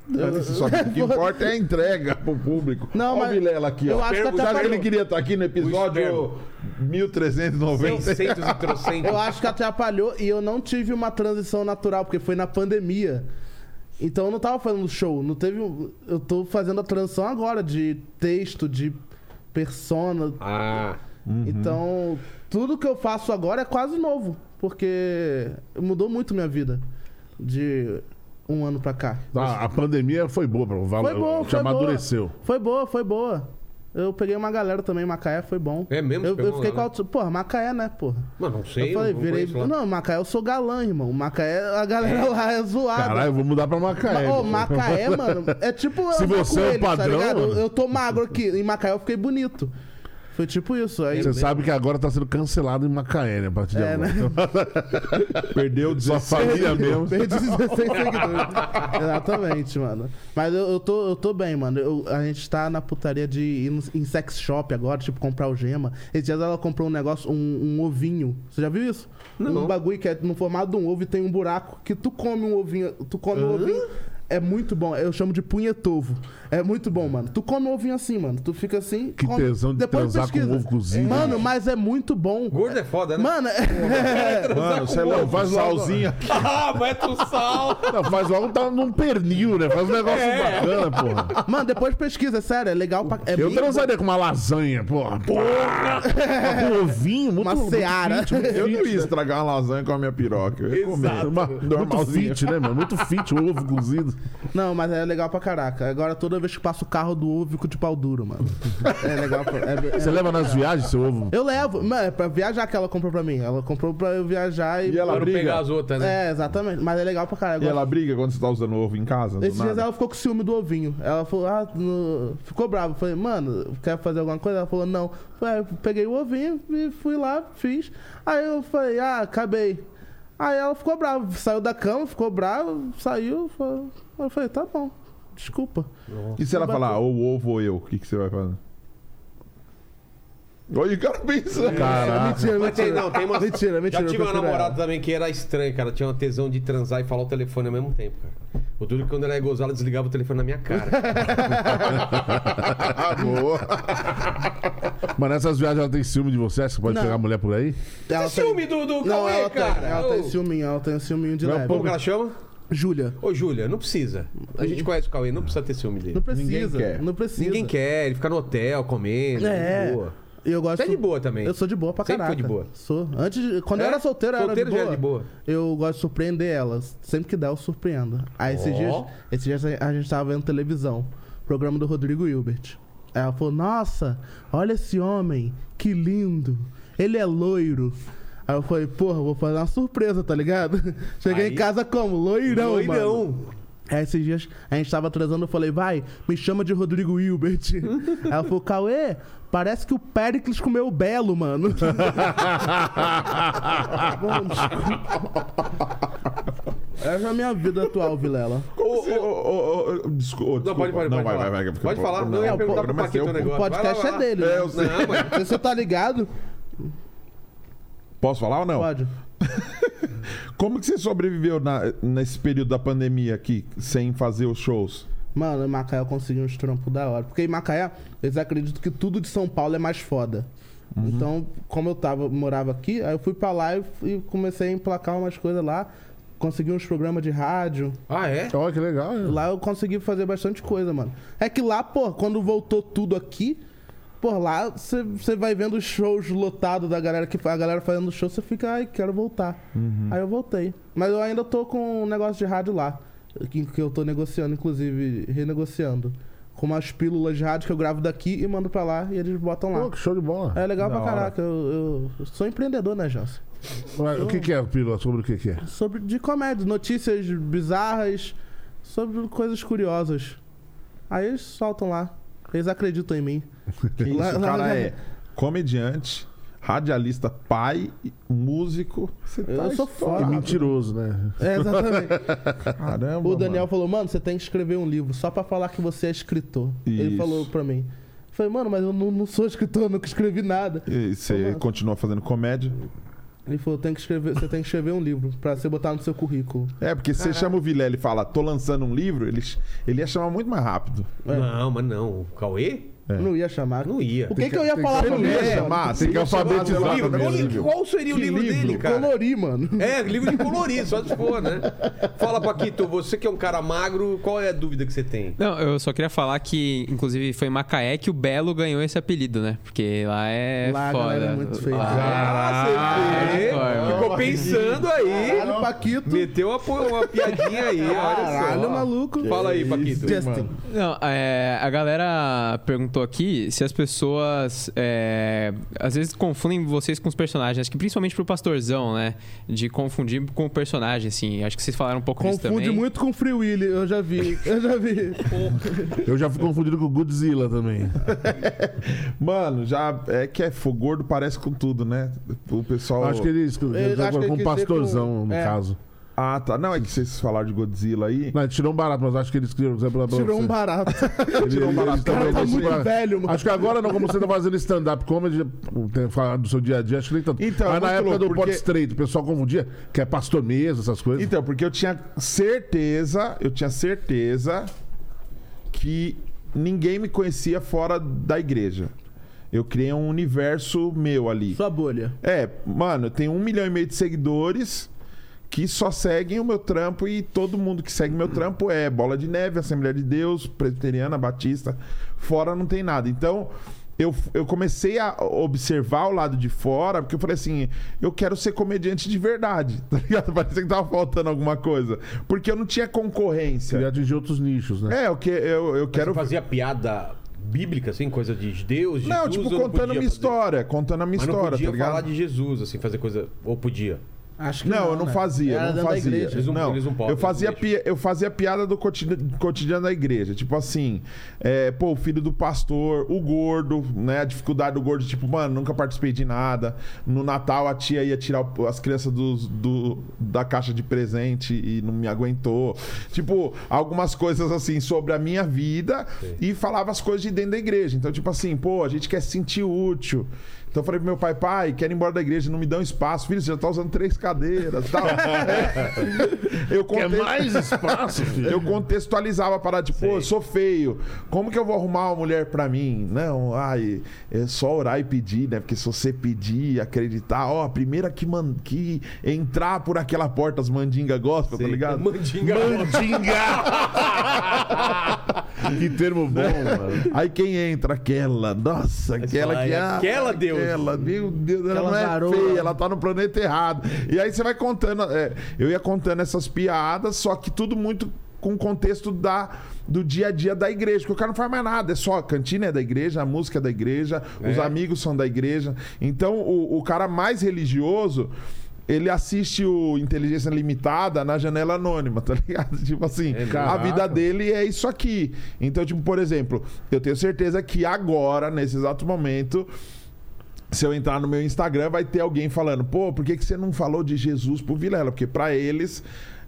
S5: Mas isso só- o que importa é a entrega pro público.
S2: Não,
S5: Ó
S2: mas
S5: o Vilela aqui,
S2: eu
S5: ó.
S2: acho que
S5: Sabe
S2: atrapalhou.
S5: ele queria estar aqui no episódio
S1: esperma.
S5: 1390?
S1: 600 e trocentos.
S2: Eu acho que atrapalhou e eu não tive uma transição natural, porque foi na pandemia. Então eu não tava fazendo show, não teve. um- Eu tô fazendo a transição agora de texto, de persona.
S1: Ah,
S2: Então, tudo que eu faço agora é quase novo, porque mudou muito minha vida de um ano pra cá.
S4: Ah, a pandemia foi boa, pra-
S2: Foi bom,
S4: te
S2: foi
S4: Ah, amadureceu.
S2: boa. Foi boa, foi boa. Eu peguei uma galera também em Macaé, foi bom.
S1: É mesmo?
S2: Eu,
S1: Você pegou
S2: eu fiquei
S1: lá,
S2: com a
S1: né?
S2: altura. Porra, Macaé, né, porra?
S1: mas não sei.
S2: eu falei,
S1: não
S2: virei.
S1: conheço lá.
S2: Não, Macaé eu sou galã, irmão. Macaé, a galera lá é zoada.
S4: Caralho, eu vou mudar pra
S2: Ma-
S4: Macaé.
S2: Ô, Macaé, mano, é tipo. eu
S4: Se
S2: andar
S4: você
S2: com
S4: é o
S2: eles,
S4: padrão,
S2: Eu,
S4: mano.
S2: eu tô magro aqui. Em Macaé eu fiquei bonito. Foi tipo isso. Aí,
S4: Você sabe que agora tá sendo cancelado em Macaé, né? A partir de
S2: É,
S4: agora.
S2: né?
S5: Perdeu
S4: Sua
S5: 16.
S4: família mesmo.
S2: Perdi 16 seguidores. Exatamente, mano. Mas eu, eu tô, eu tô bem, mano. Eu- a gente tá na putaria de ir no- em sex shop agora, tipo, comprar algema. Esses dias ela comprou um negócio, um, um ovinho. Você já viu isso? Um bagulho que é no formato de um ovo e tem um buraco que tu come um ovinho. Tu come um ovinho. É muito bom, eu chamo de punhetovo. É muito bom, mano. Tu come um ovinho assim, mano. Tu fica assim.
S4: Que
S2: come...
S4: tesão de transar com um ovo cozido.
S2: Mano, mas é muito bom.
S1: Gordo é foda, né?
S2: Mano, é.
S5: Mano, você é
S4: ovo,
S5: louco, faz
S4: faz logo.
S5: salzinha.
S1: Ah, mete o sal.
S4: um Não, faz logo tá num pernil, né? Faz um negócio
S2: É.
S4: bacana, porra.
S2: Mano, depois pesquisa, é sério, é legal pra. É
S4: Eu
S2: bem
S4: transaria com uma lasanha, porra. Porra! Com um ovinho, muito
S2: Uma seara.
S5: Eu não ia estragar uma lasanha com a minha piroca. Eu ia comer.
S4: Uma, muito
S5: Normalzinho.
S4: fit, né, mano? Muito fit, o ovo cozido.
S2: Não, mas é legal pra caraca. Agora toda vez que passa o carro do ovo, eu fico de pau duro, mano. É legal pra. é- é-
S4: Você leva nas viagens seu ovo?
S2: Eu levo, mano, é pra viajar que ela comprou pra mim. Ela comprou pra eu viajar e.
S5: E ela
S1: Pra não pegar
S5: briga.
S1: as outras, né?
S2: É, exatamente. Mas é legal pra caraca.
S5: E ela briga quando você tá usando ovo em casa? do
S2: Esses dias
S5: nada?
S2: ela ficou com ciúme do ovinho. Ela falou, ah, no- ficou brava. Eu falei, mano, quer fazer alguma coisa? Ela falou, não. Eu falei, ah, eu peguei o ovinho e fui lá, fiz. Aí eu falei, ah, acabei. Aí ela ficou brava, saiu da cama, ficou brava, saiu. falou- Eu falei, tá bom, desculpa.
S5: E se ela falar, ou o ovo ou eu, o que, que você vai fazer? Olha o cara
S1: É.
S5: pensando.
S4: Caraca.
S2: Mentira,
S1: Mas tem,
S2: É, mentira.
S1: não, tem uma.
S2: Mentira, mentira.
S1: Já
S2: eu
S1: tive uma
S2: procuro
S1: namorada também que era estranha, cara. Tinha uma tesão de transar e falar o telefone ao mesmo tempo, cara. O duro é que quando ela ia gozar, ela desligava o telefone na minha cara.
S5: Ah, boa.
S4: Mano, essas viagens ela tem ciúme de você? Acha que pode
S2: Não.
S4: pegar a mulher por aí?
S2: ela. Ela
S1: Que é ciúme do, do
S2: Não,
S1: Cauê,
S2: ela tem,
S1: cara.
S2: ela
S1: Ô,
S2: tem ciúminho, ela tem ciúminho de leve.
S1: Como que ela chama?
S2: Júlia,
S1: Ô, Júlia, não precisa. A gente conhece o Cauê, não precisa ter ciúme dele.
S2: Uhum. não precisa,
S5: Ninguém quer.
S2: não precisa.
S1: Ninguém quer, ele fica no hotel comendo.
S2: É.
S1: de boa.
S2: E Eu gosto.
S1: Você é de boa também.
S2: Eu sou de boa pra
S1: Sempre
S2: caraca.
S1: foi de boa.
S2: Sou. Antes de- quando
S1: É?
S2: eu era solteiro, eu
S1: Solteiro já
S2: era
S1: é
S2: de boa.
S1: de boa.
S2: Eu gosto de surpreender elas. Sempre que dá, eu surpreendo. Aí esses
S1: Ó.
S2: dias, esses dias a gente tava vendo televisão, programa do Rodrigo Hilbert. Aí ela falou: "Nossa, olha esse homem, que lindo. Ele é loiro." Aí eu falei, porra, vou fazer uma surpresa, tá ligado? Cheguei
S1: Aí-
S2: em casa como? Loirão, mano.
S1: Doidão.
S2: Aí É, esses dias a gente tava transando, eu falei, vai, me chama de Rodrigo Hilbert. Aí ela falou, Cauê, parece que o Pericles comeu o Belo, mano. Mano, desculpa. Essa é a minha vida atual, Vilela.
S5: Ô, ô, ô, ô, ô, desculpa, ô,
S1: Não,
S5: desculpa.
S1: pode, pode,
S5: Não,
S1: pode
S5: vai,
S1: falar.
S5: vai, vai.
S1: Pode falar, não, eu ia
S5: o
S1: perguntar pro
S5: programa é
S1: Paquito
S5: seu,
S1: o
S5: pô.
S2: O
S1: negócio.
S2: podcast
S1: Vai lá,
S2: é dele.
S5: É,
S2: né?
S5: eu sei.
S1: Não, mas
S2: Se Você tá ligado?
S5: Posso falar ou não?
S2: Pode.
S5: Como que você sobreviveu na- nesse período da pandemia aqui, sem fazer os shows?
S2: Mano, em Macaé eu consegui uns trampos da hora. Porque em Macaé, eles acreditam que tudo de São Paulo é mais foda. Então, como eu tava, morava aqui, aí eu fui pra lá e, e comecei a emplacar umas coisas lá. consegui uns programas de rádio.
S1: Ah, é?
S4: Olha que legal. hein?
S2: Lá eu consegui fazer bastante coisa, mano. É que lá, pô, quando voltou tudo aqui, por lá você vai vendo os shows lotados da galera que a galera fazendo show, você fica, ai, quero voltar. Aí eu voltei. Mas eu ainda tô com um negócio de rádio lá, que, que eu tô negociando, inclusive, renegociando. Com umas pílulas de rádio que eu gravo daqui e mando pra lá e eles botam lá.
S4: Pô, que show de bola.
S2: É legal
S5: Da
S2: pra
S5: hora.
S2: caraca, eu, eu- eu sou empreendedor, né, Jansen?
S4: Ué, O que que é, Pílula? Sobre o que que é?
S2: Sobre de comédia, notícias bizarras, sobre coisas curiosas. Aí eles soltam lá. Eles acreditam em mim.
S5: Que isso,
S2: Lá-
S5: o
S2: lá-
S5: cara
S2: lá-
S5: é comediante, radialista, pai, músico. Você tá
S2: Eu sou
S4: E
S5: estourado.
S4: É mentiroso, né?
S2: É, exatamente.
S1: É.
S5: Caramba.
S2: o Daniel
S5: mano.
S2: falou, mano, você tem que escrever um livro só pra falar que você é escritor. Ele
S5: Isso.
S2: falou pra mim. Eu falei, mano, mas eu não, não sou escritor, eu nunca escrevi nada.
S5: E você continua fazendo comédia?
S2: Ele falou, tem que escrever, você tem que escrever um livro pra você botar no seu currículo.
S5: É, porque você chama o Vilela e fala, tô lançando um livro, ele, ele ia chamar muito mais rápido.
S1: Não, mas não. O Cauê?
S5: É.
S2: Não ia chamar.
S1: Não ia.
S2: O que, que É, eu ia falar pro
S4: Não ia
S2: livro? mano?
S4: chamar, tem que alfabetizar
S1: Qual-
S4: também.
S1: qual-
S4: né?
S1: Qual seria o
S5: é Que
S1: livro,
S5: livro?
S1: dele, cara?
S2: Colorir, mano.
S1: É, livro de colorir, só se for, né? Fala, Paquito, você que é um cara magro, qual é a dúvida que você tem?
S3: Não, eu só queria falar que, inclusive, foi em Macaé que o Belo ganhou esse apelido, né? Porque lá é
S2: Lá a
S3: foda.
S2: galera é muito
S5: Ah,
S2: feia.
S3: Lá-
S1: Ah, você vê?
S3: cara.
S1: Ficou pensando
S5: ah,
S1: aí.
S2: Caralho, Paquito.
S1: Meteu uma, uma piadinha aí, olha
S2: Caralho,
S1: só.
S2: maluco.
S1: Fala aí, Paquito.
S2: Justin.
S3: Não, é, a galera perguntou aqui se as pessoas é, às vezes confundem vocês com os personagens, acho que principalmente pro pastorzão, né? De confundir com o personagem, assim. Acho que vocês falaram um pouco disso também.
S2: Confunde muito com Free Willy, eu já vi. Eu já vi.
S4: Eu já fui confundido com o Godzilla também.
S5: Mano, já é que é fo- gordo parece com tudo, né? O pessoal.
S4: Acho que eles
S2: acho que ele
S4: com
S2: quis
S4: o
S2: dizer
S4: pastorzão,
S2: com-
S4: no
S2: é.
S4: caso.
S5: Ah, tá. Não, é que vocês falaram de Godzilla aí.
S4: Não, ele tirou um barato, mas acho que eles queriam.
S2: Tirou um barato.
S4: Tirou um barato.
S2: cara tá
S4: eles-
S2: muito velho, mano.
S4: Acho que agora, não, como você tá fazendo stand-up comedy, tem falado do seu dia a dia, acho que nem tanto.
S5: Então, é
S4: mas na
S5: muito
S4: época
S5: louco,
S4: do
S5: porque-
S4: Pod Straight, o pessoal confundia, que é pastor mesmo, essas coisas.
S5: Então, porque eu tinha certeza, eu tinha certeza que ninguém me conhecia fora da igreja. Eu criei um universo meu ali.
S2: Sua bolha.
S5: É, mano, eu tenho um milhão e meio de seguidores que só seguem o meu trampo e todo mundo que segue meu trampo é Bola de Neve, Assembleia de Deus, Presbiteriana, Batista. Fora não tem nada. Então, eu, eu comecei a observar o lado de fora, porque eu falei assim, eu quero ser comediante de verdade, tá ligado? Parecia que tava faltando alguma coisa. Porque eu não tinha
S4: Queria
S5: concorrência.
S4: atingir outros nichos, né?
S5: É, eu, que, eu,
S1: Quero
S5: eu quero...
S1: fazer a piada bíblica, assim, coisa de Deus, de
S5: Não,
S1: Jesus,
S5: tipo,
S1: ou não
S5: contando
S1: podia
S5: minha
S1: fazer?
S5: história, contando a minha
S1: Mas não
S5: história,
S1: podia
S5: tá ligado?
S1: falar de Jesus, assim, fazer coisa... Ou podia?
S2: Acho
S5: Não, eu não
S2: né?
S5: fazia,
S2: Era
S5: eu não
S2: dentro da
S5: fazia.
S2: igreja.
S1: Eles não- eles não podem,
S5: eu, fazia
S1: não deixam.
S5: pi- eu fazia piada do cotid- cotidiano da igreja. Tipo assim, é, pô, o filho do pastor, o gordo, né? A dificuldade do gordo, tipo, mano, nunca participei de nada. No Natal a tia ia tirar o- as crianças dos- do- da caixa de presente e não me aguentou. Tipo, algumas coisas assim sobre a minha vida e falava as coisas de dentro da igreja. Então, tipo assim, pô, a gente quer se sentir útil. Então eu falei pro meu pai, pai, quero ir embora da igreja, não me dão espaço. Filho, você já tá usando três cadeiras tal. É. eu,
S4: Quer
S5: conte-
S4: mais espaço, filho?
S5: eu contextualizava a parada, tipo, pô, eu sou feio. Como que eu vou arrumar uma mulher pra mim? Não, ai, é só orar e pedir, né? Porque se você pedir, acreditar, ó, a primeira que, man... que entrar por aquela porta, as mandingas gostam, tá ligado?
S1: Mandinga.
S4: que termo bom,
S2: É.
S4: mano.
S5: Aí quem entra? Aquela. Nossa, aquela
S1: fala,
S5: que
S1: "É
S5: é.
S1: aquela, Deus."
S5: Aquela, meu Deus, ela
S2: Aquela
S5: não é
S2: varoa.
S5: feia, ela tá no planeta errado. E aí você vai contando. é, eu ia contando essas piadas, só que tudo muito com o contexto da, do dia a dia da igreja, porque o cara não faz mais nada, é só a cantina é da igreja, a música é da igreja, os amigos são da igreja. Então, o, o cara mais religioso, ele assiste o Inteligência Limitada na janela anônima, tá ligado? Tipo assim, a vida dele é isso aqui. Então, tipo, por exemplo, eu tenho certeza que agora, nesse exato momento, se eu entrar no meu Instagram, vai ter alguém falando, pô, por que, que você não falou de Jesus pro Vilela? Porque pra eles.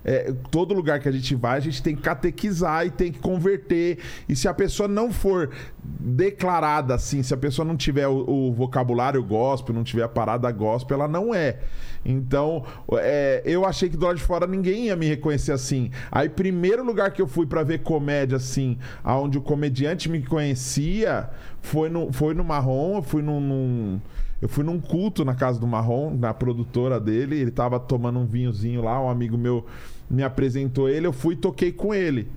S5: é, todo lugar que a gente vai, a gente tem que catequizar e tem que converter. E se a pessoa não for declarada assim, se a pessoa não tiver o, o vocabulário gospel, não tiver a parada gospel, ela não é. Então, é, eu achei que do lado de fora ninguém ia me reconhecer assim. Aí, primeiro lugar que eu fui pra ver comédia assim, aonde o comediante me conhecia, foi no, foi no Marrom, eu fui num. num- Eu fui num culto na casa do Marrom, na produtora dele, ele tava tomando um vinhozinho lá, um amigo meu me apresentou ele, eu fui e toquei com ele.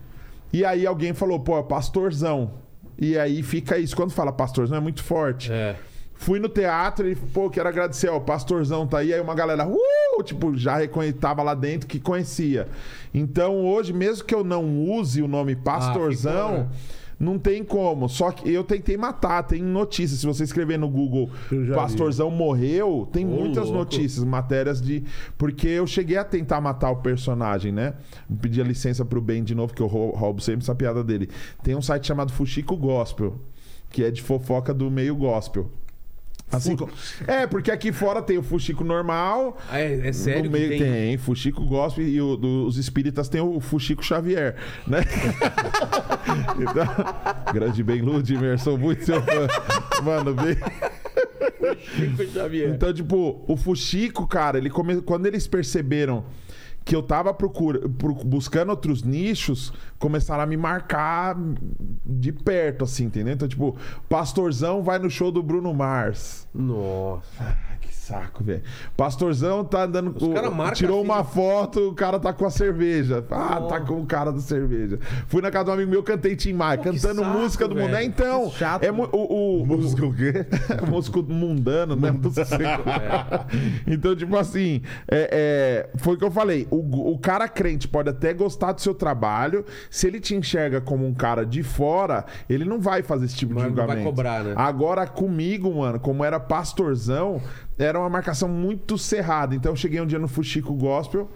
S5: E aí alguém falou, pô, é pastorzão. E aí fica isso. Quando fala pastorzão, é muito forte.
S6: É.
S5: Fui no teatro e, pô, quero agradecer, ó, o pastorzão tá aí. Aí uma galera, uh, tipo, já reconhe- tava lá dentro que conhecia. Então hoje, mesmo que eu não use o nome
S4: Ah,
S5: pastorzão.
S6: ficou, né?
S5: Não tem como. Só que eu tentei matar. Tem notícias. Se você escrever no Google
S4: Eu já vi.
S5: Pastorzão morreu, tem
S6: Ô,
S5: muitas
S6: louco.
S5: notícias, matérias de. Porque eu cheguei a tentar matar o personagem, né? Pedi a licença pro Ben de novo, que eu rou- roubo sempre essa piada dele. Tem um site chamado Fuxico Gospel, que é de fofoca do meio gospel. Assim como... É, porque aqui fora tem o Fuxico normal,
S6: Ah, É, é sério
S5: no
S6: que
S5: meio
S6: tem?
S5: tem... Fuxico Gospel e o, do- os espíritas tem o Fuxico Xavier, né? Então, grande Ben Ludmer, sou muito seu fã. Mano, bem...
S6: Chico Xavier.
S5: Então, tipo, o Fuxico, cara, ele come... quando eles perceberam que eu tava procura... pro- buscando outros nichos, começaram a me marcar de perto, assim, entendeu? Então, tipo, Pastorzão vai no show do Bruno Mars.
S6: Nossa.
S5: Ah, que saco, velho. Pastorzão tá andando. com.
S6: cara marca
S5: tirou
S6: assim.
S5: uma foto, o cara tá com a cerveja. Ah, tá com o cara da cerveja. Fui na casa de um amigo meu, cantei Tim Maia, cantando
S6: saco,
S5: música do mundo.
S6: velho.
S5: É, então.
S2: Que chato.
S5: É mu- o, o, música o quê? músico mundano, né? Música Então, tipo assim, é, é, foi o que eu falei. O, o cara crente pode até gostar do seu trabalho. Se ele te enxerga como um cara de fora, ele não vai fazer esse tipo
S6: Mas
S5: de
S6: não vai
S5: julgamento.
S6: cobrar, né?
S5: Agora, comigo, mano, como era pastorzão, era uma marcação muito cerrada. Então, eu cheguei um dia no Fuxico Gospel,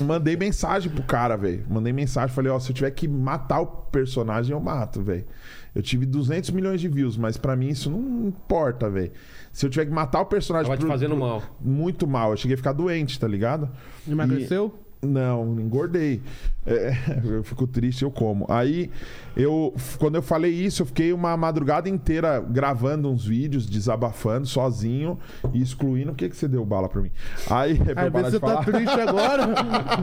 S5: mandei mensagem pro cara, velho. Mandei mensagem, falei, ó, se eu tiver que matar o personagem, eu mato, velho. Eu tive 200 milhões de views, mas pra mim isso não importa, velho. Se eu tiver que matar o personagem...
S6: Tava te
S5: pro- Tá
S6: fazendo mal.
S5: Muito mal. Eu cheguei a ficar doente, tá ligado?
S2: Emagreceu?
S5: Não, engordei. É, eu fico triste, eu como. Aí, eu, quando eu falei isso, eu fiquei uma madrugada inteira gravando uns vídeos, desabafando, sozinho e excluindo. Por que, que você deu bala pra mim? Aí, é pra eu
S2: Às
S5: parar
S2: vezes
S5: de
S2: você tá
S5: falar.
S2: triste agora.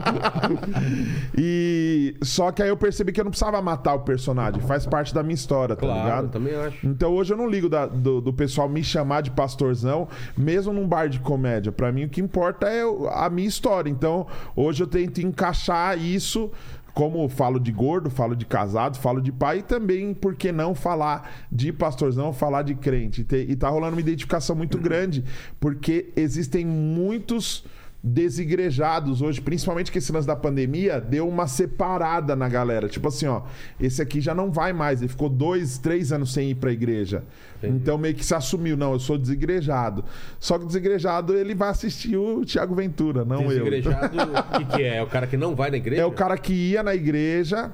S5: E só que aí eu percebi que eu não precisava matar o personagem. Faz parte da minha história, tá
S6: Claro,
S5: ligado?
S6: eu também acho.
S5: Então hoje eu não ligo da- do, do pessoal me chamar de pastorzão, mesmo num bar de comédia. Pra mim o que importa é o- a minha história. Então hoje eu tento encaixar isso. Como eu falo de gordo, falo de casado, falo de pai e também, por que não falar de pastorzão, falar de crente? E, te- e tá rolando uma identificação muito grande, porque existem muitos desigrejados hoje, principalmente que esse lance da pandemia deu uma separada na galera. Tipo assim, ó, esse aqui já não vai mais. Ele ficou dois, três anos sem ir pra igreja. Então meio que se assumiu, não, eu sou desigrejado. Só que o desigrejado ele vai assistir o Tiago Ventura, não eu.
S6: Desigrejado, o que, que é? É o cara que não vai na igreja?
S5: É o cara que ia na igreja.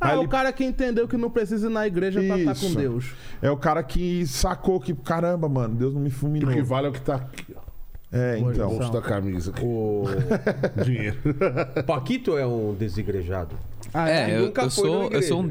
S2: Ah,
S5: aí
S2: o cara que entendeu que não precisa ir na igreja pra estar com
S5: Isso.
S2: Deus.
S5: É o cara que sacou que, caramba, mano, Deus não me
S4: E o que
S5: fulminou.
S4: vale é o que tá aqui, ó.
S5: É, então.
S4: Bolso da camisa. aqui.
S6: O
S4: Dinheiro.
S6: Paquito é um desigrejado.
S2: Ah,
S3: É, eu,
S6: nunca
S3: eu
S6: foi numa
S3: sou, eu
S6: igreja.
S3: sou um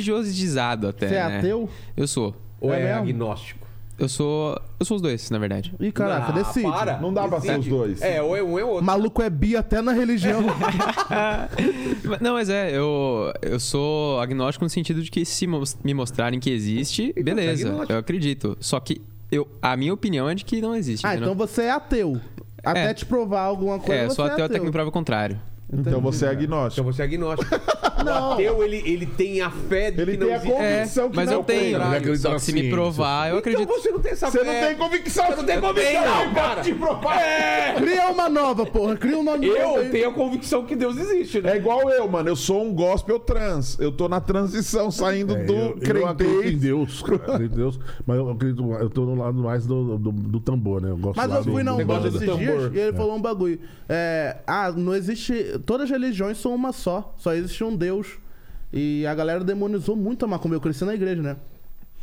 S3: desreligiosizado até.
S2: Você é
S3: né?
S2: ateu?
S3: Eu sou.
S6: Ou é,
S2: É mesmo?
S6: agnóstico?
S3: Eu sou. Eu sou os dois, na verdade.
S2: Ih, caraca,
S6: Ah,
S2: decide.
S6: para.
S5: Não dá pra ser os
S6: Decide.
S5: dois.
S6: É, ou é um ou é outro.
S2: Maluco é bi até na religião.
S3: Mas- Não, mas é, eu, eu sou agnóstico no sentido de que se mos- me mostrarem que existe, beleza,
S6: agnóstico.
S3: eu acredito. Só que eu, a minha opinião é de que não existe.
S2: ah, então
S3: entendeu?
S2: você é ateu. Até
S3: É.
S2: te provar alguma coisa.
S3: É, eu
S2: você
S3: sou
S2: é
S3: ateu até que me prova o contrário.
S5: Então você é
S6: Então
S5: agnóstico.
S6: você é agnóstico. O ateu, ele, ele tem a fé de
S5: Ele
S6: que não
S5: tem a
S6: existe.
S5: É,
S3: É,
S5: convicção que
S3: mas
S5: não é
S3: eu
S5: o
S3: tenho.
S4: contrário. Ele acredita
S3: Só
S4: na
S3: que se me
S4: ciência.
S3: provar,
S6: Então
S3: eu acredito.
S6: você não tem essa fé.
S5: Você não tem convicção,
S6: É. Você não tem convicção,
S5: Ai,
S6: cara. É.
S5: te provar.
S2: Cria uma nova, porra. Cria um nome novo. aí.
S6: Eu tenho a convicção que Deus existe, né?
S5: É igual eu, mano. Eu sou um gospel trans. Eu tô na transição, saindo
S4: É,
S5: do
S4: eu, eu acredito em
S5: crente.
S4: Deus, cara, eu acredito em Deus, mas eu acredito, eu tô no lado mais do, do, do tambor, né? Eu gosto
S2: Mas
S4: lá
S2: eu
S4: do-
S2: fui na
S4: do-
S2: Umbanda
S4: do-
S2: esses dias e ele falou um bagulho. É, ah, não existe. Todas as religiões são uma só. Só existe um Deus. E a galera demonizou muito a macumba. Eu cresci na igreja, né?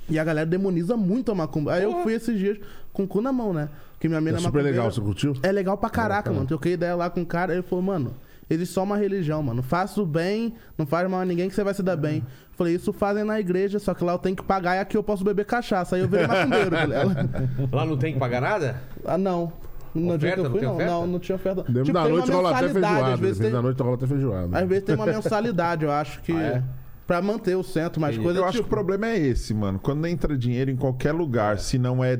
S2: E a galera demoniza muito a macumba. Aí eu fui esses dias com o cu na mão, né? Porque minha mina
S4: É super
S2: macumbeira.
S4: legal, você curtiu?
S2: É legal pra caraca, mano. Troquei ideia lá com o cara, ele falou, mano, existe só uma religião, mano. Faça o bem, não faz mal a ninguém que você vai se dar
S4: É.
S2: bem. Falei, isso fazem na igreja, só que lá eu tenho que pagar e aqui eu posso beber cachaça. Aí eu virei macumbeiro, tá galera.
S6: Lá não tem que pagar nada?
S2: Ah, não. No dia
S6: Oferta?
S2: que eu
S6: Não
S2: fui,
S6: tem
S2: não.
S6: oferta?
S2: Não, não tinha oferta. Tipo,
S4: Deve da
S2: tem
S4: noite rola até
S2: mensalidade,
S4: feijoada.
S2: às vezes,
S4: depende
S2: tem, é
S4: Da noite rola até feijoada.
S2: às vezes tem uma mensalidade, eu acho que.
S6: Ah, é?
S2: Pra manter o centro, mas coisa
S5: Eu acho que o
S2: tipo,
S5: problema é esse, mano. Quando entra dinheiro em qualquer lugar, se não é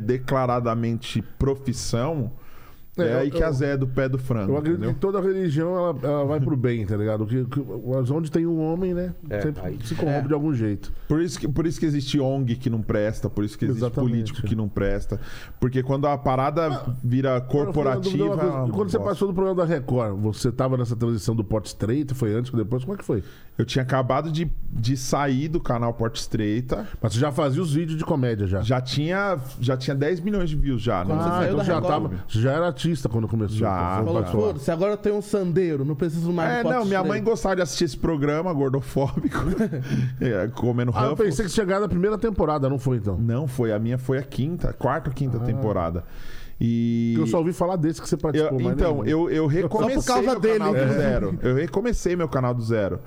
S5: declaradamente profissão, é,
S4: É, eu-
S5: aí que
S4: eu-
S5: a Zé é do pé do frango.
S4: Eu acredito
S5: entendeu?
S4: que toda religião ela, ela vai pro bem, tá ligado? Que, que- mas onde tem um homem, né?
S1: É,
S4: sempre
S1: aí-
S4: se corrompe de algum jeito.
S5: Por isso, que, por isso que existe ONG que não presta, por isso que existe
S4: Exatamente.
S5: político que não presta. Porque quando a parada vira
S4: Agora, eu
S5: corporativa.
S4: vou dar
S1: é
S4: uma
S1: um
S4: coisa.
S5: ah,
S4: Quando você
S5: bosta.
S4: passou do programa da Record, você tava nessa transição do pote estreito? Foi antes ou depois? Como é que foi?
S5: Eu tinha acabado de, de sair do canal Porta Estreita.
S4: Mas você já fazia os vídeos de comédia já.
S5: Já tinha, já tinha 10 milhões de views já. né?
S2: você
S4: Ah,
S2: saiu
S4: então
S2: da
S4: já
S2: Record.
S4: tava. Você já era artista quando começou.
S5: Já,
S4: Então,
S2: falou,
S4: pra-
S2: foda-se, agora eu tenho um sandeiro, não preciso mais
S5: É,
S2: do pote
S5: não, minha mãe
S2: estreito.
S5: gostava de assistir esse programa gordofóbico, é, comendo
S4: Ah, eu
S5: Ruffles.
S4: pensei que chegaram na primeira temporada, não foi então?
S5: Não, foi a minha, foi a quinta, quarta ou quinta temporada. E
S4: Eu só ouvi falar desse que você
S5: Eu-
S4: participou. mas
S5: então,
S4: nem-
S5: eu, eu recomecei
S2: causa
S5: meu
S2: dele,
S5: canal do
S2: inclusive.
S5: zero. Eu recomecei meu canal do zero.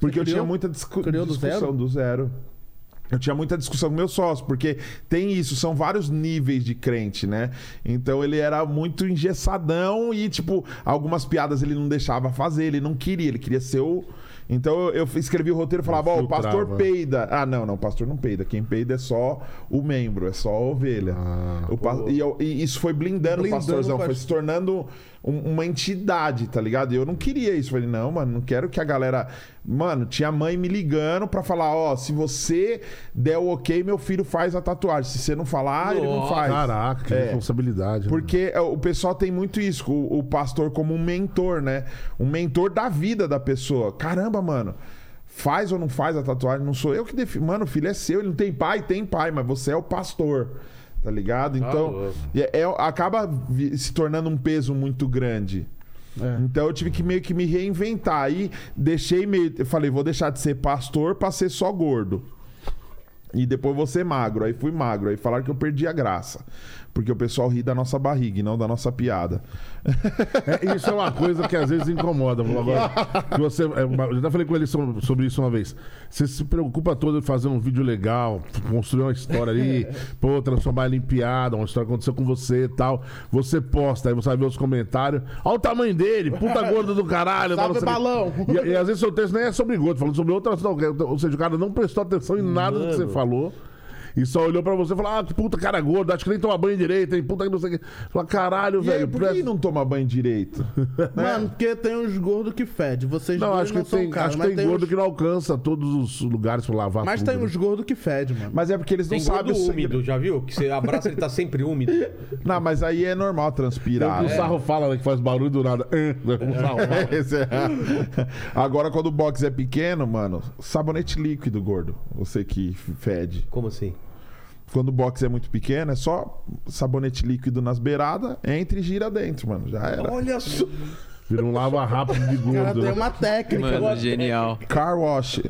S5: Porque
S2: Você criou?
S5: eu tinha muita discu-
S2: Criou do
S5: discussão
S2: zero?
S5: do zero. Eu tinha muita discussão com meu sócio, porque tem isso, são vários níveis de crente, né? Então ele era muito engessadão e, tipo, algumas piadas ele não deixava fazer, ele não queria, ele queria ser o. Então eu, eu escrevi o roteiro e falava, ó, o
S4: Filtrava.
S5: pastor peida. Ah, não, não, o pastor não peida. Quem peida é só o membro, é só a ovelha. O pa- e, eu- e isso foi
S2: Ah,
S5: blindando,
S2: Blindando
S5: o pastorzão,
S2: o
S5: foi se tornando um- uma entidade, tá ligado? E eu não queria isso. Falei, não, mano, não quero que a galera. Mano, tinha mãe me ligando pra falar: ó, se você der o ok, meu filho faz a tatuagem. Se você não falar, ele não faz.
S4: Caraca, que
S5: É.
S4: responsabilidade. né?
S5: Porque é, o pessoal tem muito isso, o, o pastor como um mentor, né? Um mentor da vida da pessoa. Caramba, mano. Faz ou não faz a tatuagem? Não sou eu que defino. Mano, o filho é seu, ele não tem pai, tem pai, mas você é o pastor. Tá ligado? Então, é, é- acaba vi- se tornando um peso muito grande. Então eu tive que meio que me reinventar. Aí deixei meio. Eu falei, vou deixar de ser pastor pra ser só gordo. E depois você magro. Aí fui magro. Aí falaram que eu perdi a graça. Porque o pessoal ri da nossa barriga e não da nossa piada.
S4: É, isso é uma coisa que às vezes incomoda. Agora, que você, é, uma- eu já falei com ele so- sobre isso uma vez. Você se preocupa todo em fazer um vídeo legal, construir uma história ali, pô, transformar ele em piada, uma história que aconteceu com você e tal. Você posta, aí você vai ver os comentários. Olha o tamanho dele, puta gordo do caralho.
S2: Salve,
S4: tal, não sei o quê. E, e às vezes seu texto nem é sobre gordo, falando sobre outra. Ou seja, o cara não prestou atenção em nada do que você falou. E só olhou pra você e falou: Ah, que puta cara gordo, acho que nem toma banho direito, hein? Puta que não sei o que. Fala, caralho,
S5: E
S4: velho.
S5: aí, por
S4: presta-
S5: que não toma banho direito?
S2: Mano, porque tem uns gordos que fede. Vocês
S4: é. Não,
S2: dois
S4: acho que,
S2: não são
S4: tem,
S2: caros,
S4: acho que
S2: mas
S4: tem gordo
S2: uns-
S4: que não alcança todos os lugares pra lavar
S2: Mas
S4: tudo. né?
S2: tem um uns gordos que fede, mano.
S5: Mas é porque eles não
S6: Tem
S5: sabem
S6: gordo
S5: o segredo.
S6: úmido, já viu? Que você abraça, ele tá sempre úmido.
S5: Não, mas aí é normal transpirar.
S4: O
S5: né?
S4: sarro fala né, que faz barulho do nada. É, o sarro fala.
S5: Esse é- Agora, quando o box é pequeno, mano, sabonete líquido, gordo. Você que fede.
S6: Como assim?
S5: Quando o box é muito pequeno, é só sabonete líquido nas beiradas, entra e gira dentro, mano. Já era.
S6: Olha só.
S4: Vira um lava rápido de
S2: O cara
S4: gordo.
S2: tem
S4: né?
S2: uma técnica.
S3: Mano, genial.
S5: Car wash.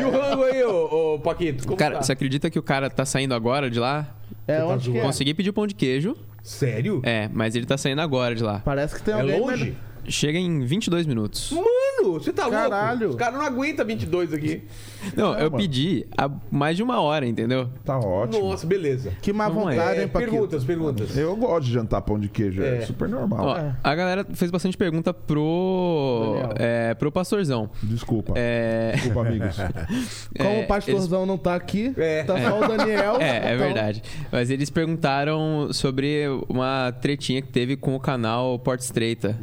S6: E o rango aí, ô, ô Paquito? Como
S3: Cara,
S1: então,
S6: tá?
S3: você acredita que o cara tá saindo agora de lá?
S2: É onde que é?
S3: Consegui pedir o pão de queijo.
S6: Sério?
S3: É, mas ele tá saindo agora de lá.
S2: Parece que tem
S6: É,
S2: alguém...
S6: longe?
S2: melhor.
S3: Chega em 22 minutos.
S6: Mano, você tá
S2: Caralho.
S6: louco? Os caras não aguentam 22 aqui.
S3: Não, eu pedi há mais de uma hora, entendeu?
S5: Tá ótimo.
S6: Nossa, beleza.
S2: Que má
S3: Não é.
S2: vontade,
S6: É,
S2: hein, Paquito?
S6: perguntas, perguntas.
S5: Eu gosto de jantar pão de queijo, é,
S6: É.
S5: super normal.
S3: Ó, a galera fez bastante pergunta pro, é, pro pastorzão.
S5: Desculpa.
S3: É,
S5: Desculpa, amigos.
S2: Como
S3: é,
S2: o pastorzão não tá aqui,
S6: É.
S2: tá só o Daniel.
S3: eles- é, é
S2: então-
S3: verdade. Mas eles perguntaram sobre uma tretinha que teve com o canal Porta Estreita.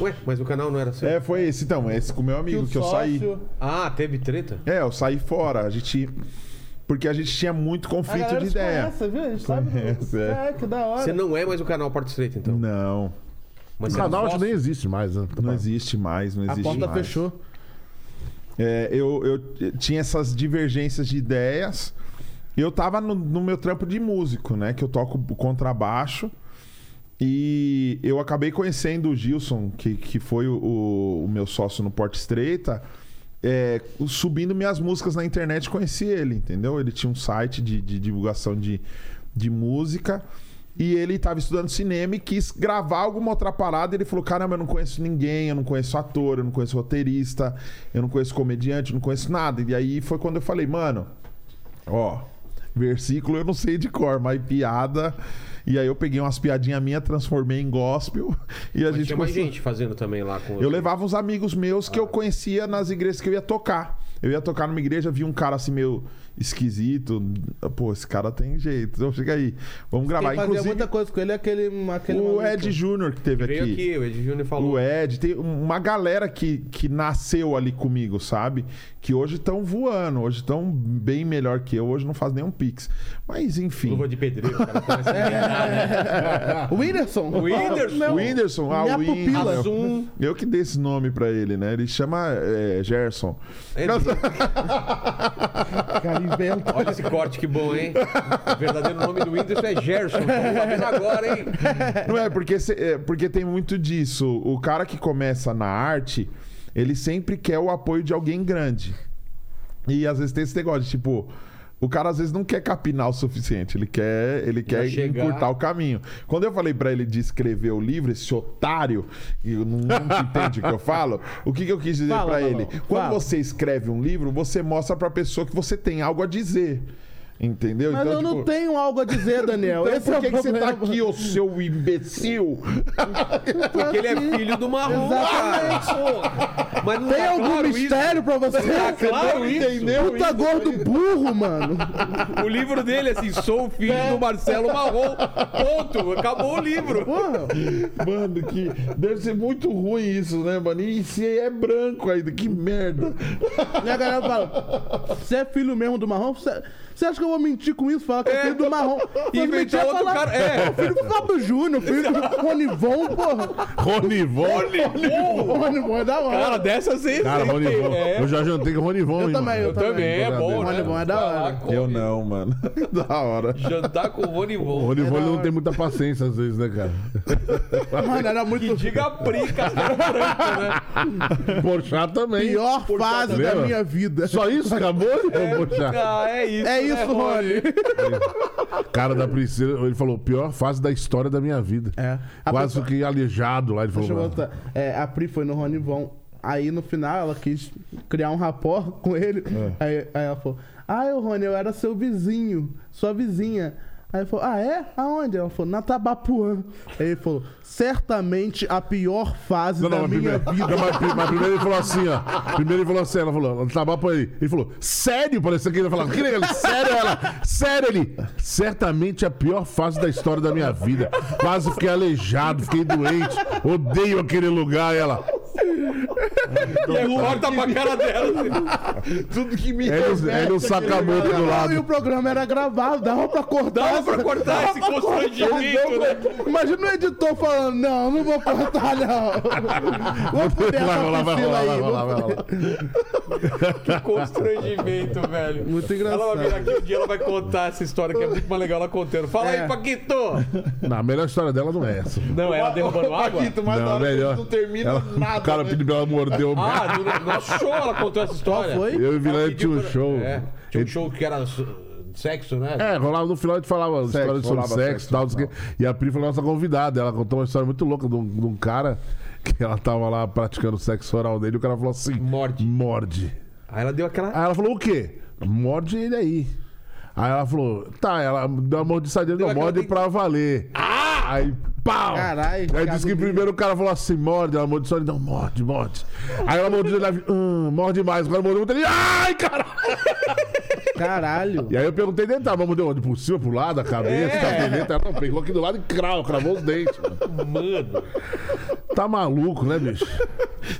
S6: Ué, mas o canal não era seu?
S5: é, foi esse então, esse com meu
S2: Que
S5: amigo
S2: o
S5: que, eu saí.
S2: sócio-
S6: Ah, teve treta?
S5: É, eu saí fora. A gente. Porque a gente tinha muito
S2: A
S5: conflito
S2: galera
S5: de
S2: se
S5: ideia.
S2: Conhece, viu? A gente sabe.
S5: Conhece, é.
S2: é. que da hora.
S6: Você não é mais o canal Porta Estreita, então.
S5: Não,
S6: Mas
S4: O
S6: você é
S4: canal acho que
S6: sócio?
S4: nem existe mais, né?
S5: não existe mais, não
S2: Tá. A
S5: existe
S2: porta
S5: mais.
S2: fechou.
S5: É, eu, eu tinha essas divergências de ideias. Eu tava no, no meu trampo de músico, né? Que eu toco contrabaixo. E eu acabei conhecendo o Gilson, que, que foi o, o- o meu sócio no Porta Estreita. é, subindo minhas músicas na internet, conheci ele, entendeu? Ele tinha um site de, de divulgação de, de música. E ele estava estudando cinema e quis gravar alguma outra parada. Ele falou: Caramba, eu não conheço ninguém, eu não conheço ator, eu não conheço roteirista, eu não conheço comediante, eu não conheço nada. E aí foi quando eu falei: Mano, ó, versículo eu não sei de cor, mas piada E aí eu peguei umas piadinhas minhas, transformei em gospel. E a
S1: Mas
S5: gente
S1: tinha mais
S5: começou-
S1: gente Ah. fazendo também lá com
S5: eu levava uns amigos meus que eu conhecia nas igrejas que eu ia tocar. Eu ia tocar numa igreja, vi um cara assim meio esquisito. Pô, esse cara tem jeito. Então chega aí,
S2: Quem
S5: vamos gravar.
S2: fazia
S5: Inclusive,
S2: muita coisa com ele é aquele. aquele
S5: o
S2: maluco.
S5: Ed Júnior que teve
S1: Veio aqui, o Ed Júnior falou.
S5: o Ed, tem um, uma galera que, que nasceu ali comigo, sabe? Que hoje estão voando, hoje estão bem melhor que eu, hoje não faz nenhum pix. Mas enfim.
S1: Luva de pedreiro, cara. Parece
S2: É, O Whindersson.
S1: O Whindersson.
S5: O Whindersson, ah,
S2: Minha
S5: o Whin-
S2: pupila.
S5: eu- Eu que dei esse nome pra ele, né? Ele chama é, Gerson.
S2: Cara, inventa.
S1: Olha esse corte que bom, hein? O verdadeiro nome do Whindersson é Gerson. Tô sabendo agora, hein?
S5: Não é porque, cê- é, porque tem muito disso. O cara que começa na arte, ele sempre quer o apoio de alguém grande. E às vezes tem esse negócio de tipo. O cara às vezes não quer capinar o suficiente, ele quer, ele quer
S1: chegar.
S5: encurtar o caminho. Quando eu falei pra ele de escrever o livro, esse otário, que não, não entende o que eu falo, o que, que eu quis dizer
S2: Fala,
S5: pra
S2: Balão,
S5: ele? Quando
S2: fala.
S5: você escreve um livro, você mostra pra pessoa que você tem algo a dizer. Entendeu?
S2: Mas eu não
S5: tipo,
S2: tenho algo a dizer, Daniel.
S5: então
S2: Esse
S5: por
S2: é
S5: que,
S2: o
S5: que você tá
S2: problema.
S5: aqui, ô seu imbecil?
S1: Porque ele é filho do marrom, cara. Pô, Mas não
S2: Tem
S1: tá
S2: algum
S1: claro isso?
S2: mistério pra você?
S1: Tá claro isso?
S2: Puta gordo burro, mano.
S1: O livro dele, é assim, sou o filho do Marcelo Marrom. Ponto. Acabou o livro.
S2: Porra.
S5: Mano, que deve ser muito ruim isso, né, mano? E se é branco ainda, que merda.
S2: E a galera fala: Você é filho mesmo do marrom? Você você acha que eu vou mentir com isso? Falar que é filho do marrom.
S1: E
S2: Mas
S1: inventou
S2: mentir é
S1: outro
S2: falar-
S1: cara. É.
S2: O filho do Fábio Júnior, filho do Ronivon, porra.
S4: Ronivon.
S2: Ronivon é da hora.
S1: Cara, dessa sim.
S2: Tá,
S4: Cara,
S1: sim,
S4: Ronivon.
S1: É.
S4: Eu já jantei com Ronivon,
S2: Eu
S4: hein,
S2: também,
S4: mano.
S2: eu
S1: Eu também, é bom, né?
S2: Ronivon é da
S1: Vai lá,
S2: hora.
S1: come.
S5: Eu não, mano. da hora.
S1: Jantar com o
S4: O
S1: Ronivon.
S5: É
S4: Ronivon ele não tem muita paciência às vezes, né, cara?
S2: Mano, era muito.
S1: Diga pri, Castelo Branco, né?
S4: Porchat também.
S2: Pior fase da
S4: Lembra?
S2: minha vida.
S4: Só isso? Acabou? É, Porchat.
S1: Ah, é isso.
S2: É
S1: né,
S2: isso,
S1: Rony?
S2: Rony.
S4: Cara da Priscila, ele falou, pior fase da história da minha vida.
S2: É. A
S4: Quase fiquei aleijado lá. Ele
S2: Deixa eu
S4: falou,
S2: voltar. É, a Pri foi no Ronivon. Aí no final ela quis criar um rapport com ele.
S4: É.
S2: Aí, aí ela falou: Ah, o Rony, eu era seu vizinho, sua vizinha. Aí ele falou: Ah, é? Aonde? Ela falou: Na Tabapuã. Aí ele falou: Certamente a pior fase
S4: Não,
S2: da
S4: não, mas
S2: minha
S4: primeiro,
S2: vida.
S4: não, mas, pri- mas primeiro ele falou assim, ó. Primeiro ele falou assim, ela falou, tabapa aí. Ele falou, sério? Parecia que ele ia falar, que legal, sério ela, sério ele. Certamente a pior fase da história da minha vida. Quase fiquei aleijado, fiquei doente, odeio aquele lugar. E ela,
S1: E aí É, corta pra cara dela. assim.
S5: Tudo que me
S4: ele, ele um sacamoto do
S2: Não, e o
S4: lado.
S2: programa era gravado, dava pra cortar.
S1: Dava pra cortar esse constrangimento, né?
S2: Imagina o editor falando: Não, não vou cortar, não. Vou fuder
S4: Vai rolar,
S2: essa
S4: vai
S2: Priscila
S4: rolar, vai
S2: aí.
S4: rolar, vai
S2: vou
S4: rolar.
S1: né? Constrangimento, velho.
S2: Muito engraçado.
S1: Ela vai vir aqui um dia, ela vai contar essa história que é muito mais legal ela contando. Fala
S2: É.
S1: aí, Paquito!
S4: Não, a melhor história dela não é essa.
S1: Não, era derrubando água?
S5: Paquito, mais da
S4: não,
S5: hora que
S4: melhor.
S5: não termina
S4: Ela-
S5: nada.
S4: o cara
S5: né?
S4: pediu pra ela morder o braço.
S1: Ah, no nosso show ela contou essa história.
S2: Qual foi?
S4: Eu e Vilela tinha um
S1: pra-
S4: show.
S1: É, tinha um show que era su- sexo, né?
S4: É, rolava no final a gente falava história sobre
S5: rolava
S4: sexo e tal, não sei o quê. E a Pri foi nossa convidada. Ela contou uma história muito louca de um, de um cara que ela tava lá praticando sexo oral dele e o cara falou assim:
S1: Morde.
S4: Morde.
S1: Aí ela deu aquela.
S4: Aí ela falou: o quê? Morde ele aí. Aí ela falou: tá, ela deu uma mordiçadinha, não,
S1: aquela
S4: morde
S1: de-
S4: pra valer. Ah! Aí, pau!
S2: Caralho,
S4: Aí disse que
S2: Thiago
S4: primeiro o cara falou assim: morde, ela morde só ele, não, morde, morde. Aí ela mordeu, ele, hum, morde mais. O cara mordeu, ele, ai, caralho!
S2: Caralho.
S4: E aí eu perguntei dentro, tá, vamos deu onde? Por cima, pro lado, a cabeça,
S1: É.
S4: tá por dentro. Ela não, pegou aqui do lado e crau, cravou os dentes. mano.
S1: Mano,
S4: Tá maluco, né, bicho?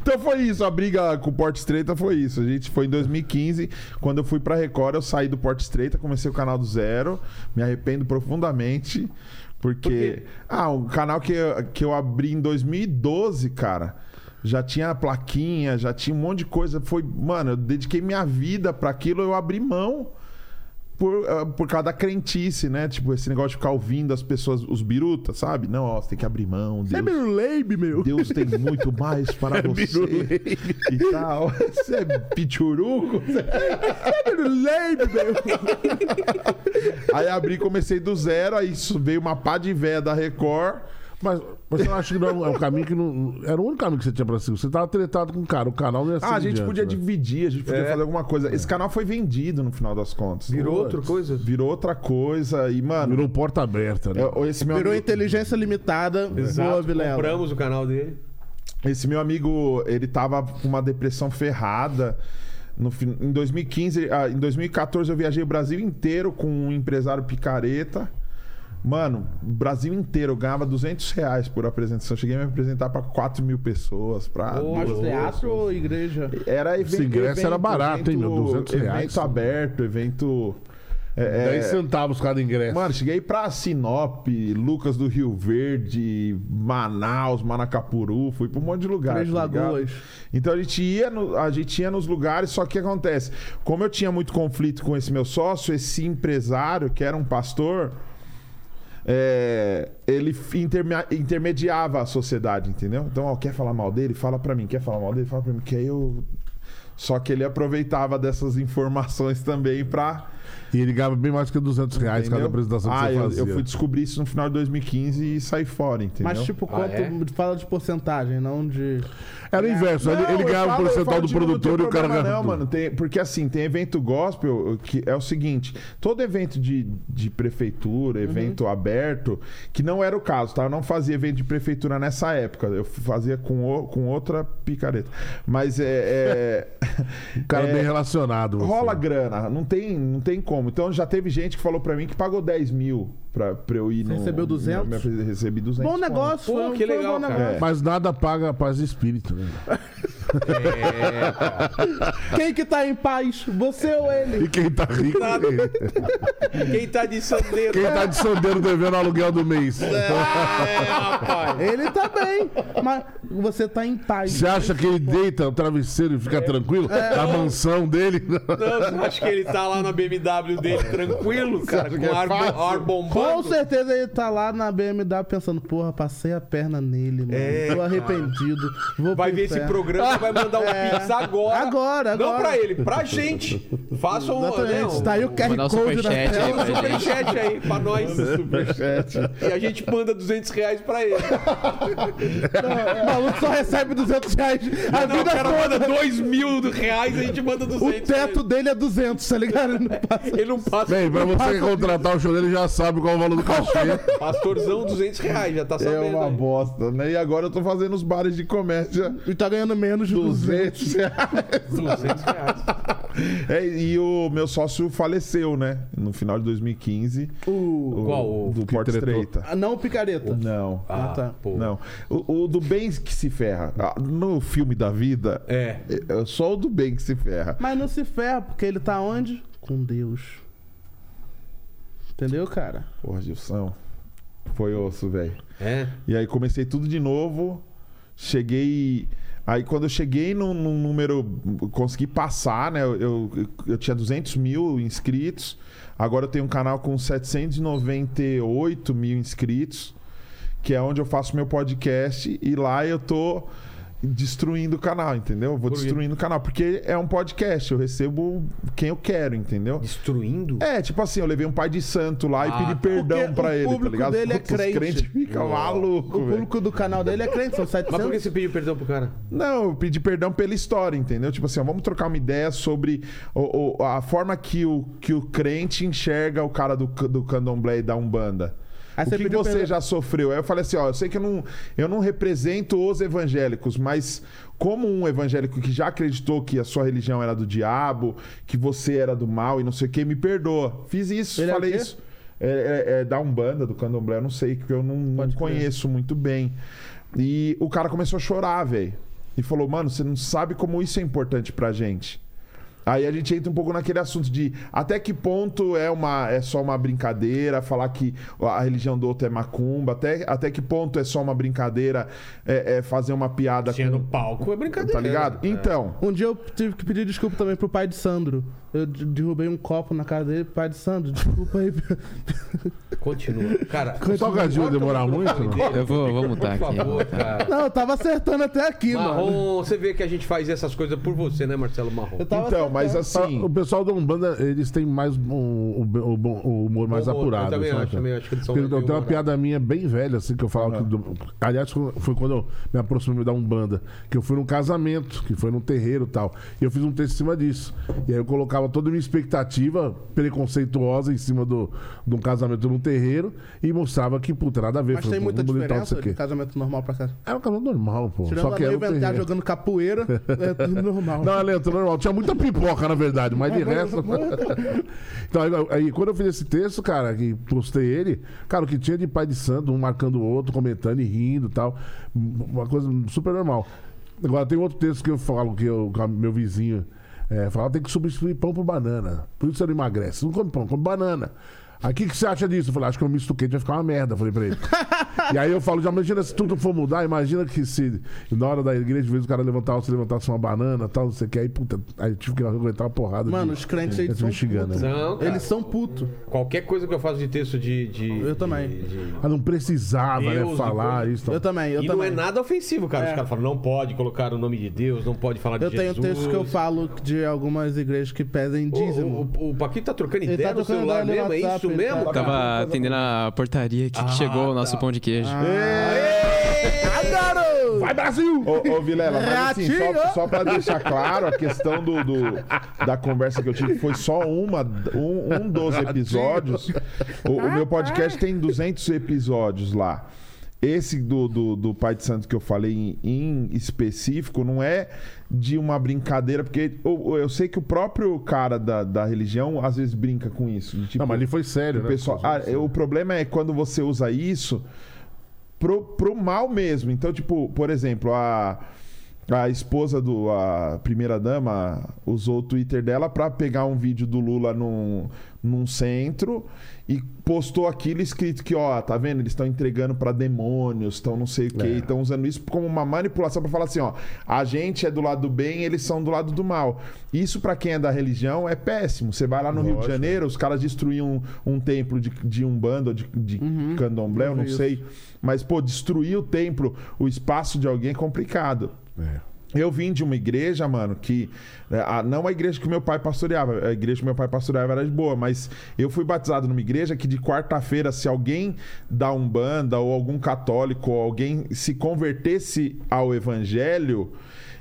S5: Então foi isso, a briga com o Porta Estreita foi isso. A gente foi em 2015, quando eu fui pra Record, eu saí do Porta Estreita, comecei o canal do zero, me arrependo profundamente, porque ah, o canal que eu, que eu abri em 2012, cara, já tinha plaquinha, já tinha um monte de coisa, foi, mano, eu dediquei minha vida pra aquilo, eu abri mão por, ah, por causa da crentice, né? Tipo, esse negócio de ficar ouvindo as pessoas, os birutas, sabe? Não, ó, você tem que abrir mão. Deus.
S2: É meu leibe, meu.
S5: Deus tem muito mais
S1: É
S5: para você e tal. Você é pichuruco? Aí abri, comecei do zero, aí isso veio uma pá de véia da Record.
S4: Mas, mas você não acha que não é um- é um caminho que não. Era o único caminho que você tinha pra seguir. Você tava tretado com o cara, o canal não ia seguir
S5: Ah, a gente
S4: adiante,
S5: podia
S4: né?
S5: dividir, a gente podia
S1: É.
S5: fazer alguma coisa. Esse canal foi vendido no final das contas.
S1: Virou outra coisa?
S5: Virou outra coisa e, mano.
S4: Virou porta aberta, né?
S5: eu- Esse meu,
S2: Virou
S5: amigo,
S2: inteligência limitada. Boa,
S1: Exato,
S2: Vilela.
S1: compramos o canal dele.
S5: esse meu amigo, ele tava com uma depressão ferrada. No, fin- em 2015, ah, em 2014 eu viajei o Brasil inteiro com um empresário picareta. Mano, o Brasil inteiro eu ganhava 200 reais por apresentação. Cheguei a me apresentar pra 4 mil pessoas. Pra
S1: Ô,
S2: Mas teatro ou igreja?
S5: Era
S4: Esse ingresso era barato, hein, meu? 200 reais.
S5: Evento aberto, evento. é, é,
S4: 10 centavos cada ingresso.
S5: Mano, cheguei pra Sinop, Lucas do Rio Verde, Manaus, Manacapuru, fui pra um monte de lugar.
S2: Três
S5: tá ligado?
S2: Lagoas.
S5: Então a gente, ia no- a gente ia nos lugares, só que o que acontece? Como eu tinha muito conflito com esse meu sócio, esse empresário, que era um pastor, é, ele interme- intermediava a sociedade, entendeu? Então, ó, quer falar mal dele? Fala pra mim. Quer falar mal dele? Fala pra mim. Que aí eu. Só que ele aproveitava dessas informações também pra.
S4: E ele ganhava bem mais que 200 reais
S5: Entendeu?
S4: cada apresentação que
S5: ah,
S4: você
S5: eu,
S4: fazia.
S5: eu fui descobrir isso no final de 2015 e saí fora, entendeu?
S2: Mas, tipo,
S1: Ah,
S2: quanto.
S1: é?
S2: Fala de porcentagem, não de.
S4: Era o inverso, ele,
S5: Ah, Não,
S4: ele
S5: eu
S4: ganhava o
S5: falo- eu
S4: percentual
S5: falo
S4: do
S5: de- não tem
S4: produtor e o cara
S5: problema
S4: ganhava.
S5: Não,
S4: tudo.
S5: mano, tem, porque assim, tem evento gospel que é o seguinte: todo evento de, de prefeitura, evento aberto, que não era o caso, tá? Eu não fazia evento de prefeitura nessa época, eu fazia com, o- com outra picareta. Mas é. é-
S4: O cara
S5: é,
S4: bem relacionado. assim. você.
S5: Rola grana, não tem, não tem como. Então já teve gente que falou pra mim que pagou 10 mil pra, pra eu ir no.
S2: recebeu 200?
S5: na minha- recebi 200.
S2: Bom negócio,
S1: Pô,
S2: foi,
S1: que
S2: foi um
S1: legal,
S2: bom
S1: cara.
S2: negócio.
S5: É.
S4: Mas nada paga a paz de espírito, né?
S2: Quem que tá em paz? Você ou ele?
S4: E quem tá rico,
S1: Quem tá de sandeiro?
S4: quem tá de sandeiro devendo aluguel do mês.
S5: É.
S2: Ele tá bem, mas você tá em paz.
S4: Você acha que ele deita o travesseiro e
S5: É.
S4: fica tranquilo? Na mansão dele?
S1: Não, você acha que ele tá lá na BMW dele tranquilo, cara,
S4: que
S1: com
S4: é
S1: ar,
S4: fácil?
S1: ar
S2: é Com
S1: bombando?
S2: certeza ele tá lá na BMW pensando, porra, passei a perna nele, mano.
S1: É,
S2: Tô arrependido. Vou
S1: Vai
S2: pro
S1: ver esse
S2: inferno."
S1: programa e vai mandar um
S2: É.
S1: pix agora.
S2: Agora,
S1: Não
S2: agora.
S1: pra ele, pra gente. Faça um. né,
S2: Exatamente.
S1: um-
S2: Tá aí o QR
S3: mandar um
S2: Code na
S3: superchat aí
S2: tela.
S1: Manda um
S3: pra gente.
S1: superchat aí pra nós.
S2: um
S1: E a gente manda 200 reais pra ele.
S2: O maluco só recebe 200 reais a
S1: Ah, Não, o
S2: vida
S1: cara manda
S2: toda.
S1: 2 mil reais a gente manda 200.
S2: O teto dele é 200, tá ligado? Ele não passa.
S1: Ele não passa.
S4: Bem, pra você que contratar o show dele já sabe qual é o valor do cachê.
S1: Pastorzão, 200 reais, já tá
S5: É
S1: sabendo.
S5: uma
S1: aí.
S5: bosta, né? E agora eu tô fazendo os bares de comédia
S2: E tá ganhando menos de 200.
S5: 200 reais.
S1: 200 reais.
S5: É, e o meu sócio faleceu, né? No final de 2015.
S2: O...
S1: Qual?
S5: Do Porta
S4: tretou?
S5: Estreita.
S2: Ah, Não o picareta.
S5: Não.
S2: Ah, tá.
S5: Não. O, o do bem que se ferra. Ah, No filme da vida,
S1: É.
S5: é só o do bem que se ferra.
S2: Mas não se ferra, porque ele tá onde? Com Deus. Entendeu, cara?
S5: Porra, Gilson. Foi osso, velho.
S1: É.
S5: E aí comecei tudo de novo. Cheguei. Aí quando eu cheguei num, num número. Consegui passar, né? Eu, eu, eu tinha 200 mil inscritos. Agora eu tenho um canal com 798 mil inscritos. Que é onde eu faço meu podcast. E lá eu tô destruindo o canal, entendeu? Eu Vou
S1: Por quê?
S5: destruindo o canal. Porque é um podcast. Eu recebo quem eu quero, entendeu?
S1: Destruindo?
S5: É, tipo assim, eu levei um pai de santo lá e
S1: Ah,
S5: pedi
S1: tá.
S5: perdão
S2: Porque
S5: pra
S2: o
S5: ele, tá
S2: público
S5: ligado?
S2: dele é
S5: Puta, os
S2: crente.
S5: crentes ficam
S2: O
S5: maluco, velho.
S2: público do canal dele é crente, são 700.
S1: Mas por que você pediu perdão pro cara?
S5: Não, eu pedi perdão pela história, entendeu? Tipo assim, ó, vamos trocar uma ideia sobre o- o- a forma que o, que o crente enxerga o cara do, ca- do candomblé e da Umbanda.
S2: Aí
S5: o
S2: você
S5: que que
S2: pediu
S5: você
S2: perdão.
S5: já sofreu? Aí eu falei assim, ó, eu sei que eu não, eu não represento os evangélicos, mas como um evangélico que já acreditou que a sua religião era do diabo, que você era do mal e não sei o que, me perdoa. Fiz isso,
S2: Ele era
S5: falei
S2: o quê?
S5: isso. É, é- é da Umbanda, do Candomblé, eu não sei, porque eu não, não
S2: Pode crer.
S5: conheço muito bem. E o cara começou a chorar, velho. E falou, mano, você não sabe como isso é importante pra gente. Aí a gente entra um pouco naquele assunto de até que ponto é uma é só uma brincadeira, falar que a religião do outro é macumba, até, até que ponto é só uma brincadeira é, é fazer uma piada
S1: Tinha
S5: com.
S1: no palco, é brincadeira.
S5: Tá ligado? Então.
S2: Um dia eu tive que pedir desculpa também pro pai de Sandro. Eu de- derrubei um copo na cara dele, pai de Sandro, desculpa aí.
S1: Continua. Cara, um
S4: O salgadinho vai demorar muito? não?
S3: Eu vou, vou mudar
S1: por
S3: aqui.
S1: favor, cara.
S2: Não, eu tava acertando até aqui, mano.
S1: Marrom, você vê que a gente faz essas coisas por você, né, Marcelo Marrom?
S2: Eu tava
S5: Então,
S2: acertando
S5: Mas assim.
S4: O pessoal da Umbanda, eles têm mais um, um, um- um humor mais
S1: Bom, bom,
S4: apurado.
S1: Eu também
S4: sabe,
S1: acho,
S4: cara?
S1: também acho que eles são
S4: Tem, tem uma
S1: meio-
S4: piada minha bem velha, assim, que eu falava. que do- aliás, foi quando eu me aproximei da Umbanda, que eu fui num casamento, que foi num terreiro e tal. E eu fiz um texto em cima disso. E aí eu colocava toda a minha expectativa preconceituosa em cima do, de um casamento num terreiro e mostrava que, puta, nada a ver.
S2: Mas
S4: foi
S2: tem muita
S4: muito bonitão, não sei
S2: diferença
S4: o quê.
S2: de casamento normal pra casa.
S4: Era um casamento normal, pô.
S2: Tirando
S4: Só
S2: a
S4: que era um
S2: noiva entrar
S4: terreiro.
S2: jogando capoeira, é tudo normal.
S4: Não, Leandro, normal. Tinha muita pipoca, na verdade, mas
S2: É,
S4: de resto. então, aí, aí, quando eu fiz esse texto, cara, que postei ele, cara, o que tinha de pai de santo, um marcando o outro, comentando e rindo e tal. Uma coisa super normal. Agora, tem outro texto que eu falo, que eu, que meu vizinho é, fala, tem que substituir pão por banana. Por isso você não emagrece. Você não come pão, come banana. Aí, o que, que você acha disso? Eu falei, acho que o misto quente vai ficar uma merda. Eu Falei pra ele. E aí eu falo, já imagina se tudo for mudar, imagina que se na hora da igreja, de vez o cara levantar, se levantasse uma banana e tal, não sei o que, aí puta, aí eu tive que aguentar uma porrada.
S2: Mano,
S4: de...
S2: os crentes aí
S4: Eles
S2: são
S4: me xingando,
S2: putos.
S4: né?
S1: Não, cara.
S2: Eles são putos.
S1: Qualquer coisa que eu faço de texto de. de-
S2: Eu também.
S1: de- de-
S4: Ah, não precisava,
S1: Deus,
S4: né, falar
S1: depois-
S4: isso. tal.
S2: né? Eu também, eu
S1: e não é
S2: também.
S1: nada ofensivo, cara. Os
S2: É.
S1: caras falam, não pode colocar o nome de Deus, não pode falar de
S2: Eu tenho
S1: Jesus.
S2: textos que eu falo de algumas igrejas que pedem dízimo.
S1: O, o, o Paquito tá trocando
S2: Ele
S1: ideia
S2: tá
S1: no
S2: trocando
S1: celular mesmo?
S2: ideia no
S1: É
S2: WhatsApp,
S1: isso
S2: ele
S1: mesmo?
S2: tá-
S1: cara?
S3: Tava atendendo a portaria aqui que
S1: Ah,
S3: chegou o
S1: tá.
S3: nosso pão de queijo.
S4: Vai, Brasil!
S5: Ô, ô Vilela, mas assim, só,
S2: Ratinho!
S5: só pra deixar claro, a questão do, do- da conversa que eu tive foi só uma, um, um dos episódios. O, o meu podcast tem 200 episódios lá. Esse do, do, do Pai de Santo que eu falei em, em específico não é de uma brincadeira, porque eu, eu sei que o próprio cara da, da religião às vezes brinca com isso. de tipo,
S4: Não, mas ele foi sério,
S5: o
S4: né?
S5: pessoal, ah, é, o problema é quando você usa isso pro, pro mal mesmo. Então, tipo, por exemplo, a, a esposa do a primeira dama usou o Twitter dela pra pegar um vídeo do Lula num, num centro e postou aquilo escrito que, ó, tá vendo? Eles estão entregando pra demônios, estão não sei o quê, estão usando isso como uma manipulação pra falar assim, ó, a gente é do lado do bem, eles são do lado do mal. Isso pra quem é da religião é péssimo. Você vai lá no Rio de
S4: Lógico.
S5: Janeiro, os caras destruíam um, um templo de, de Umbanda, ou de, de Candomblé, eu não sei. Mas, pô, destruir o templo, o espaço de alguém é complicado.
S4: É.
S5: Eu vim de uma igreja, mano, que. é, a- não a igreja que meu pai pastoreava. A igreja que meu pai pastoreava era de boa, mas eu fui batizado numa igreja que de quarta-feira, se alguém da Umbanda ou algum católico ou alguém se convertesse ao evangelho,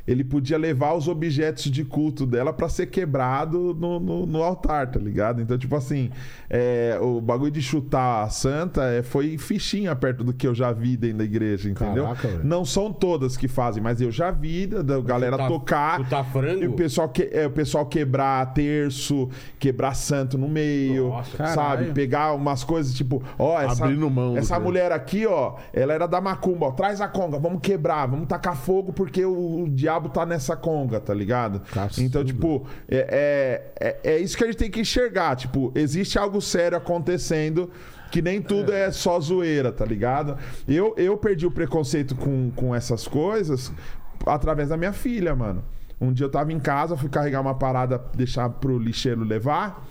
S5: ele podia levar os objetos de culto dela pra ser quebrado no, no- no altar, tá ligado? Então, tipo assim, é, o bagulho de chutar a santa é, foi fichinha perto do que eu já vi dentro da igreja, entendeu?
S4: Caraca, velho.
S5: Não são todas que fazem, mas eu já vi da, da galera
S1: tá-
S5: tocar.
S1: tu tá frango?
S5: E o pessoal, que, é, o pessoal quebrar terço, quebrar santo no meio, sabe?
S2: caralho.
S5: Pegar umas coisas tipo, ó, essa,
S4: Abrindo mão do
S5: essa
S4: jeito.
S5: mulher aqui, ó, ela era da macumba, ó, traz a conga, vamos quebrar, vamos tacar fogo porque o, o diabo tá nessa conga, tá ligado?
S4: Cacilda.
S5: Então, tipo, é, é, é, é isso que a gente tem que enxergar, tipo, existe algo sério acontecendo que nem tudo é, só zoeira, tá ligado? Eu, eu perdi o preconceito com, com essas coisas através da minha filha, mano. Um dia eu tava em casa, fui carregar uma parada, deixar pro lixeiro levar.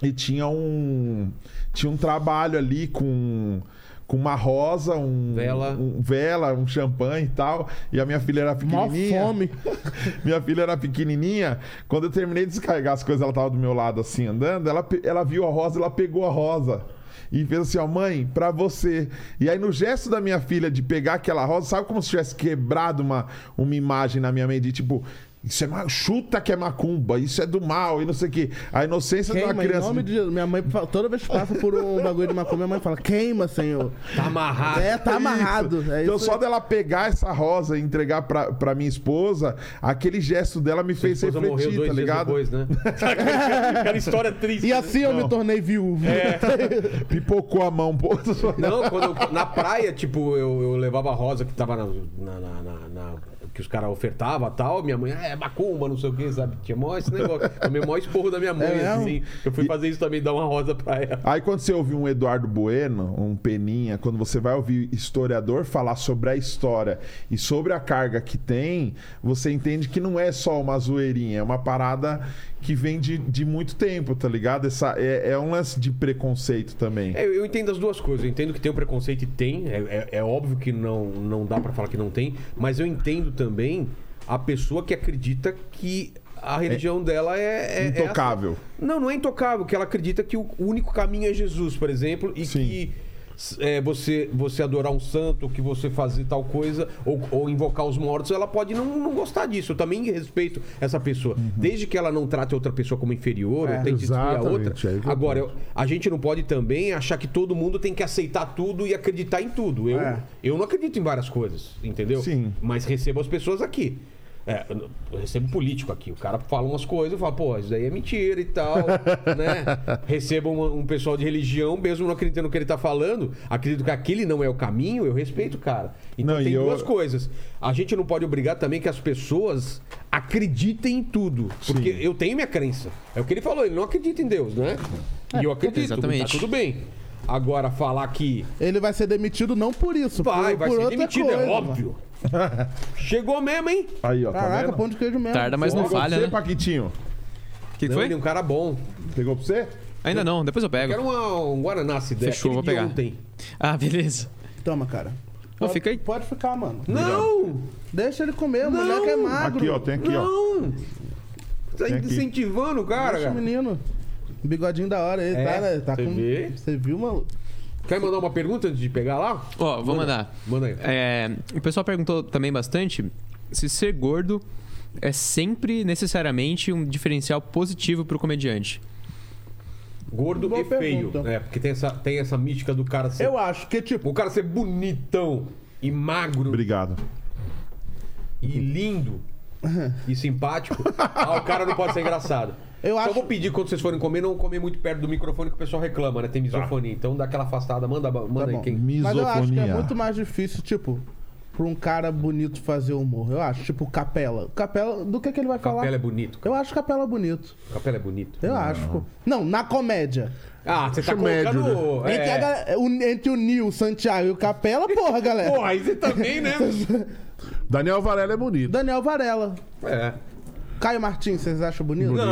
S5: E tinha um tinha um trabalho ali com com uma rosa, um
S1: Vela.
S5: um, vela, um champanhe e tal. E a minha filha era
S2: Mó
S5: pequenininha.
S2: fome.
S5: Minha filha era pequenininha. Quando eu terminei de descarregar as coisas, ela tava do meu lado assim andando. Ela, pe- ela viu a rosa, ela pegou a rosa. E fez assim, ó, mãe, pra você. E aí, no gesto da minha filha de pegar aquela rosa, sabe como se tivesse quebrado uma, uma imagem na minha mente? De, tipo, isso é ma- chuta que é macumba, isso é do mal e não sei o quê. A inocência de uma
S2: Queima, em
S5: criança.
S2: nome de Jesus. Minha mãe, fala- toda vez que passa por um bagulho de macumba, minha mãe fala, queima, senhor.
S1: Tá amarrado.
S2: É, tá amarrado. É
S5: então,
S2: isso
S5: só
S2: aí.
S5: dela pegar essa rosa e entregar pra, pra minha esposa, aquele gesto dela me fez
S1: esposa morreu
S5: refletir,
S1: dois
S5: tá
S1: dias
S5: ligado?
S1: depois, né? Aquela história triste.
S2: E
S1: né?
S2: assim eu me tornei viúvo.
S1: É.
S5: Pipocou a mão, um pô.
S1: Não, quando eu- na praia, tipo, eu, eu levava a rosa que tava na. na- na- na- na- que os caras ofertavam e tal, minha mãe, "Ah, é macumba, não sei o que, sabe? Tinha mó esse negócio. Tomei mó esporro da minha mãe,
S2: É mesmo?
S1: assim. Eu fui fazer isso também, dar uma rosa pra ela.
S5: Aí quando você ouve um Eduardo Bueno, um Peninha, quando você vai ouvir historiador falar sobre a história e sobre a carga que tem, você entende que não é só uma zoeirinha, é uma parada que vem de, de muito tempo, tá ligado? Essa, é, é um lance de preconceito também.
S1: É, eu- eu entendo as duas coisas. Eu entendo que tem o preconceito e tem. É, é- é óbvio que não, não dá pra falar que não tem. Mas eu entendo também a pessoa que acredita que a religião dela é. é- é
S5: Intocável.
S1: essa. Não, não é intocável, que ela acredita que o único caminho é Jesus, por exemplo, e
S5: Sim.
S1: que. s- é, você, você adorar um santo, que você fazer tal coisa, ou, ou invocar os mortos, ela pode não, não gostar disso. Eu também respeito essa pessoa. Desde que ela não trate outra pessoa como inferior, ou tente destruir a outra.
S4: exatamente, aí que eu
S1: Agora, eu- a gente não pode também achar que todo mundo tem que aceitar tudo e acreditar em tudo. Eu,
S2: É.
S1: eu não acredito em várias coisas, entendeu?
S5: Sim.
S1: Mas recebo as pessoas aqui. É, eu eu recebo político aqui. O cara fala umas coisas, eu falo, pô, isso daí é mentira e tal, né? Recebo um, um pessoal de religião, mesmo não acreditando no que ele tá falando, acredito que aquele não é o caminho, eu respeito, o cara. Então
S5: Não, e
S1: tem
S5: eu-
S1: duas coisas. A gente não pode obrigar também que as pessoas acreditem em tudo. Porque eu tenho minha crença. É o que ele falou, ele não acredita em Deus, né? e eu acredito,
S3: exatamente.
S1: tá tudo bem. Agora, falar que
S2: Ele vai ser demitido não por isso,
S1: vai,
S2: por,
S1: vai
S2: por
S1: ser
S2: outra
S1: demitido,
S2: coisa,
S1: é
S2: mano.
S1: óbvio. Chegou mesmo, hein?
S5: Aí, ó, tá
S2: Caraca,
S5: vendo?
S2: pão de queijo mesmo.
S3: Tarda, mas não
S5: Pegou pra
S3: falha,
S5: você,
S3: né?
S5: Paquitinho.
S3: O que, que
S1: Não,
S3: foi?
S1: ele é um cara bom.
S5: Pegou pra você?
S3: Ainda não, depois eu
S1: Quero
S3: pego.
S1: uma, um Guaraná, se der.
S3: Fechou,
S1: Aquele
S3: vou
S1: de
S3: pegar.
S1: Ontem.
S3: Ah, beleza.
S2: Toma, cara.
S3: Pô, fica aí.
S2: Pode ficar, mano.
S1: Não!
S2: Deixa ele comer, o moleque é magro.
S5: Aqui, ó, tem aqui, ó.
S1: Não! Tá
S5: Tem aqui.
S1: incentivando o cara,
S2: Deixa o
S1: cara.
S2: menino. Bigodinho da hora, ele
S1: É,
S2: tá, né? Tá
S1: você
S2: com...
S1: vê?
S2: Você viu, maluco?
S1: Quer mandar uma pergunta antes de pegar lá?
S3: Ó, vou mandar.
S1: Manda aí.
S3: É, o pessoal perguntou também bastante se ser gordo é sempre necessariamente um diferencial positivo pro comediante.
S1: Gordo
S2: Boa
S1: e feio.
S2: pergunta.
S1: É, porque tem essa, tem essa mística do cara ser.
S2: Eu acho que, tipo,
S1: O cara ser bonitão e magro
S5: Obrigado.
S1: e lindo e simpático. ah, o cara não pode ser engraçado.
S2: Eu
S1: Só
S2: acho-
S1: vou pedir quando vocês forem comer, não comer muito perto do microfone que o pessoal reclama, né? Tem misofonia. Então dá aquela afastada, manda, manda aí
S2: Tá bom.
S1: quem.
S2: mas eu acho que é
S5: Misofonia.
S2: muito mais difícil, tipo, pra um cara bonito fazer humor. Eu acho, tipo, Capela. Capela, do que que ele vai falar?
S1: Capela é bonito.
S2: Eu acho Capela bonito.
S1: Capela é bonito.
S2: Eu acho, pô. Não, na comédia.
S1: Ah, você tá
S4: Acho médio,
S1: colocando...
S2: Entre, a
S1: É...
S2: galera- o, entre o Nil, Santiago e o Capela, porra, galera.
S1: Porra, aí você também, né?
S4: Daniel Varela é bonito.
S2: Daniel Varela.
S1: é.
S2: Caio Martins, vocês acham bonito?
S1: Não,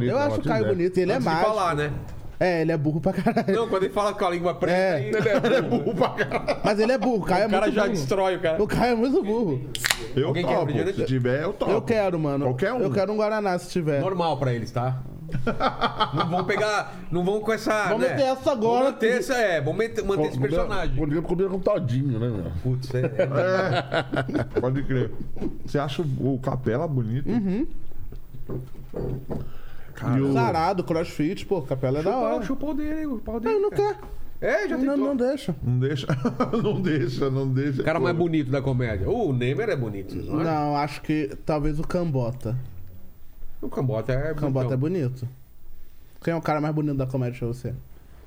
S2: Eu acho o
S4: ótimo,
S2: Caio
S4: né?
S2: bonito, ele
S1: Antes
S2: é
S1: de
S2: mágico.
S1: falar, né?
S2: É, ele é burro pra caralho.
S1: Não, quando ele fala com a língua preta,
S2: É.
S1: ele é burro pra caralho.
S2: Mas ele é burro, o Caio é
S1: O cara
S2: muito
S1: já
S2: burro.
S1: destrói o cara.
S2: O Caio é muito burro.
S5: Eu
S1: Alguém quer
S5: topo.
S1: abrir, né?
S5: Se tiver, eu topo.
S2: Eu quero, mano.
S5: Qualquer um.
S2: Eu quero um Guaraná se tiver.
S1: Normal pra eles, tá? Não vão pegar... Não vão com essa...
S2: Vamos
S1: né?
S2: meter essa agora.
S1: Vamos manter essa, é. Vamos manter, manter esse personagem.
S4: Combina, combina com o Todinho, né, meu?
S1: Putz, é...
S5: Pode crer. Você acha o Capela bonito?
S2: Uhum.
S4: E o-
S2: tá Sarado, crossfit, pô, capela é da
S1: Pô,
S2: hora.
S1: chupou o dele, o pau
S2: Não,
S1: dele.
S2: ele não
S1: cara.
S2: quer.
S1: É, já
S2: Não,
S1: tentou.
S2: não deixa.
S5: Não deixa. não deixa, não deixa.
S1: O cara mais bonito da comédia. O Neymar é bonito, vocês não acham?
S2: Não, acho que talvez o Cambota.
S1: O Cambota é
S2: O Cambota é
S1: bonitão.
S2: bonito. Quem é o cara mais bonito da comédia pra você?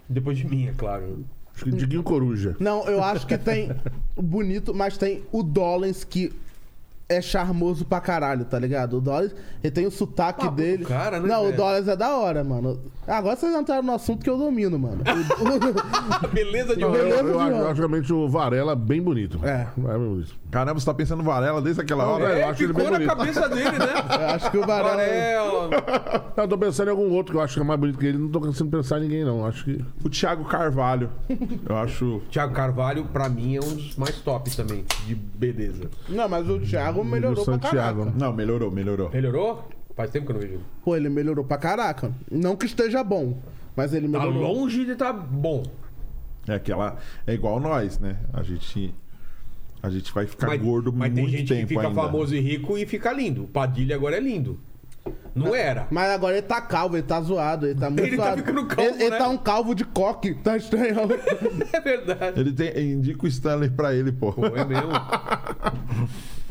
S1: Depois de mim, é claro.
S4: Acho que Diguinho Coruja.
S2: Não, eu acho que tem o bonito, mas tem o Dollins que é charmoso pra caralho, tá ligado? O Dollins, ele tem o sotaque
S1: Ah,
S2: dele.
S1: o cara, né,
S2: não,
S1: velho?
S2: o Dollins é da hora, mano. Agora vocês entraram no assunto que eu domino, mano. O-
S1: Beleza de
S4: Eu,
S1: rolê.
S4: eu,
S2: Beleza,
S4: acho
S2: Diguinho.
S4: logicamente, o Varela bem bonito.
S2: um. É.
S4: Varela bem bonito.
S5: Caramba, você tá pensando no Varela desde aquela hora?
S1: É,
S4: eu acho ele
S1: ficou
S4: bem
S1: na
S4: bonito.
S1: cabeça dele, né?
S2: eu acho que o Varela.
S1: é Varela.
S4: Não, eu tô pensando em algum outro que eu acho que é mais bonito que ele. Não tô conseguindo pensar em ninguém, não. Acho que.
S5: O Thiago Carvalho. Eu acho.
S1: Thiago Carvalho, pra mim, é um dos mais top também, de beleza.
S2: Não, mas o Thiago melhorou pra
S4: Santiago.
S2: caraca.
S5: Não, melhorou, melhorou.
S1: Melhorou? Faz tempo que eu não vejo.
S2: Pô, ele melhorou pra caraca. Não que esteja bom, mas ele
S1: Tá
S2: melhorou.
S1: longe de tá bom.
S5: É aquela. É igual nós, né? A gente. A gente vai ficar Tá gordo
S1: mas
S5: muito
S1: tem gente
S5: tempo
S1: que fica
S5: ainda.
S1: famoso e rico e fica lindo. O Padilha agora é lindo. Não era.
S2: Mas agora ele tá calvo, ele tá zoado, ele tá muito
S1: Ele tá
S2: zoado.
S1: ficando calvo,
S2: ele, ele
S1: né?
S2: tá um calvo de coque, tá estranho.
S1: É verdade.
S5: Ele tem. Indica o Stanley pra ele, pô.
S1: Pô, é mesmo.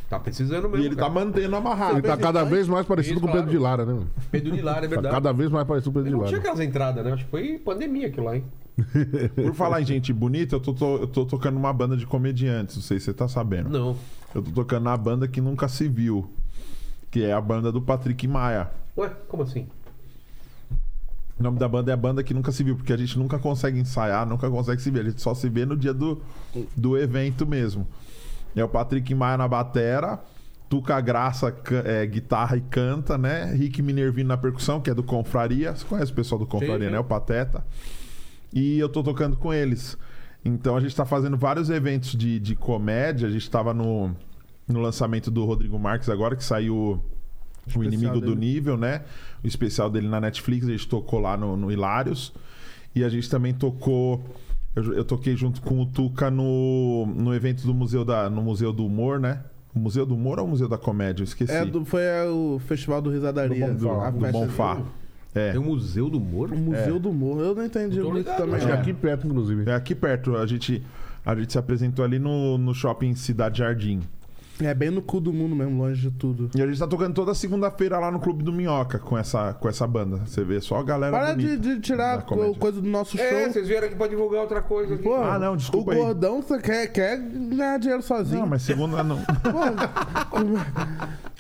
S1: Tá precisando mesmo.
S5: E ele tá
S1: cara.
S5: mantendo amarrado.
S4: Ele tá cada vez mais parecido
S1: Isso,
S4: com o
S1: claro.
S4: Pedro de Lara, né? mano?
S1: Pedro de Lara, é
S4: Tá
S1: verdade.
S4: cada vez mais parecido com o
S1: Ele
S4: Pedro
S1: não
S4: de
S1: tinha
S4: Lara.
S1: aquelas entradas, né? Acho que foi pandemia aquilo lá, hein?
S5: Por falar em gente bonita, eu tô, tô- eu tô tocando uma banda de comediantes. Não sei se você tá sabendo.
S1: Não.
S5: Eu tô tocando na banda que nunca se viu. Que é a banda do Patrick Maia.
S1: Ué, como assim?
S5: O nome da banda é a banda que nunca se viu, porque a gente nunca consegue ensaiar, nunca consegue se ver. A gente só se vê no dia do, do evento mesmo. É o Patrick Maia na batera, Tuca Graça ca- é, guitarra e canta, né? Rick Minervino na percussão, que é do Confraria. Você conhece o pessoal do Confraria,
S1: sim.
S5: né? O Pateta. E eu tô tocando com eles. Então a gente tá fazendo vários eventos de, de comédia. A gente tava no, no lançamento do Rodrigo Marques agora, que saiu o Inimigo do
S2: dele.
S5: Nível, né? O especial dele na Netflix, a gente tocou lá no, no Hilários. E a gente também tocou. Eu, eu toquei junto com o Tuca no, no evento do Museu da, no Museu do Humor, né? O Museu do Humor ou o Museu da Comédia? Eu esqueci.
S2: É do, foi é, o Festival do Risadaria.
S5: do,
S2: a
S5: do É.
S2: festa
S5: Bonfá. É.
S1: Tem o Museu do Moro?
S2: O Museu do Morro. Eu não entendi muito também.
S4: Acho que
S5: né?
S2: não.
S4: aqui perto, inclusive.
S2: um
S5: É aqui perto. A gente, a gente se apresentou ali no, no shopping Cidade Jardim.
S2: É bem no cu do mundo mesmo, longe de tudo.
S5: E a gente tá tocando toda segunda-feira lá no Clube do Minhoca com essa, com essa banda. Você vê só a galera.
S2: Para de,
S5: bonita
S2: de
S5: da
S2: tirar co-
S5: comédia.
S2: coisa do nosso show.
S6: É, vocês vieram aqui pra divulgar outra coisa aqui.
S2: Pô,
S5: Ah, não, desculpa
S2: O
S5: aí.
S2: gordão só quer, quer ganhar dinheiro sozinho.
S5: Não, mas segunda não.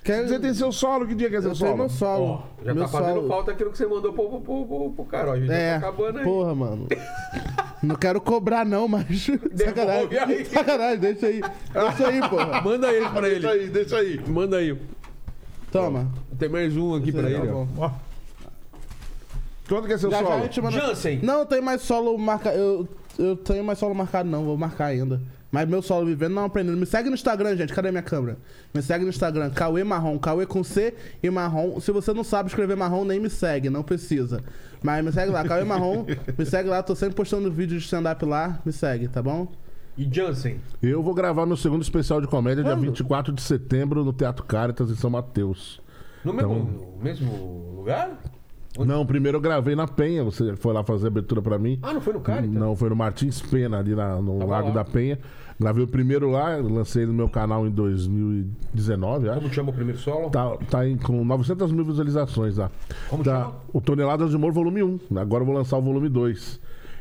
S2: Quer...
S5: Você tem seu solo? Que dia que é seu
S2: Eu tenho
S5: solo?
S2: meu solo.
S6: Já
S2: meu
S6: tá fazendo
S2: solo.
S6: falta aquilo que você mandou pro, pro, pro, pro, pro cara, ó. A gente
S2: É,
S6: já tá acabando aí.
S2: porra, mano. Não quero cobrar, não, mas.
S6: Devolve aí.
S2: Sacanagem. Sacanagem, deixa aí. Deixa aí, porra.
S1: Manda ele pra ele.
S5: aí, deixa aí.
S1: Manda aí.
S2: Toma.
S1: Tem mais um aqui pra
S2: tá
S1: ele. ó.
S5: Ó. Quanto que é seu
S2: Já, já a
S5: solo?
S2: gente manda-
S6: Jansen.
S2: Não, tem mais solo marcado. Eu, eu tenho mais solo marcado, não. Vou marcar ainda. Mas meu solo vivendo não aprendendo. Me segue no Instagram, gente. Cadê minha câmera? Me segue no Instagram, Cauê Marrom. Cauê com C e Marrom. Se você não sabe escrever Marrom, nem me segue. Não precisa. Mas me segue lá, Cauê Marrom. Me segue lá. Tô sempre postando vídeo de stand-up lá. Me segue, tá bom?
S6: E Jansen.
S4: Eu vou gravar meu segundo especial de comédia
S2: Quando?
S4: dia 24 de setembro no Teatro Caritas, em São Mateus.
S6: No mesmo,
S4: Então-
S6: no mesmo lugar?
S4: Não, primeiro eu gravei na Penha, você foi lá fazer abertura pra mim.
S6: Ah, não foi no Caritas?
S4: Não, foi no Martins Pena, ali na- no
S6: Tava
S4: Lago
S6: lá.
S4: da Penha. Gravei o primeiro lá, lancei no meu canal em 2019, acho.
S6: Como chama o primeiro solo?
S4: Tá, tá em- com 900 mil visualizações lá.
S6: Como
S4: tá,
S6: chama?
S4: O Toneladas de Humor, volume 1. Agora eu vou lançar o volume 2.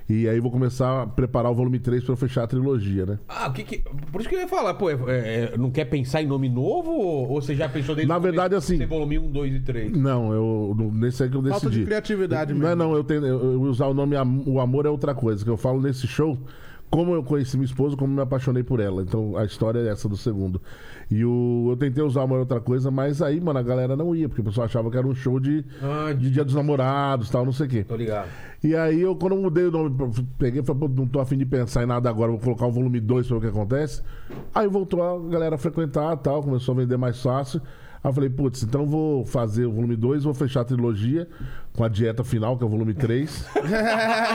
S4: E aí vou começar a preparar o volume 3 pra eu fechar a trilogia, né?
S6: Ah, o que que... Por isso que eu ia falar, pô, é- é- é- não quer pensar em nome novo ou, ou você já pensou desde
S4: Na
S6: o começo?
S4: verdade, assim-
S6: Você volume 1, 2 e 3.
S4: Não, eu não- nesse aí que eu decidi.
S2: Falta de criatividade
S4: Não,
S2: mesmo.
S4: é não, eu tenho eu, eu usar o nome Am- O Amor é outra coisa, que eu falo nesse show como eu conheci minha esposa, como me apaixonei por ela. Então a história é essa do segundo. E o, eu tentei usar o Amor é outra coisa, mas aí, mano, a galera não ia, porque o pessoal achava que era um show de,
S6: Ah,
S4: de Dia dos Namorados, tal, não sei o quê.
S6: Tô
S2: Tá
S6: ligado.
S4: E aí eu, quando eu mudei o nome, pra- peguei e falei, pô, não tô afim de pensar em nada agora, vou colocar o volume 2 pra ver o que acontece. Aí voltou a galera a frequentar tal, começou a vender mais fácil. Aí eu falei, putz, então vou fazer o volume 2, vou fechar a trilogia com a dieta final, que é o volume 3.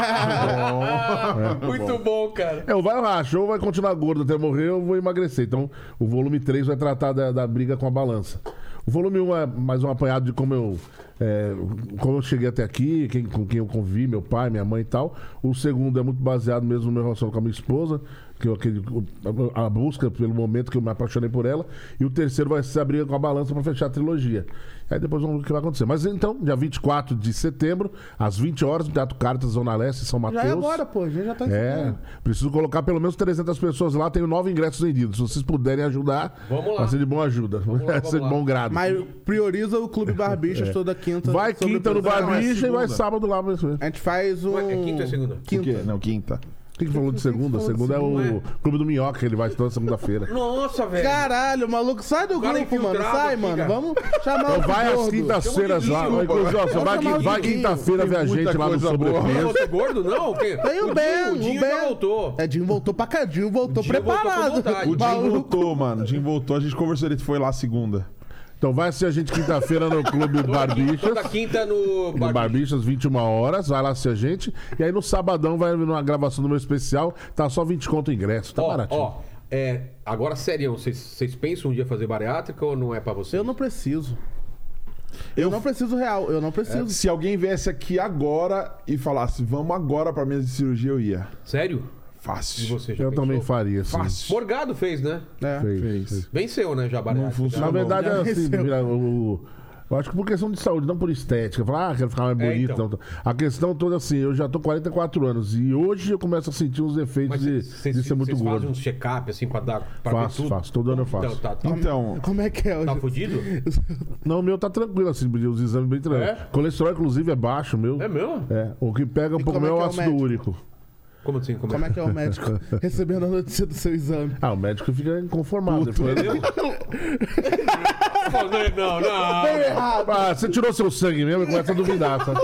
S6: Ah,
S4: tá
S6: Muito bom, cara.
S4: é, ou vai racha, ou vai continuar gordo até morrer, ou vou emagrecer. Então o volume 3 vai tratar da, da briga com a balança. O volume 1 é mais um apanhado de como eu, é, como eu cheguei até aqui, quem, com quem eu convivi, meu pai, minha mãe e tal. O segundo é muito baseado mesmo no meu relacionamento com a minha esposa, que eu, aquele, a busca pelo momento que eu me apaixonei por ela. E o terceiro vai ser a briga com a balança para fechar a trilogia. Aí depois vamos ver o que vai acontecer. Mas então, dia 24 de setembro, às 20 horas, no Teatro Cartas, Zona Leste, São
S2: Já
S4: Mateus.
S2: é agora, pô. A gente já tá em
S4: É, preciso colocar pelo menos 300 pessoas lá. Tenho nove ingressos vendidos. Se vocês puderem ajudar,
S6: Vamos lá.
S4: vai ser de boa ajuda. vai
S6: vamos
S4: ser de
S6: lá.
S4: bom grado.
S2: Mas prioriza o Clube Barbixas toda quinta.
S4: É, vai
S2: sobre
S4: quinta no
S2: preço.
S4: Barbicha e
S5: segunda.
S4: vai sábado lá. pra você ver.
S2: A gente faz um.
S6: Ué, é quinta ou segunda?
S5: O quê?
S2: Quinta.
S5: Não, quinta.
S4: O que, que falou de
S2: falou
S4: segunda?
S2: de
S4: Segunda é o
S6: segunda,
S4: Clube do Minhoca, que ele vai toda segunda-feira.
S6: Nossa, velho.
S2: Caralho, maluco, sai do
S6: Cara
S2: grupo, mano.
S6: infiltrado
S2: Sai,
S6: um aqui,
S2: mano.
S6: cara.
S2: Vamos chamar o
S4: Então Vai assim, tá às
S2: gordo.
S4: quintas-feiras lá. Ô, Inclusive, ó, você
S2: Vamos
S4: vai,
S2: chamar o
S4: vai
S2: Diguinho.
S4: quinta-feira ver a
S5: muita
S4: gente lá no
S5: coisa
S6: Não é
S4: Sobrepeso.
S6: outro gordo, não? Quem?
S2: Tem o Ben,
S6: Dinho, o Dinho
S2: o Ben.
S6: já voltou.
S2: É, Dinho voltou pra cá. Dinho voltou
S6: Dinho voltou com
S2: preparado.
S6: vontade.
S5: O Jim
S2: Maluco.
S5: voltou, mano. O Jim voltou. A gente conversou, ele foi lá segunda.
S4: Então vai assistir a gente quinta-feira no Clube Barbichas.
S6: Toda quinta no
S4: No
S6: Bar-
S4: Barbichas, 21 horas, vai lá assistir a gente. E aí no sabadão vai numa gravação do meu especial, tá só 20 conto o ingresso, tá
S6: Ó,
S4: baratinho.
S6: ó, é, agora, sério, vocês- vocês pensam um dia fazer bariátrica ou não é pra vocês?
S2: Eu não preciso. Eu, não preciso real. Eu não preciso.
S5: Se alguém viesse aqui agora e falasse, vamos agora pra mesa de cirurgia, eu ia.
S6: Sério? E
S5: Fácil.
S6: você já
S4: Eu
S6: pensou?
S4: também faria, assim.
S5: Fácil.
S6: Morgado fez, né?
S2: É.
S4: Fez,
S5: Fez.
S4: fez.
S6: Venceu, né, já a
S1: Ah,
S6: bariátrica.
S5: Não funcionou.
S4: Na verdade, é
S2: Já
S4: assim,
S2: venceu.
S4: Mira, o- eu acho que por questão de saúde, não por estética. Falar, ah, quero ficar mais
S6: É,
S4: bonito.
S6: então.
S4: não. A questão toda assim, eu já tô 44 anos e hoje eu começo a sentir os efeitos
S6: Mas
S4: de,
S6: vocês
S4: de ser muito
S6: vocês fazem
S4: gordo.
S6: um check-up, assim, pra dar... Pra ver
S4: Faço,
S6: tudo?
S4: faço. Todo ano eu faço.
S6: Então, tá, tá,
S5: Então,
S2: Como é que é hoje?
S6: tá fudido?
S4: Não, o meu tá tranquilo, assim, os exames bem tranquilos.
S6: É?
S4: Colesterol, inclusive, é baixo, o meu.
S6: É mesmo?
S4: É, o que pega um
S2: E
S4: pouco
S2: como é
S4: meu é o
S2: que é o
S4: ácido
S2: médico?
S4: úrico.
S6: Como assim? Como,
S2: Como é que é o médico recebendo a notícia do seu exame?
S4: Ah, o médico fica inconformado. né? Ele fala,
S6: Não, não, não.
S1: é? Tá
S4: Ah, você tirou seu sangue mesmo e começa a duvidar, sabe?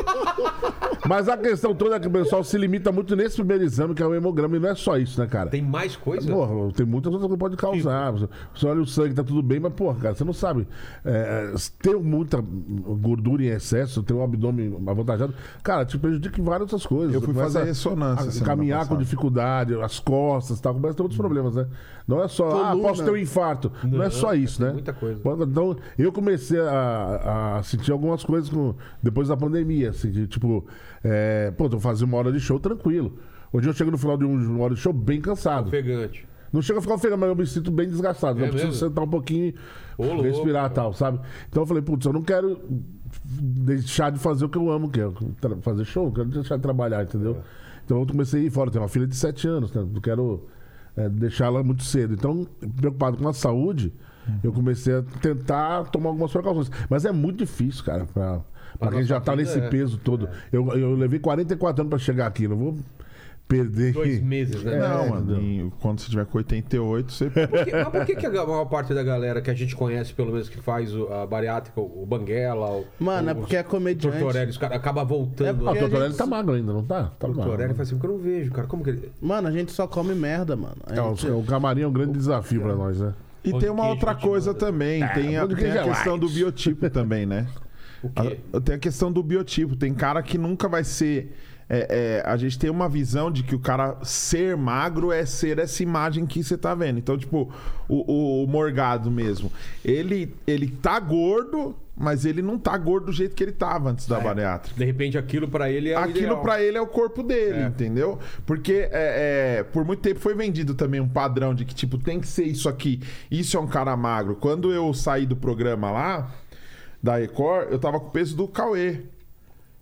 S4: Mas a questão toda é que o pessoal se limita muito nesse primeiro exame, que é o hemograma, e não é só isso, né, cara?
S1: Tem mais coisa?
S4: Porra, tem muitas outras coisas que pode causar. Você, você olha o sangue, tá tudo bem, mas, porra, cara, você não sabe. É, se tem muita gordura em excesso, tem um abdômen avantajado. Cara, te prejudica em várias outras coisas.
S5: Eu fui
S4: Começa
S5: fazer ressonância
S4: a
S5: semana
S4: caminhar com
S5: passada.
S4: dificuldade, as costas e tal. Começa a ter outros problemas, né? Não é só, ah,
S2: Coluna.
S4: posso ter um infarto. Não, é só isso, né?
S1: muita coisa.
S4: Quando- Então, eu comecei a, a sentir algumas coisas com- depois da pandemia, assim, de, tipo, é, pô, eu fazia uma hora de show tranquilo. Hoje eu chego no final de um- de uma hora de show bem cansado.
S1: Ofegante.
S4: Não chega a ficar ofegante, mas eu me sinto bem desgastado.
S1: É
S4: eu preciso
S1: mesmo?
S4: sentar um pouquinho,
S1: Ô, louco.
S4: respirar e tal, sabe? Então eu falei, putz, eu não quero deixar de fazer o que eu amo, que é tra- fazer show, eu quero deixar de trabalhar, entendeu?
S1: É.
S4: Então eu comecei a ir fora, tenho uma filha de 7 anos, né? não quero é, deixar ela muito cedo. Então, preocupado com a saúde,
S1: Uhum.
S4: eu comecei a tentar tomar algumas precauções. Mas é muito difícil, cara, pra, pra quem já tá nesse
S1: é.
S4: peso todo. Eu, eu levei 44 anos pra chegar aqui, não vou perder.
S1: Dois meses, né?
S5: Não,
S4: É,
S5: mano. em- Quando você tiver com 88, você.
S1: Por que- mas por que, que a maior parte da galera que a gente conhece, pelo menos, que faz o- a bariátrica, o o Banguela, o.
S2: Mano,
S1: o,
S2: é porque é comediante.
S1: Tortorelli, os caras acabam
S2: É
S1: voltando. né?
S2: porque
S4: Ah, o
S2: a gente-
S4: Tortorelli tá magro ainda, não tá? Tá
S1: O
S4: magro.
S1: Tortorelli faz tempo que eu não vejo, cara. Como que ele.
S2: Mano, a gente só come merda, mano. A
S4: É,
S2: gente-
S4: o, o camarim é um grande desafio pra nós, né?
S5: E
S1: Pão
S5: tem
S1: de
S5: uma
S1: queijo
S5: outra
S1: continua,
S5: coisa também. tem a,
S4: pão de
S5: tem a
S4: queijo é
S5: questão
S4: light.
S5: do biotipo também, né?
S1: O quê?
S4: Ah.
S5: A- tem a questão do biotipo. Tem cara que nunca vai ser. é, é, a gente tem uma visão de que o cara ser magro é ser essa imagem que você tá vendo. Então, tipo, o, o- o Morgado mesmo. Ele, ele tá gordo, mas ele não tá gordo do jeito que ele tava antes
S1: É.
S5: da bariátrica
S1: De repente aquilo pra ele é. o
S5: aquilo
S1: ideal.
S5: pra ele é o corpo dele, entendeu? Porque é, é, por muito tempo foi vendido também um padrão de que, tipo, tem que ser isso aqui. Isso é um cara magro. Quando eu saí do programa lá, da Record, eu tava com o peso do Cauê.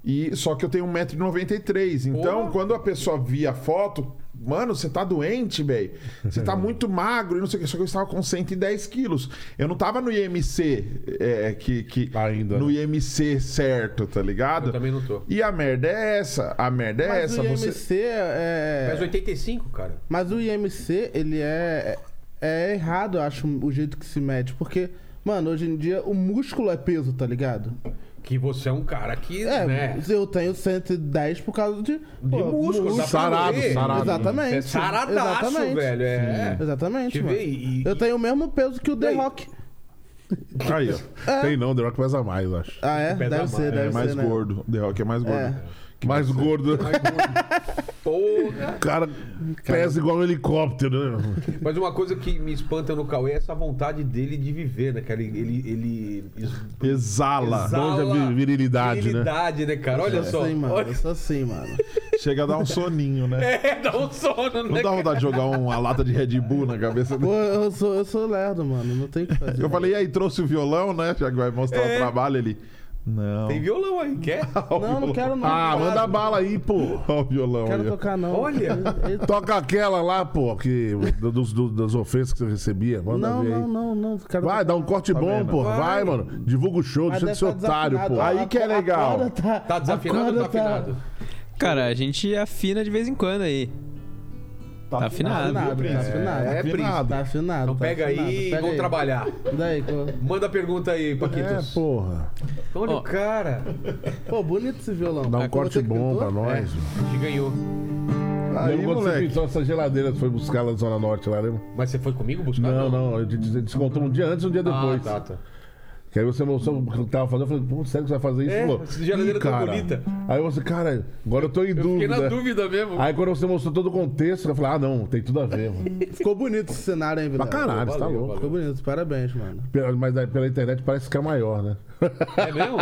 S5: E, só que eu tenho 1,93m. Então, quando a pessoa via a foto, mano, você tá doente, velho. Você tá muito magro e não sei o que. Só que eu estava com 110 quilos. Eu não tava no IMC, é, que, que,
S4: Ainda,
S5: no
S4: né?
S5: IMC certo, tá ligado?
S1: Eu também não tô.
S5: E a merda é essa, a merda é
S2: Mas
S5: essa.
S2: o IMC
S5: Você...
S2: é.
S1: Mas 85, cara.
S2: Mas o IMC, ele é. É errado, eu acho, o jeito que se mede. Porque, mano, hoje em dia o músculo é peso, tá ligado?
S1: Que você é um cara que.
S2: É,
S1: né?
S2: eu tenho 110 por causa de. pô,
S1: músculo,
S2: músculo.
S1: dá pra
S4: Sarado,
S1: ver.
S4: sarado.
S2: Exatamente.
S1: É saradaço,
S2: Exatamente.
S1: velho. É.
S2: Exatamente,
S1: Te
S2: mano.
S1: vê e-
S2: Eu tenho o mesmo peso que o The
S1: Daí-
S2: Rock.
S5: Aí, ó.
S2: É.
S4: Tem não, The Rock pesa mais, eu acho.
S2: Ah, é?
S1: Pesa
S2: Deve
S1: mais.
S2: ser, deve
S5: É mais
S2: ser, né?
S5: gordo. The Rock é mais gordo.
S2: É.
S4: mais gordo.
S1: Porra.
S4: O cara pesa igual um helicóptero, né?
S1: Mas uma coisa que me espanta no Cauê é essa vontade dele de viver, né, cara? Ele. ele, ele es-
S5: Exala.
S1: exala
S4: Longe a vi- virilidade, né?
S1: virilidade, né? cara? Olha
S2: Eu sou
S1: só.
S2: assim, mano. Eu
S1: Olha-
S2: sou assim, mano.
S5: Chega a dar um soninho, né?
S1: É, dá um sono,
S5: Não
S1: né?
S5: dá
S1: cara?
S5: vontade de jogar uma lata de Red Bull na cabeça
S2: Pô,
S5: dele.
S2: eu sou, eu sou lerdo, mano. Não tem o que fazer.
S5: Eu falei, e aí, trouxe o violão, né? Já que vai mostrar
S2: É.
S5: o trabalho, ele... Não.
S1: Tem violão aí, quer? Tá
S2: Não, não quero não.
S4: Ah,
S2: Não
S4: manda bala aí, pô.
S5: Olha o violão
S2: quero
S5: aí. ó.
S2: tocar, não.
S1: Olha.
S2: Ele-
S4: Toca aquela lá, pô, que, do- dos- do- das ofensas que você recebia. Manda
S2: Não,
S4: ver
S2: não,
S4: aí.
S2: Tá não, não. Quero
S4: Vai, dá um corte bom,
S5: vendo?
S4: pô. Vai, mano. Divulga o show,
S2: Mas
S4: deixa de
S2: deve
S4: ser
S2: tá
S4: otário, pô.
S2: desafinado.
S4: Aí,
S5: Aí que é
S2: A- a
S5: legal.
S2: corda Tá,
S1: Tá desafinado
S2: a
S1: ou tá
S2: corda tá-
S1: afinado?
S3: Cara, a gente afina de vez em quando aí. Tá, afinado.
S2: Tá afinado, tá afinado.
S1: É, príncipe.
S2: Tá afinado.
S1: Então
S2: tá
S1: pega
S2: afinado,
S1: aí e
S2: pega
S1: vamos
S2: aí.
S1: trabalhar.
S2: Daí, co-
S1: Manda pergunta aí,
S4: É,
S1: Paquitos.
S4: porra.
S1: Olha
S3: Ó.
S1: o cara
S2: Pô, bonito esse violão.
S4: Dá um
S2: Foi
S4: corte
S2: você que É.
S4: bom
S2: pintou?
S4: pra nós.
S1: que ganhou.
S4: Lembra
S5: Aí,
S4: quando você
S5: moleque.
S4: pintou essa geladeira, você foi buscar lá na Zona Norte, lá, lembra?
S1: Mas você foi comigo buscar?
S4: Não, não, a gente descontou um dia antes e um dia
S1: Ah,
S4: depois.
S1: tá, tá.
S4: Que aí você mostrou o que eu tava fazendo, eu falei, pô, sério que você vai fazer isso?
S1: É,
S4: Falou,
S1: essa geladeira
S4: "Ih,
S1: tá bonita."
S4: Aí você, cara, agora eu tô em
S1: Fiquei
S4: dúvida. Ah,
S1: na dúvida mesmo.
S4: Aí quando você mostrou todo o contexto, eu falei, ah, não, tem tudo a ver, mano.
S2: Ficou bonito esse cenário, hein,
S4: Pra
S2: Vidal?
S4: caralho, você tá
S1: valeu,
S4: louco.
S2: Ficou bonito, parabéns, mano.
S4: Pela- Mas daí pela internet parece que é maior, né?
S1: É mesmo?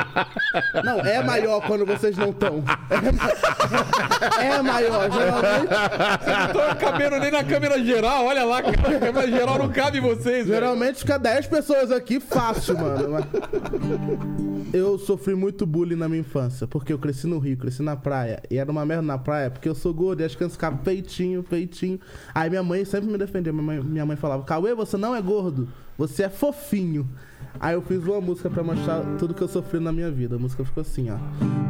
S2: Não, é maior quando vocês não estão. É maior, geralmente,
S1: Tô cabendo nem na câmera geral, olha lá, cara. Na câmera geral não cabe vocês, velho.
S2: geralmente fica 10 pessoas aqui fácil, mano. mas- Eu sofri muito bullying na minha infância, porque eu cresci no Rio, cresci na praia. E era uma merda na praia, porque eu sou gordo e as crianças ficavam peitinho, peitinho. Aí minha mãe sempre me defendia. Minha mãe, minha mãe falava: Cauê, você não é gordo, você é fofinho. Aí eu fiz uma música pra mostrar tudo que eu sofri na minha vida. A música ficou assim, ó.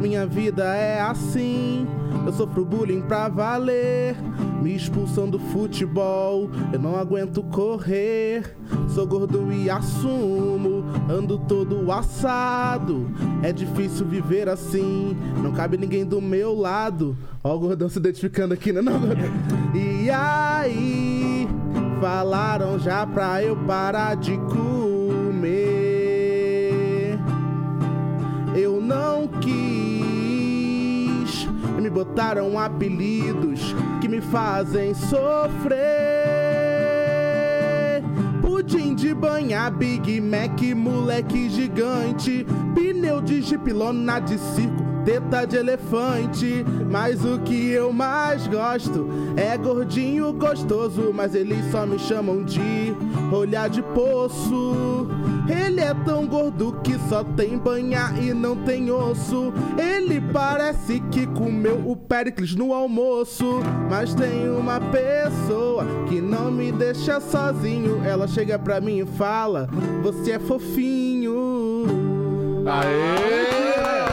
S2: Minha vida é assim, eu sofro bullying pra valer. Me expulsam do futebol, eu não aguento correr. Sou gordo e assumo, ando todo assado. É difícil viver assim, não cabe ninguém do meu lado. Ó, o gordão se identificando aqui, né? Não, gordão? E aí, falaram já pra eu parar de comer. Eu não quis. Me botaram apelidos que me fazem sofrer. Pudim de banha, Big Mac, moleque gigante. Pneu de jipe, lona de circo, teta de elefante. Mas o que eu mais gosto é gordinho gostoso. Mas eles só me chamam de olhar de poço. Ele é tão gordo que só tem banha e não tem osso. Ele parece que comeu o Pericles no almoço. Mas tem uma pessoa que não me deixa sozinho. Ela chega pra mim e fala: Você é fofinho. É,
S4: Aê!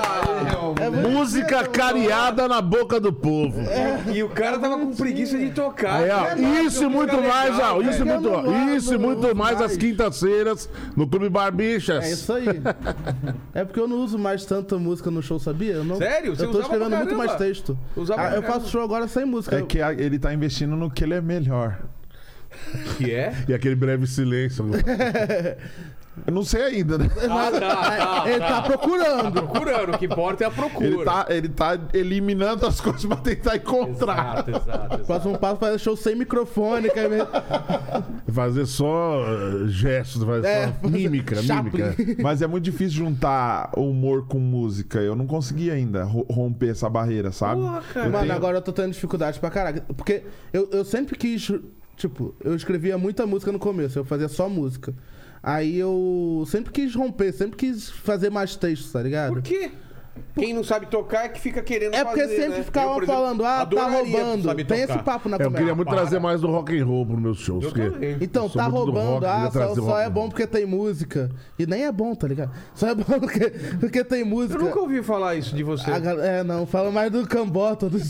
S4: Música cariada na boca do povo.
S1: É. E o cara tava com preguiça de tocar.
S4: Aí, ó,
S2: É
S4: isso e muito mais, ó, isso e
S2: velho.
S4: muito, ó,
S2: Renovado,
S4: isso e muito
S2: novo,
S4: mais
S2: vai.
S4: às quintas-feiras no Clube Barbixas.
S2: É isso aí. é porque eu não uso mais tanta música no show, sabia? Eu não-
S1: Sério? Você
S2: Eu tô
S1: usava pra
S2: escrevendo muito
S1: caramba.
S2: mais texto.
S1: Usava
S2: Ah,
S1: pra
S2: eu
S1: caramba.
S2: faço show agora sem música.
S5: É que a- ele tá investindo no que ele é melhor.
S1: Que é?
S4: E aquele breve silêncio. né?
S5: Eu não sei ainda, né?
S6: Ah, tá, tá.
S2: Ele tá procurando.
S6: Procurando, o que importa é a procura.
S5: Ele tá, ele tá eliminando as coisas pra tentar encontrar.
S6: Exato, exato, exato.
S2: Próximo passo é fazer show sem microfone. que é-
S4: Fazer só eh, gestos, fazer
S2: É,
S4: só mímica,
S2: Chaplin.
S4: mímica.
S5: Mas é muito difícil juntar humor com música. Eu não consegui ainda ro- romper essa barreira, sabe? Eu
S2: Mano,
S5: tenho-
S2: agora eu tô tendo dificuldade pra caraca. Porque eu, eu sempre quis. Tipo, eu escrevia muita música no começo, eu fazia só música. Aí eu sempre quis romper, sempre quis fazer mais textos, tá ligado?
S1: Por quê? Quem não sabe tocar é que fica querendo
S2: É porque
S1: fazer,
S2: sempre
S1: né? Eu,
S2: ficavam
S1: por exemplo,
S2: falando, ah, tá
S1: adoraria
S2: roubando.
S1: saber
S2: Tem esse
S1: tocar.
S2: papo na
S4: É, eu
S2: conversa.
S4: queria muito trazer mais do rock and roll pros meus shows. porque
S1: também.
S2: Então,
S4: eu sou
S2: tá
S4: muito do
S2: roubando,
S4: rock,
S2: ah, só,
S4: queria trazer
S2: só
S4: rock né?
S2: é
S4: and
S2: bom
S4: roll.
S2: porque tem música. E nem é bom, tá ligado? Só é bom porque, porque tem música.
S1: Eu nunca ouvi falar isso de você.
S2: A gal- É, não, fala mais do Cambota, do, do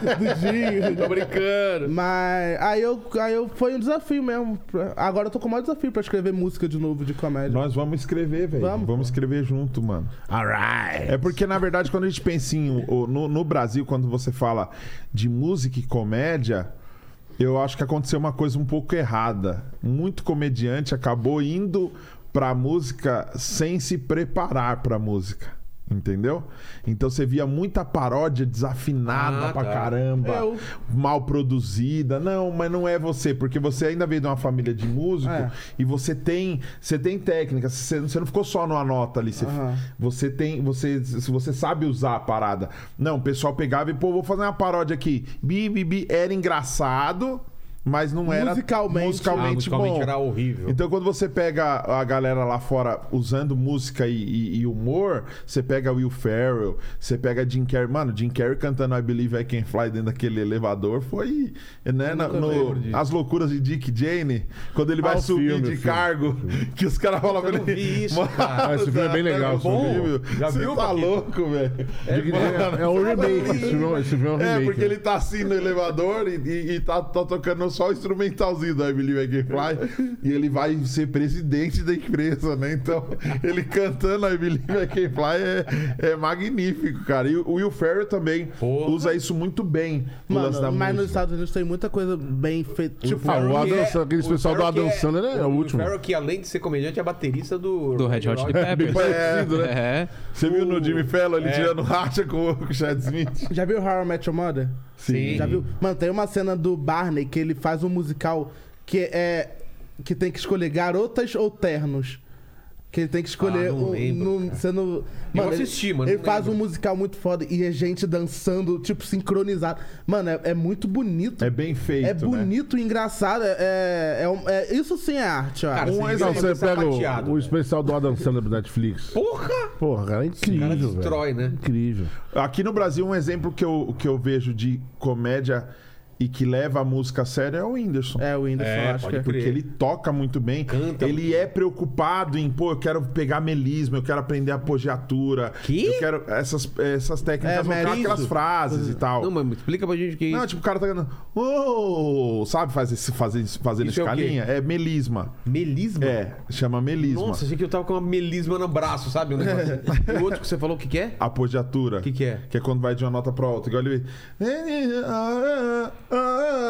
S2: Dinho.
S6: Tô brincando.
S2: Mas aí eu, aí eu foi um desafio mesmo. pra- Agora eu tô com o maior desafio pra escrever música de novo de comédia.
S5: Nós vamos escrever, velho.
S2: Vamos,
S5: Vamos, escrever junto, mano.
S4: Alright.
S5: É porque, na verdade, quando a gente pensa em. o- No, no Brasil, quando você fala de música e comédia, eu acho que aconteceu uma coisa um pouco errada. Muito comediante acabou indo pra música sem se preparar pra música. Entendeu? Então você via muita paródia desafinada pra caramba,
S2: Eu.
S5: mal produzida. Não, mas não é você, porque você ainda veio de uma família de músico
S2: É.
S5: e você tem, você tem técnica, você, você não ficou só numa nota ali, você,
S2: Aham.
S5: você tem, você, se você sabe usar a parada. Não, o pessoal pegava e, pô, vou fazer uma paródia aqui. Bi, bi, bi, era engraçado, mas não era
S2: Musicalmente.
S5: musicalmente,
S1: Ah, musicalmente
S5: bom.
S1: era horrível.
S5: Então, quando você pega a galera lá fora usando música e, e- e humor, você pega Will Ferrell, você pega Jim Carrey. Mano, Jim Carrey cantando I Believe I Can Fly dentro daquele elevador foi. Né, na- no- As loucuras de Dick Jane, quando ele vai
S4: Ah, o
S5: subir
S4: filme,
S5: de
S4: o filme.
S5: cargo, que os caras falam pra
S1: Eu não vi
S5: ele.
S1: isso,
S5: Mano,
S1: cara.
S4: Ah, esse filme é bem legal, esse filme.
S5: Já viu? Tá louco, velho.
S4: É, é um remake. Esse filme é- esse filme é um
S5: É,
S4: remake.
S5: porque ele tá assim no elevador e, e- e tá, tá tocando só o instrumentalzinho da Emily McFly. e ele vai ser presidente da empresa, né? Então, ele cantando a Emily McFly é, é magnífico, cara. E o Will Ferrell também usa isso muito bem no lance da
S2: Mano, mas nos
S5: música.
S2: Estados Unidos tem muita coisa bem feita. Tipo,
S4: Ah, o
S1: Que
S4: Adam
S1: é-
S4: Sandler, aqueles
S1: o
S4: pessoal do
S1: Ferrell que
S4: Adam Sandler é o último.
S1: O Ferrell que além de ser comediante é baterista do...
S3: Do Red Hot Chili
S4: Bem
S3: Peppers.
S4: parecido, né?
S3: É.
S5: Você viu no Jimmy Fallon ele tirando racha com o Chad Smith?
S2: já viu How I Met Your Mother?
S1: Sim.
S2: Já viu? Mano, tem uma cena do Barney que ele faz um musical que é. que tem que escolher garotas ou ternos. Que ele tem que escolher
S1: Ah, não
S2: um-
S1: lembro,
S2: num- você não- Mano, ele-
S1: assisti, mas
S2: Ele
S1: não
S2: faz um
S1: lembro.
S2: musical muito foda e é gente dançando, tipo, sincronizado. Mano, é, é muito bonito.
S5: É bem feito.
S2: É
S5: né?
S2: bonito e engraçado. É, é- é um- é- isso sim é arte, ó.
S1: Cara,
S2: Um-
S4: Um
S1: Esse
S4: não,
S1: filme
S4: você
S1: é
S4: pega
S1: sapateado,
S4: o, o
S1: velho.
S4: especial do Adam Sandler do Netflix.
S1: Porra!
S4: Porra, cara, é incrível.
S1: cara
S4: velho.
S1: destrói, né?
S4: Incrível.
S5: Aqui no Brasil, um exemplo que eu, que eu vejo de comédia e que leva a música a sério é o Whindersson.
S2: É, o Whindersson,
S6: É,
S2: acho
S6: pode
S2: que é.
S5: Porque ele toca muito bem.
S6: Canta
S5: ele é preocupado em, pô, eu quero pegar melisma, eu quero aprender apogiatura.
S1: Que?
S5: Eu quero essas, essas técnicas,
S2: É,
S5: vão ficar
S2: merizo.
S5: aquelas frases e tal.
S1: Não,
S5: Não,
S1: mas explica pra gente o que é isso.
S5: tipo, o cara tá ganhando. "Oh", sabe fazer esse fazer, fazer
S1: Isso é o quê?
S5: escalinha? É, melisma.
S1: Melisma?
S5: É, chama melisma.
S1: Nossa, achei que eu tava com uma melisma no braço, sabe? Um negócio assim. e o outro que você falou, o que que é?
S5: Apogiatura.
S1: Que que é?
S5: Que é quando vai de uma nota pra outra. Igual ele.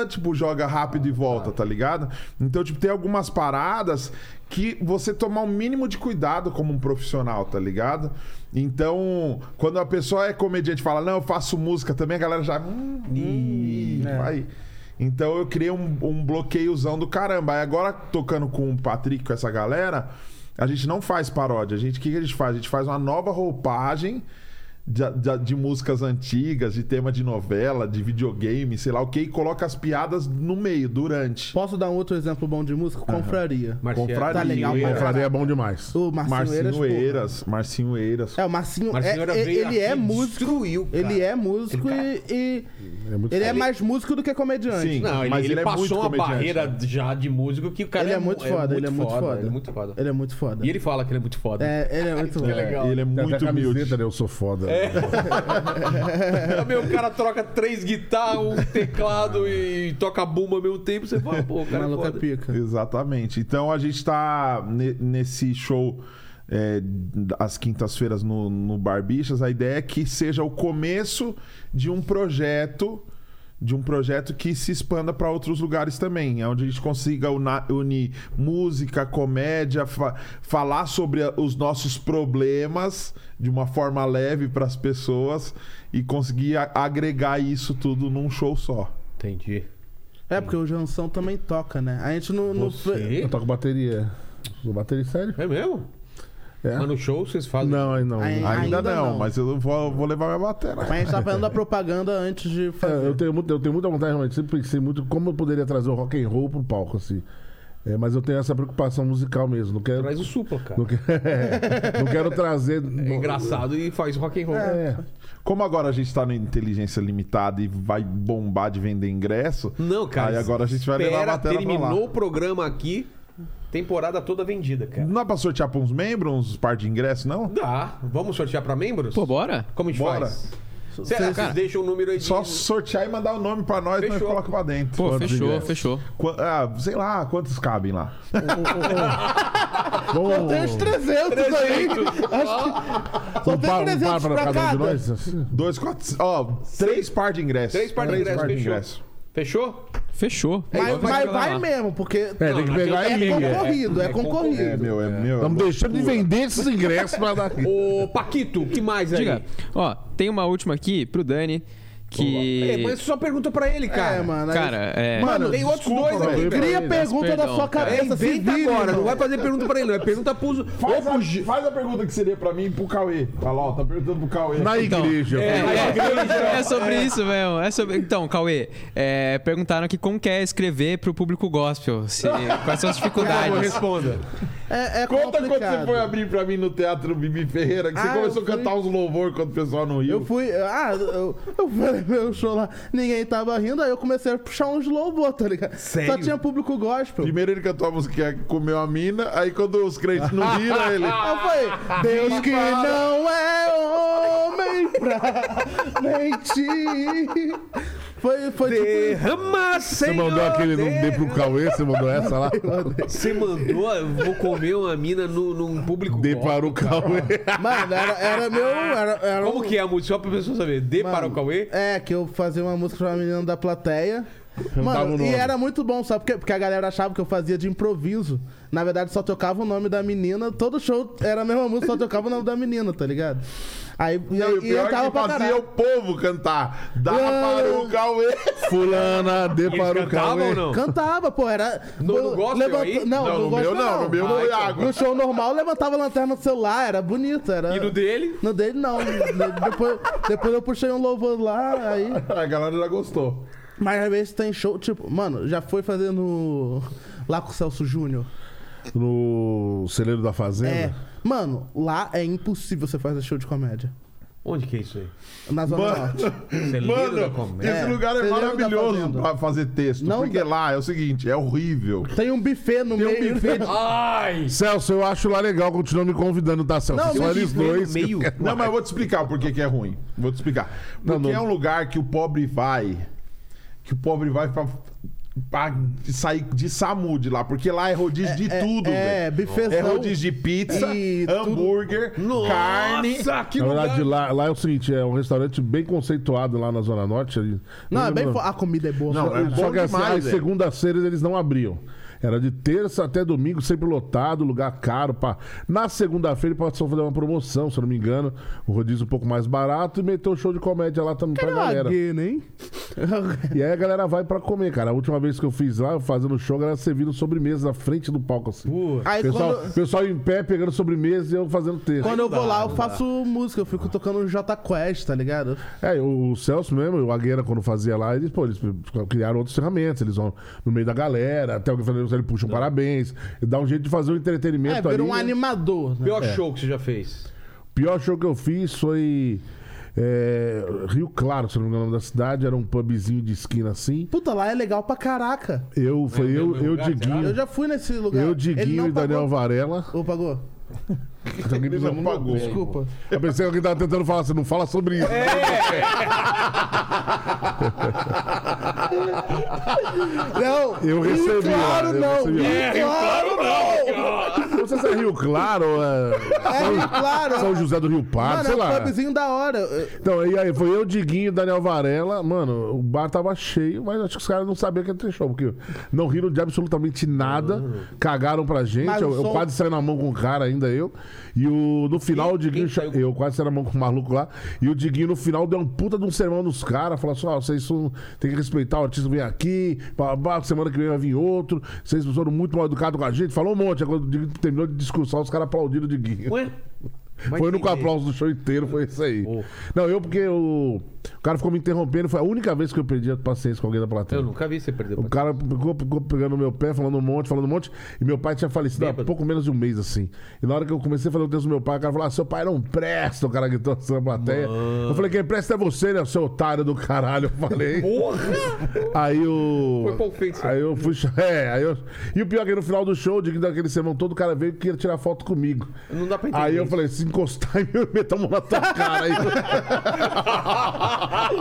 S5: Tipo, joga rápido e volta,
S1: Ah.
S5: tá ligado? Então, tipo, tem algumas paradas que você tomar o mínimo de cuidado como um profissional, tá ligado? Então, quando a pessoa é comediante e fala, não, eu faço música também, a galera já. "Hum, hum,
S1: né?"
S5: vai. Então eu criei um, um bloqueiozão do caramba. Aí agora, tocando com o Patrick, com essa galera, a gente não faz paródia. A gente, o que, que a gente faz? A gente faz uma nova roupagem de, de- de músicas antigas, de tema de novela, de videogame, sei lá o que, e coloca as piadas no meio, durante.
S2: Posso dar um outro exemplo bom de música? Confraria.
S5: Confraria.
S2: Tá legal,
S5: Eira.
S2: mas-
S4: Confraria é bom demais.
S2: O Marcinho Eiras,
S5: Marcinho
S2: porra.
S5: Eiras. Marcinho Eiras.
S2: É, o Marcinho,
S6: Marcinho
S2: é-
S6: Eiras
S2: é-
S6: veio
S2: ele é
S6: aqui,
S2: músico.
S6: destruiu, cara.
S2: Ele é músico
S6: Ele,
S2: e, e-
S4: É muito
S2: ele é
S4: foda.
S2: mais músico do que comediante.
S5: Sim,
S6: Não, ele,
S5: mas
S6: ele
S5: ele é muito
S6: passou uma
S5: comediante,
S6: barreira já de músico que o cara
S2: né? Ele é muito foda, ele é muito foda.
S6: Ele é muito foda.
S2: Ele é muito foda.
S6: E ele fala que ele é muito foda.
S2: É, ele é muito foda.
S5: E Ele é
S4: Tem até
S5: muito
S4: a
S5: humilde.
S4: camiseta, né? Eu sou foda.
S2: É.
S6: Também o cara troca três guitarras, um teclado e toca bumba ao mesmo tempo. Você fala, pô, o
S2: O
S6: cara é
S2: maluco é
S6: foda.
S2: pica.
S5: Exatamente. Então a gente tá ne- nesse show é, às quintas-feiras no, no Barbichas. A ideia é que seja o começo de um projeto. De um projeto que se expanda para outros lugares também, é onde a gente consiga una- unir música, comédia, fa- falar sobre a- os nossos problemas de uma forma leve para as pessoas e conseguir a- agregar isso tudo num show só.
S6: Entendi.
S2: É, porque o Jansão também toca, né? A gente não. não fe-
S6: Você?
S4: Eu toco bateria. Sou bateria sério?
S6: É mesmo?
S4: É.
S6: Mas no show vocês fazem.
S4: Não, ainda não.
S2: Ai,
S4: É,
S5: Ainda,
S2: Ainda
S5: não,
S2: não.
S5: mas eu vou, vou levar minha bateria.
S2: Mas a gente tá fazendo a propaganda antes
S6: É,
S2: de fazer.
S4: Ah, Eu tenho, muito, eu tenho muita vontade, realmente. Sempre pensei muito como eu poderia trazer o rock and roll pro palco, assim. É, mas eu tenho essa preocupação musical mesmo. Não quero,
S6: Traz o supla, cara.
S4: não que- não quero trazer.
S6: É engraçado e faz rock and roll.
S4: É.
S5: Como agora a gente tá no Inteligência Limitada e vai bombar de vender ingresso,
S1: Não, cara.
S5: aí agora a gente vai levar a
S1: Pera,
S5: matéria pra
S1: terminou
S5: lá.
S1: o programa aqui, temporada toda vendida, cara.
S5: Não dá pra sortear pra uns membros, uns par de ingressos, não?
S1: Dá. Vamos sortear pra membros?
S3: Pô, bora?
S1: Como a gente
S5: Bora.
S1: faz?
S6: é
S1: Será que vocês deixam o número aí de...
S5: Só sortear e mandar o nome pra nós, nós
S1: Fechou.
S5: coloca pra dentro.
S3: Pô,
S5: Quantos
S3: fechou,
S5: ingressos?
S3: fechou.
S5: Qua- ah, sei lá, quantos cabem lá?
S4: Vamos,
S2: Tem uns 300 aí. Só
S4: um
S2: tem
S4: par, um
S2: 300
S4: par
S2: pra,
S4: pra cada um de
S2: cada.
S4: nós? assim?
S5: Dois, quatro. Ó, três par de ingressos.
S1: Três par de ingressos, fechou. Fechou?
S3: Fechou.
S1: vai
S2: Mas, mas
S1: lá.
S2: vai mesmo, porque
S4: É, tem que pegar
S2: é
S4: e ir. é.
S2: concorrido, é
S5: É
S2: concorrido.
S5: meu, é, meu.
S4: Estamos deixando de vender esses ingressos pra dar.
S1: Ô, Paquito, o que mais aí?
S3: Diga. Ó, tem uma última aqui pro Dani que.
S1: É, mas só pergunta pra ele, cara.
S2: É, mano. é-
S3: Cara, é.
S5: Mano,
S1: Tem outros
S5: desculpa,
S1: dois aqui,
S5: velho.
S1: velho.
S2: Cria
S4: Perdão,
S2: pergunta da
S3: perdão,
S2: sua
S3: cara.
S1: É,
S2: cabeça, se
S1: inventa
S2: vira,
S1: agora, não
S2: irmão.
S1: vai fazer pergunta pra ele, não. É pergunta pros...
S5: Faz a, faz a pergunta que seria pra mim e pro Cauê. Fala, ó, tá perguntando pro Cauê.
S4: Na
S3: Então,
S4: igreja.
S3: É, é sobre isso mesmo. É sobre... Então, Cauê, é, perguntaram aqui como que é escrever pro público gospel. se- Quais são as dificuldades?
S1: Responda.
S2: É, é
S5: Conta
S2: complicado.
S5: quando você foi abrir pra mim no Teatro Bibi Ferreira, que você
S2: Ah,
S5: começou
S2: eu
S5: a cantar uns louvor quando o pessoal não riu.
S2: Eu fui. Ah, eu, eu fui meu show lá, ninguém tava rindo, aí eu comecei a puxar uns louvor, tá ligado? Só tinha público gospel.
S5: Primeiro ele cantou a música que é Comeu a Mina, aí quando os crentes não riram, ele...
S2: Eu falei, Deus que não é homem pra mentir. Foi, foi tipo.
S1: Derrama,
S4: Você
S1: Senhor.
S4: mandou aquele não dê pro Cauê, você mandou essa lá?
S1: Você mandou, eu vou comer uma mina no, num público.
S4: Dê
S1: gospel.
S4: para o Cauê.
S2: Mano, era, era meu. Era, era
S1: Como
S2: um-
S1: que é a música? Só pra pessoa saber. Dê para o Cauê.
S2: É, que eu fazia uma música pra uma menina da plateia.
S4: Cantava o
S2: Mano,
S4: nome.
S2: e era muito bom, sabe? Porque, porque a galera achava que eu fazia de improviso. Na verdade, só tocava o nome da menina. Todo show era a mesma música, só tocava o nome da menina, tá ligado? Aí e,
S5: Não, e o
S2: e eu
S5: pior é
S2: tava
S5: que
S2: pra
S5: fazia o
S2: caralho.
S5: povo cantar. Dá
S2: Ah.
S5: para o Cauê.
S4: Fulana, dê para o
S1: Cantava ou
S4: Cauê.
S1: não?
S2: Cantava, pô, era.
S1: No- no gospel aí?
S2: Não,
S5: Não,
S2: no
S5: no meu
S2: gospel
S5: não, no meu foi água.
S2: No show normal, levantava a lanterna do celular, era bonito, era.
S1: E no dele?
S2: No dele não. De- depois, depois eu puxei um louvor lá, aí.
S5: A galera já gostou.
S2: Mas às vezes tem show, tipo, mano, já foi fazer no. Lá com o Celso Júnior.
S4: No celeiro da fazenda.
S2: É. Mano, lá é impossível você fazer show de comédia.
S1: Onde que é isso aí?
S2: Na Zona Norte.
S1: Celeiro da
S5: Mano,
S1: Comédia.
S5: esse
S2: É,
S5: lugar é
S2: Celeiro da
S5: maravilhoso
S2: Fazenda.
S5: pra fazer texto.
S2: Não
S5: porque
S2: dá-
S5: lá é o seguinte, é horrível.
S2: Tem um buffet no
S5: Tem um
S2: meio.
S5: buffet de-
S6: Ai!
S4: Celso, eu acho lá legal, continua me convidando, tá, Celso?
S2: Não,
S4: Só
S2: mas
S4: eles
S2: vem no
S4: dois.
S1: meio.
S5: Não, mas eu vou te explicar por que que é ruim. Vou te explicar. Porque
S4: Não, não.
S5: é um lugar que o pobre vai. Que o pobre vai pra, pra sair de SAMU de lá. Porque lá é rodízio de
S2: é-
S5: tudo,
S2: é,
S5: velho.
S2: bifezão.
S5: É rodízio de pizza,
S2: E tudo.
S5: hambúrguer, carne.
S1: que
S4: Na verdade, lá, lá é o seguinte, é um restaurante bem conceituado lá na Zona Norte. ali.
S2: Não, é bem
S4: lembro-
S2: fo... A comida é boa.
S5: Não,
S2: pra
S5: é
S2: caralho.
S5: bom
S4: Só que assim,
S5: demais,
S4: as
S5: velho.
S4: segundas-feiras eles não abriam. Era de terça até domingo, sempre lotado, lugar caro. Pá. Na segunda-feira ele passou a fazer uma promoção, se eu não me engano. O rodízio um pouco mais barato e meteu um show de comédia lá também pra galera.
S2: Caraguena, hein?
S4: E aí a galera vai pra comer, cara. A última vez que eu fiz lá, eu fazendo show, a galera servindo sobremesa na frente do palco, assim.
S2: Aí
S4: Pessoal,
S2: quando,
S4: pessoal em pé pegando sobremesa e eu fazendo texto.
S2: quando eu vou lá, eu
S4: né?
S2: faço música. Eu fico tocando J Quest, tá ligado?
S4: É, o Celso mesmo, o Agueira, quando fazia lá, eles, pô, eles criaram outras ferramentas. Eles vão no meio da galera, até alguém falando, ele puxa um parabéns. Dá um jeito de fazer o
S2: É,
S4: entretenimento ali.
S2: vira um animador. né?
S4: é.
S1: Pior show que você já fez.
S4: pior show que eu fiz foi é, Rio Claro, se não me engano, o nome da cidade. Era um pubzinho de esquina assim.
S2: Puta, lá é legal pra caraca.
S4: Eu, foi
S2: É,
S4: eu, eu, Diguinho,
S2: Eu já fui nesse lugar.
S4: eu,
S2: Ele não
S4: Diguinho e
S2: pagou.
S4: Daniel Varela.
S2: Ô, pagou?
S4: Alguém
S5: Ele não pagou.
S2: Desculpa.
S4: Eu pensei que alguém tava tentando falar assim, não fala sobre isso.
S2: É. Não,
S4: Eu recebi.
S2: claro
S4: eu
S2: não.
S4: recebi.
S2: claro não.
S4: Não sei se é Rio Claro ou é
S2: É Rio Claro.
S4: São José do Rio Pardo,
S2: Mano,
S4: sei
S2: é um
S4: lá.
S2: pubzinho da hora. Eh,
S4: Então, aí, aí foi eu, Diguinho, Daniel Varela. Mano, o bar tava cheio, mas acho que os caras não sabiam que ia ter show, porque não riram de absolutamente nada. Cagaram pra gente.
S2: Uhum. Mas o
S4: Eu, eu
S2: som-
S4: quase saí na mão com o cara ainda, eu. E o, no final, o Diguinho. cha- Eu quase saí na mão com o maluco lá. E o Diguinho, no final, deu um puta de um sermão nos caras. Falou assim: ó, vocês são- tem que respeitar o artista que vem aqui. pá, pá, Semana que vem vai vir outro. Vocês foram muito mal educados com a gente. Falou um monte. Aí, quando o Diguinho terminou de discursar, os caras aplaudiram o Diguinho.
S1: Ué? Vai
S4: Foi no
S1: entender.
S4: aplauso do show inteiro, foi isso aí. Não, eu porque o, o cara ficou me interrompendo, foi a única vez que eu perdi a paciência com alguém da plateia.
S1: Eu nunca vi você perder
S4: O
S1: pra
S4: cara ficou, ficou pegando meu pé, falando um monte, falando um monte. E meu pai tinha falecido há
S1: Bêbado.
S4: pouco menos de um mês, assim. E na hora que eu comecei a falar o texto do meu pai, o cara falou: ah, seu pai não presta, o cara gritou assim na plateia. Eu falei, quem presta é você, né, seu otário do caralho, eu falei. Aí o.
S1: Foi pra ofensa.
S4: Aí eu fui. É, aí eu. E o pior é que no final do show, de- daquele sermão todo, o cara veio e queria tirar foto comigo.
S1: Não dá pra entender.
S4: Aí eu falei, se encostar em mim, eu meto a mão na tua cara aí.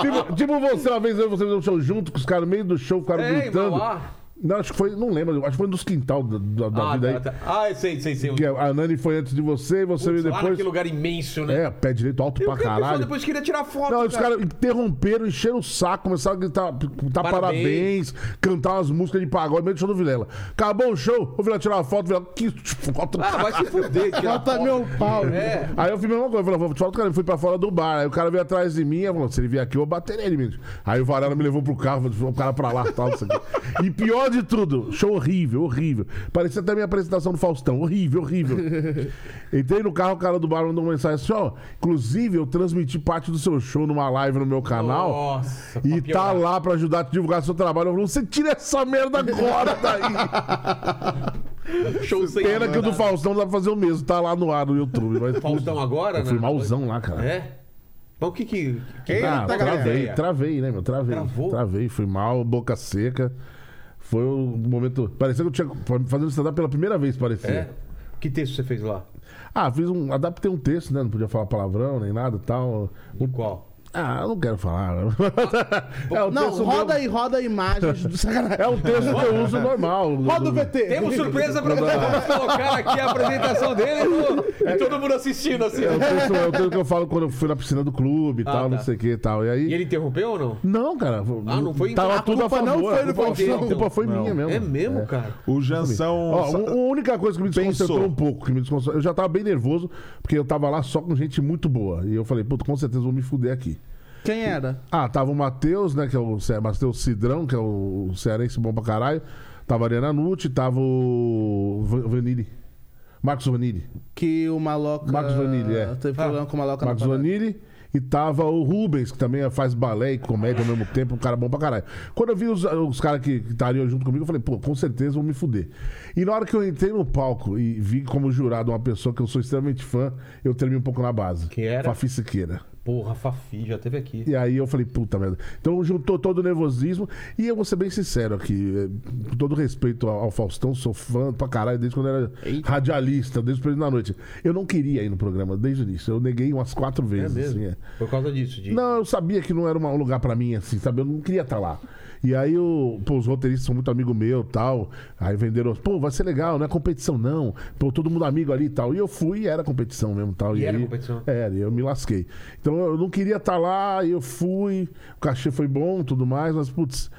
S4: tipo, tipo você, uma vez eu e você fizemos um show junto com os caras no meio do show, ficaram
S1: Ei,
S4: gritando.
S1: Mauá.
S4: Não, acho que foi, não lembro, acho que foi nos quintal da, da- da
S1: Ah,
S4: vida
S1: tá, tá.
S4: aí.
S1: Ah, sei, sei, sei.
S4: Que a Nani foi antes de você e você
S1: Putz,
S4: veio
S1: lá
S4: depois.
S1: naquele lugar imenso, né?
S4: É, pé direito alto
S1: E o
S4: pra
S1: que a pessoa
S4: caralho.
S1: depois queria tirar foto.
S4: Não, os
S1: cara.
S4: caras interromperam, encheram o saco, começaram a gritar, gritar parabéns.
S1: Parabéns.
S4: cantar umas músicas de pagode, meio do show do Vilela. Acabou o show, o Vilela tirou uma foto, o Vilela, que foto do
S1: Ah, vai se fuder, tira
S4: tá
S2: Falta
S1: foto.
S2: meu um pau.
S1: É.
S4: Aí eu fiz a mesma coisa, eu falei, vou te falar do cara, eu fui pra fora do bar. Aí o cara veio atrás de mim, eu falei, se ele vier aqui, eu vou bater nele mesmo. Aí o Varela me levou pro carro, falou, o cara pra lá, tal, isso aqui. E pior de tudo, show horrível, horrível. Parecia até a minha apresentação do Faustão, horrível, horrível. Entrei no carro, o cara do bar mandou uma mensagem assim, ó, inclusive eu transmiti parte do seu show numa live no meu canal.
S1: Nossa,
S4: E
S1: pra
S4: tá
S1: piorar.
S4: lá pra ajudar a divulgar seu trabalho. Eu falei, você tira essa merda agora daí.
S1: Show sem
S4: Pena que o do Faustão dá pra fazer o mesmo, tá lá no ar no YouTube. Mas,
S1: Faustão agora,
S4: Eu
S1: né?
S4: fui malzão lá, cara.
S1: É? Mas o que que... é? que-
S4: Ah,
S1: Eita,
S4: travei,
S1: galera.
S4: travei, né, meu? Travei.
S1: Travou?
S4: Travei, fui mal, boca seca. Foi um momento. Parecia que eu tinha fazendo stand-up pela primeira vez, parecia.
S1: É? Que texto você fez lá?
S4: Ah, fiz um. Adaptei um texto, né? Não podia falar palavrão nem nada e tal.
S1: De qual?
S4: Ah, eu não quero falar. é um
S2: Não,
S4: texto
S2: roda
S4: meu-
S2: aí, roda imagens do sacanagem.
S4: É um texto que eu uso normal.
S2: Roda o VT.
S1: Temos surpresa pra você. Vamos colocar aqui a apresentação dele pô,
S6: É.
S1: e todo mundo assistindo, assim.
S4: É o texto, é o texto que eu falo quando eu fui na piscina do clube e tal, não
S1: tá.
S4: sei o que e tal. E aí.
S1: E ele interrompeu ou não?
S4: Não, cara.
S1: Ah, não foi?
S4: Tava
S1: A
S4: tudo a
S1: culpa
S4: favor.
S1: não foi do
S4: a culpa,
S1: Faustão,
S4: a culpa
S1: então.
S4: foi minha mesmo.
S1: É mesmo, cara?
S5: O Jansão.
S4: Ó, um- a única coisa que me desconcentrou
S5: Pensou.
S4: um pouco, que me desconcentrou, eu já tava bem nervoso, porque eu tava lá só com gente muito boa. E eu falei, puto, com certeza eu vou me fuder aqui.
S2: Quem era?
S4: Ah, tava o Matheus, né, que é o Ce- Matheus Cidrão, que é o cearense bom pra caralho. Tava a Ariana Nucci, tava o Van- Vanille. Marcos Vanille.
S2: Que o Maloca.
S4: Marcos Vanille, é.
S2: Teve problema com o Maloca
S4: Marcos
S2: na parada.
S4: Vanille. E tava o Rubens, que também faz balé e comédia ao mesmo tempo, um cara bom pra caralho. Quando eu vi os, os caras que que estariam junto comigo, eu falei, pô, com certeza vão me fuder. E na hora que eu entrei no palco e vi como jurado uma pessoa que eu sou extremamente fã, eu tremi um pouco na base.
S1: Quem era?
S4: Fafi Siqueira.
S7: Porra, Fafi, já teve aqui.
S4: E aí eu falei, puta merda. Então juntou todo o nervosismo. E eu vou ser bem sincero aqui, eh, com todo respeito ao, ao Faustão, sou fã pra caralho desde quando eu era radialista, desde o período da noite. Eu não queria ir no programa desde o início. Eu neguei umas quatro vezes. assim, é.
S7: Por causa disso, de...
S4: Não, eu sabia que não era uma- um lugar pra mim, assim, sabe? Eu não queria estar lá. E aí, eu, pô, os roteiristas são muito amigo meu tal. Aí venderam, pô, vai ser legal, não é competição, não. Pô, todo mundo amigo ali e tal. E eu fui e era competição mesmo tal.
S7: E era
S4: aí,
S7: competição?
S4: Era, e eu me lasquei. Então eu não queria estar lá, e eu fui, o cachê foi bom tudo mais, mas putz.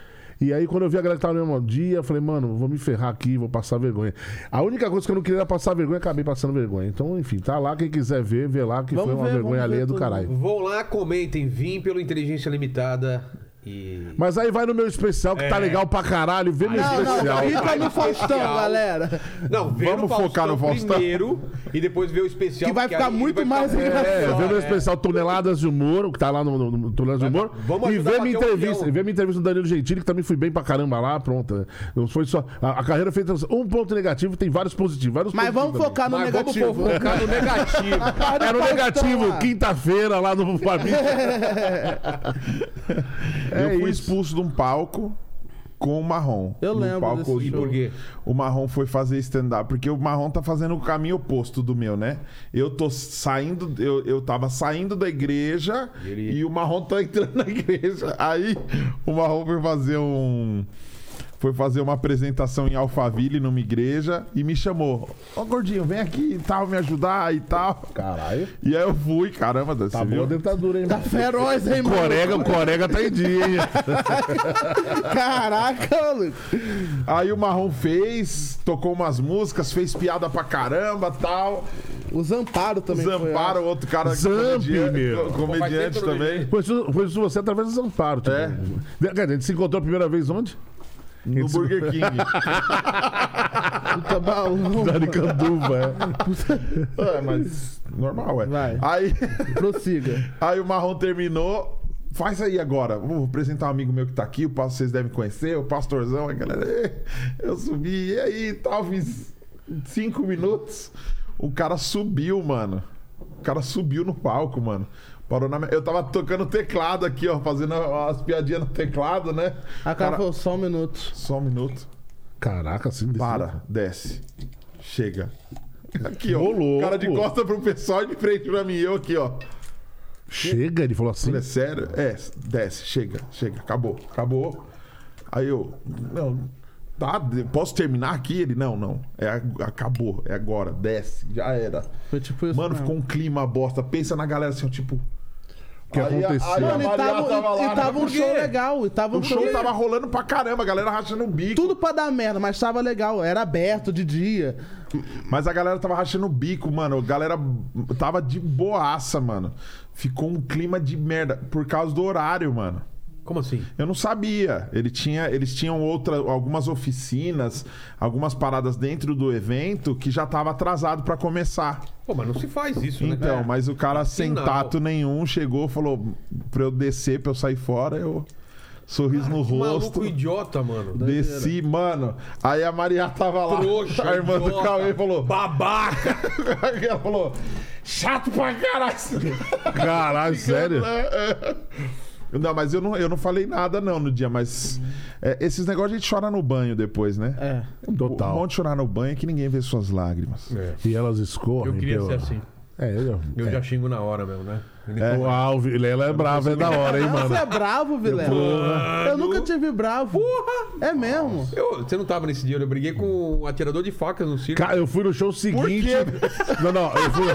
S4: E aí, quando eu vi a galera que tava no mesmo dia, eu falei, mano, vou me ferrar aqui, vou passar vergonha. A única coisa que eu não queria era passar vergonha, acabei passando vergonha. Então, enfim, tá lá, quem quiser ver, vê lá, que
S2: Vamos
S4: foi uma
S2: ver, vamos
S4: vergonha
S2: ver
S4: alheia do
S2: tudo.
S4: caralho.
S6: Vão lá, comentem. Vim pelo Inteligência Limitada e.
S4: Mas aí vai no meu especial que tá legal pra caralho. Vê meu
S2: Ah, Não,
S4: é especial.
S2: não, fica no Faustão,
S6: Especial.
S2: galera.
S6: Não, vê
S5: Vamos
S6: no Faustão
S5: focar no Faustão.
S6: primeiro e depois ver o especial.
S2: Que vai
S6: porque
S2: ficar
S6: aí
S2: muito
S6: vai
S2: mais
S6: ficar-
S2: engraçado.
S4: É, vê meu especial Toneladas de Humor, que tá lá no, no- no Toneladas de Humor.
S6: vamos
S4: e
S6: ajudar
S4: vê
S6: a
S4: minha
S6: bater um
S4: entrevista.
S6: milhão.
S4: e vê minha entrevista do Danilo Gentili, que também fui bem pra caramba lá, pronto. né? Não foi só. A, a carreira feita. Um ponto negativo, tem vários positivos. Vários
S2: Mas vamos
S4: positivos
S2: focar no
S6: Mas vamos
S2: negativo.
S6: focar no negativo.
S4: também. Era o negativo, quinta-feira lá no Família.
S2: É
S5: eu fui expulso de um palco com o Marrom.
S2: Eu
S5: No
S2: lembro
S5: palco
S2: desse
S5: do-
S2: show. E por
S6: quê?
S5: O Marrom foi fazer stand-up, porque o Marrom tá fazendo o caminho oposto do meu, né? Eu tô saindo, eu, eu tava saindo da igreja e, o Marrom tá entrando na igreja. Aí o Marrom foi fazer um. Foi fazer uma apresentação em Alphaville, numa igreja, e me chamou. Ó, gordinho, vem aqui e tal, me ajudar e tal.
S4: Caralho.
S5: E aí eu fui, caramba, você
S4: Tá boa
S5: viu?
S4: a dentadura, hein,
S2: Tá
S4: mano?
S2: feroz, hein, mano?
S4: Corega, o Corega tá em dia, hein?
S2: Caraca, Lucas.
S5: Aí o Marrom fez, tocou umas músicas, fez piada pra caramba tal.
S2: O Zamparo também é foi, ah?
S5: Zamparam
S2: ó.
S5: outro cara
S4: Zamp,
S5: comediante,
S4: meu.
S5: comediante também.
S4: Foi isso, foi isso você através do Zamparo. Tipo.
S5: É.
S4: Cara, a gente se encontrou a primeira vez onde?
S5: No Burger King.
S2: Puta balão.
S4: Dani Canduva.
S5: é, mas normal, ué.
S2: Vai.
S5: Aí,
S2: Prossiga.
S5: aí o Marrom terminou. Faz aí agora. Vou apresentar um amigo meu que tá aqui, o pastor, vocês devem conhecer, o pastorzão, a galera. "Ê, Eu subi, e aí, tal, fiz cinco minutos. O cara subiu, mano. O cara subiu no palco, mano. Parou na... minha- Eu tava tocando teclado aqui, ó, fazendo as piadinhas no teclado, né?
S2: A cara falou, só um minuto.
S5: Só um minuto.
S4: Caraca, assim.
S5: Para, desce. Chega. Aqui, ó.
S4: Ô, louco.
S5: cara de costa pro pessoal e de frente pra mim. Eu aqui, ó.
S4: Chega, ele falou assim.
S5: Falei, é sério? É, desce, chega, chega. Acabou, acabou. Aí eu, não, tá, de- posso terminar aqui? Ele, não, não. É, ag- acabou, é agora, desce, já era.
S2: Foi tipo isso.
S5: Mano,
S2: mesmo.
S5: ficou um clima bosta. Pensa na galera assim, ó, tipo. O
S4: que aconteceu?
S2: Mano, e tava, e- e tava um show legal. E tava um
S5: O show tava rolando pra caramba, a galera rachando o bico.
S2: Tudo pra dar merda, mas tava legal. Era aberto de dia.
S5: Mas a galera tava rachando o bico, mano. A galera tava de boaça, mano. Ficou um clima de merda por causa do horário, mano.
S6: Como assim?
S5: Eu não sabia. Ele tinha, eles tinham outra, algumas oficinas, algumas paradas dentro do evento que já tava atrasado pra começar.
S6: Pô, mas não se faz isso, né?
S5: Então,
S6: cara?
S5: mas o cara sem
S6: não.
S5: tato nenhum chegou, falou pra eu descer, pra eu sair fora, eu sorriso no
S6: Que Um Maluco
S5: rosto.
S6: idiota, mano.
S5: Desci, mano. Aí a Maria tava lá.
S6: Trouxa,
S5: a irmã do
S6: idiota.
S5: Cauê falou:
S6: Babaca!
S5: Ela falou, chato pra caralho.
S4: Caralho, sério?
S6: né?
S5: É. Não, mas eu não, eu não falei nada não no dia, mas é, esses negócios a gente chora no banho depois, né?
S2: É.
S6: Um
S5: O bom
S4: Total.
S5: de chorar no banho é que ninguém vê suas lágrimas.
S4: E elas escorrem.
S6: É. Eu queria
S4: pela-
S6: ser assim.
S4: É, eu,
S6: Eu já xingo na hora mesmo, né?
S4: é. O Alves, Lela é brava, é da hora, hein, mano.
S2: Você é bravo, Vilela?
S4: É.
S2: Eu nunca te vi bravo. Porra! É mesmo?
S6: Eu- você não tava nesse dia, eu briguei com um atirador de facas no circo.
S4: Cara, eu fui no show seguinte. Não, não, eu fui.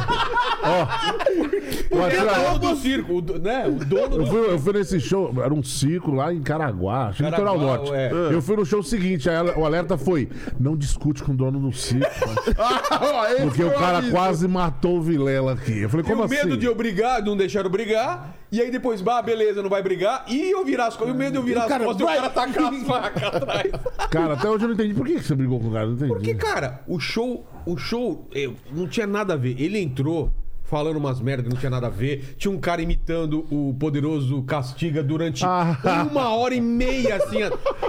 S4: Ó. o atira-
S6: O dono do circo, o do- né? O dono
S4: Eu
S6: do
S4: fui, eu fui nesse show, era um circo lá em Caraguá, acho que no
S6: Caraguá,
S4: litoral norte.
S6: é.
S4: Eu fui no show seguinte, aí ela- o alerta foi: não discute com o dono do circo,
S6: Ah,
S4: porque o cara quase matou o Vilela aqui. Eu falei,
S6: é E
S4: como
S6: o medo
S4: assim?
S6: de eu brigar, não deixar eu brigar. E aí depois, bah, beleza, não vai brigar. E eu virar as coisas. E o medo de eu virar as
S2: cara
S6: costas e o cara tacar as facas atrás.
S4: Cara, até hoje eu não entendi. Por que que você Hum. brigou com o cara? Eu Não entendi.
S1: é,
S6: Porque, cara, o show, o show eu, não tinha nada a ver. Ele entrou,
S1: falando umas merdas que não tinha nada a ver. Tinha um cara imitando o poderoso Castiga durante uma hora e meia, assim.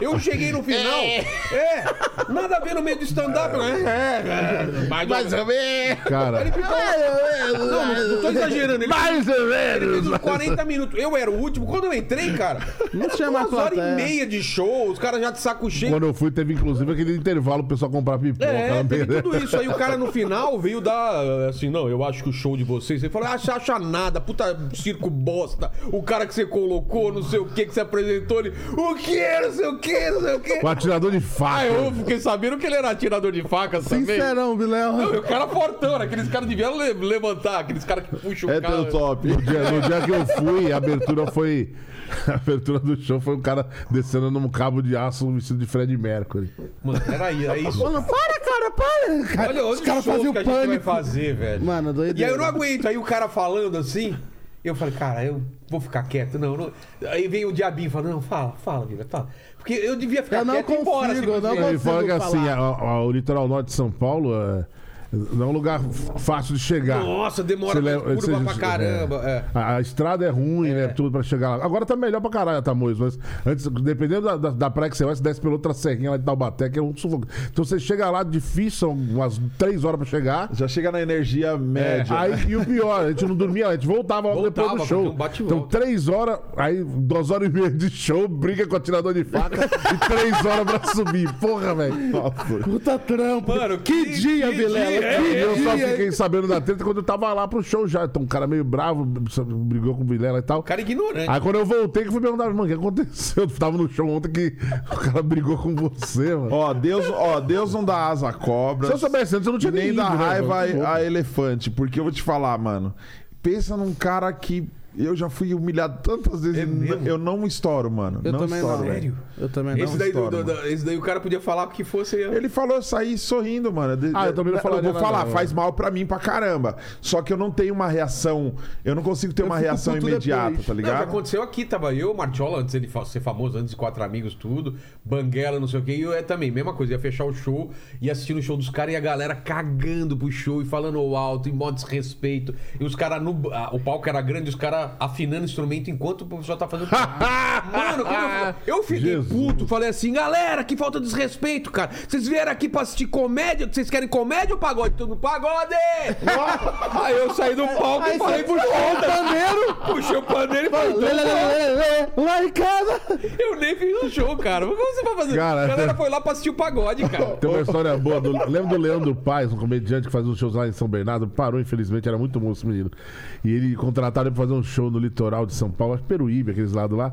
S1: Eu cheguei no final. É, nada a ver no meio do stand-up. É, é, é, mais ou menos.
S4: Cara,
S1: é? Não, não, não tô exagerando. Ele
S4: mais ou menos.
S1: fez uns 40 minutos. Eu era o último. Quando eu entrei, cara,
S2: Não tinha mais
S1: duas horas
S2: plateia.
S1: e meia de show, os caras já de saco cheio.
S4: Quando eu fui, teve inclusive aquele intervalo pro pessoal comprar pipoca.
S1: É,
S4: né?
S1: teve tudo isso. Aí o cara no final veio dar assim: não, eu acho que o show de vocês. Ele falou: acha, acha nada, puta circo bosta. O cara que você colocou, não sei o que, que você apresentou, ele, o que, não sei o que, não sei o que.
S4: O atirador de faca.
S1: Ah, eu fiquei sabendo que ele era atirador de facas também.
S2: Sincerão, Vilela.
S1: Não, e o cara fortão, né? aqueles caras deviam le- levantar, aqueles caras que puxam o
S5: É
S1: cara.
S5: teu top.
S4: No dia, no dia que eu fui, a abertura foi. A abertura do show foi um cara descendo num cabo de aço vestido de Fred Mercury.
S1: Mano, peraí, é isso.
S2: Mano, para, cara, para. Cara,
S1: Olha,
S2: os
S1: olha o
S2: caras
S1: show
S2: faziam
S1: que a gente vai
S2: pânico.
S1: fazer, velho.
S2: Mano, doido.
S1: E aí eu não aguento. Aí o cara falando assim, eu falei, cara, eu vou ficar quieto. Não, não. Aí vem o diabinho falando, não, fala, fala, Vila, fala. Porque eu devia ficar
S2: Eu não
S1: quieto e ir embora.
S2: consigo, eu não
S1: simplesmente.
S4: Ele fala que
S2: consigo
S4: assim,
S2: falar.
S4: a- a- o litoral norte de São Paulo é, não é um lugar f- fácil de chegar.
S1: Nossa, demora
S4: Você
S1: pra-
S4: leva-
S1: curva
S4: você-
S1: pra caramba. é.
S4: A, a estrada é ruim, né? Tudo pra chegar lá. Agora tá melhor pra caralho, Tamoios. Mas antes, dependendo da, da, da praia que você vai, você desce pela outra serrinha lá de Taubaté, que é um sufoco. Então você chega lá, difícil, são umas três horas pra chegar.
S5: Já é, chega na energia média.
S4: É, Aí, e o pior, a gente não dormia, a gente voltava, logo
S1: Voltava,
S4: depois do
S1: fazia
S4: show.
S1: um bate e
S4: então,
S1: volta.
S4: três horas, aí duas horas e meia de show, briga com o atirador de faca e três horas pra subir. Porra, velho.
S2: Puta trampa.
S1: Mano,
S2: que,
S1: que
S2: dia,
S1: que
S2: Vilela.
S1: dia,
S2: que
S4: E eu só
S2: dia, hein?
S4: fiquei sabendo da treta quando eu tava lá pro show já. Então, um cara meio bravo, brigou com o Vilela e tal.
S1: O cara é ignorante.
S4: Aí quando eu voltei, que eu fui perguntar, mano, o que aconteceu? Eu tava no show ontem que o cara brigou com você, mano.
S5: Ó, Deus, ó, Deus não dá asa à cobra.
S4: Se eu soubesse antes, eu não tinha
S5: E nem
S4: nem
S5: da
S4: ido, né,
S5: raiva
S4: mano?
S5: a, a elefante, porque eu vou te falar, mano. Pensa num cara que eu já fui humilhado tantas vezes,
S1: É
S5: e n-
S1: mesmo?
S5: eu não estouro, mano.
S2: Eu também
S5: estouro,
S2: não.
S5: velho.
S2: Eu também não.
S1: esse, daí, do-
S5: estoura,
S1: do- do- esse daí o cara podia falar porque fosse.
S5: Ele falou, eu saí sorrindo, mano. De-
S4: Ah, eu também não falaria
S5: vou
S4: nada,
S5: falar,
S4: não.
S5: faz mal pra mim pra caramba. Só que eu não tenho uma reação, eu não consigo ter uma
S2: fico
S5: reação
S2: puto
S5: imediata,
S2: depois.
S5: tá
S1: Não, já
S5: ligado?
S1: aconteceu aqui, tava eu, Martiola, antes ele fa- ser famoso, antes de Quatro Amigos, tudo, Banguela, não sei o quê, e eu é também, mesma coisa, ia fechar o show, ia assistindo o show dos caras e a galera cagando pro show e falando ao alto, em modo desrespeito, e os caras, no- ah, o palco era grande, os caras afinando instrumento enquanto o pessoal tá fazendo... Mano, quando eu, eu fiquei
S4: Jesus.
S1: puto, falei assim, galera, que falta de desrespeito, cara, vocês vieram aqui pra assistir comédia, vocês querem comédia ou pagode? Todo mundo, pagode! Aí eu saí do palco e falei pro
S2: Ô,
S1: show,
S2: Pandeiro!
S1: puxei o pandeiro e falei,
S2: Lê, lê, lê, lê, lê, Lá em casa!
S1: eu nem fiz o show, cara. Mas Como você vai fazer?
S4: Cara.
S1: A galera foi lá pra assistir o pagode, cara.
S4: Tem uma história boa. Do, lembra do Leandro Paes, um comediante que fazia uns shows lá em São Bernardo? Parou, infelizmente, era muito moço, menino. E ele contrataram ele pra fazer um show no litoral de São Paulo, acho que Peruíbe, aqueles lados lá.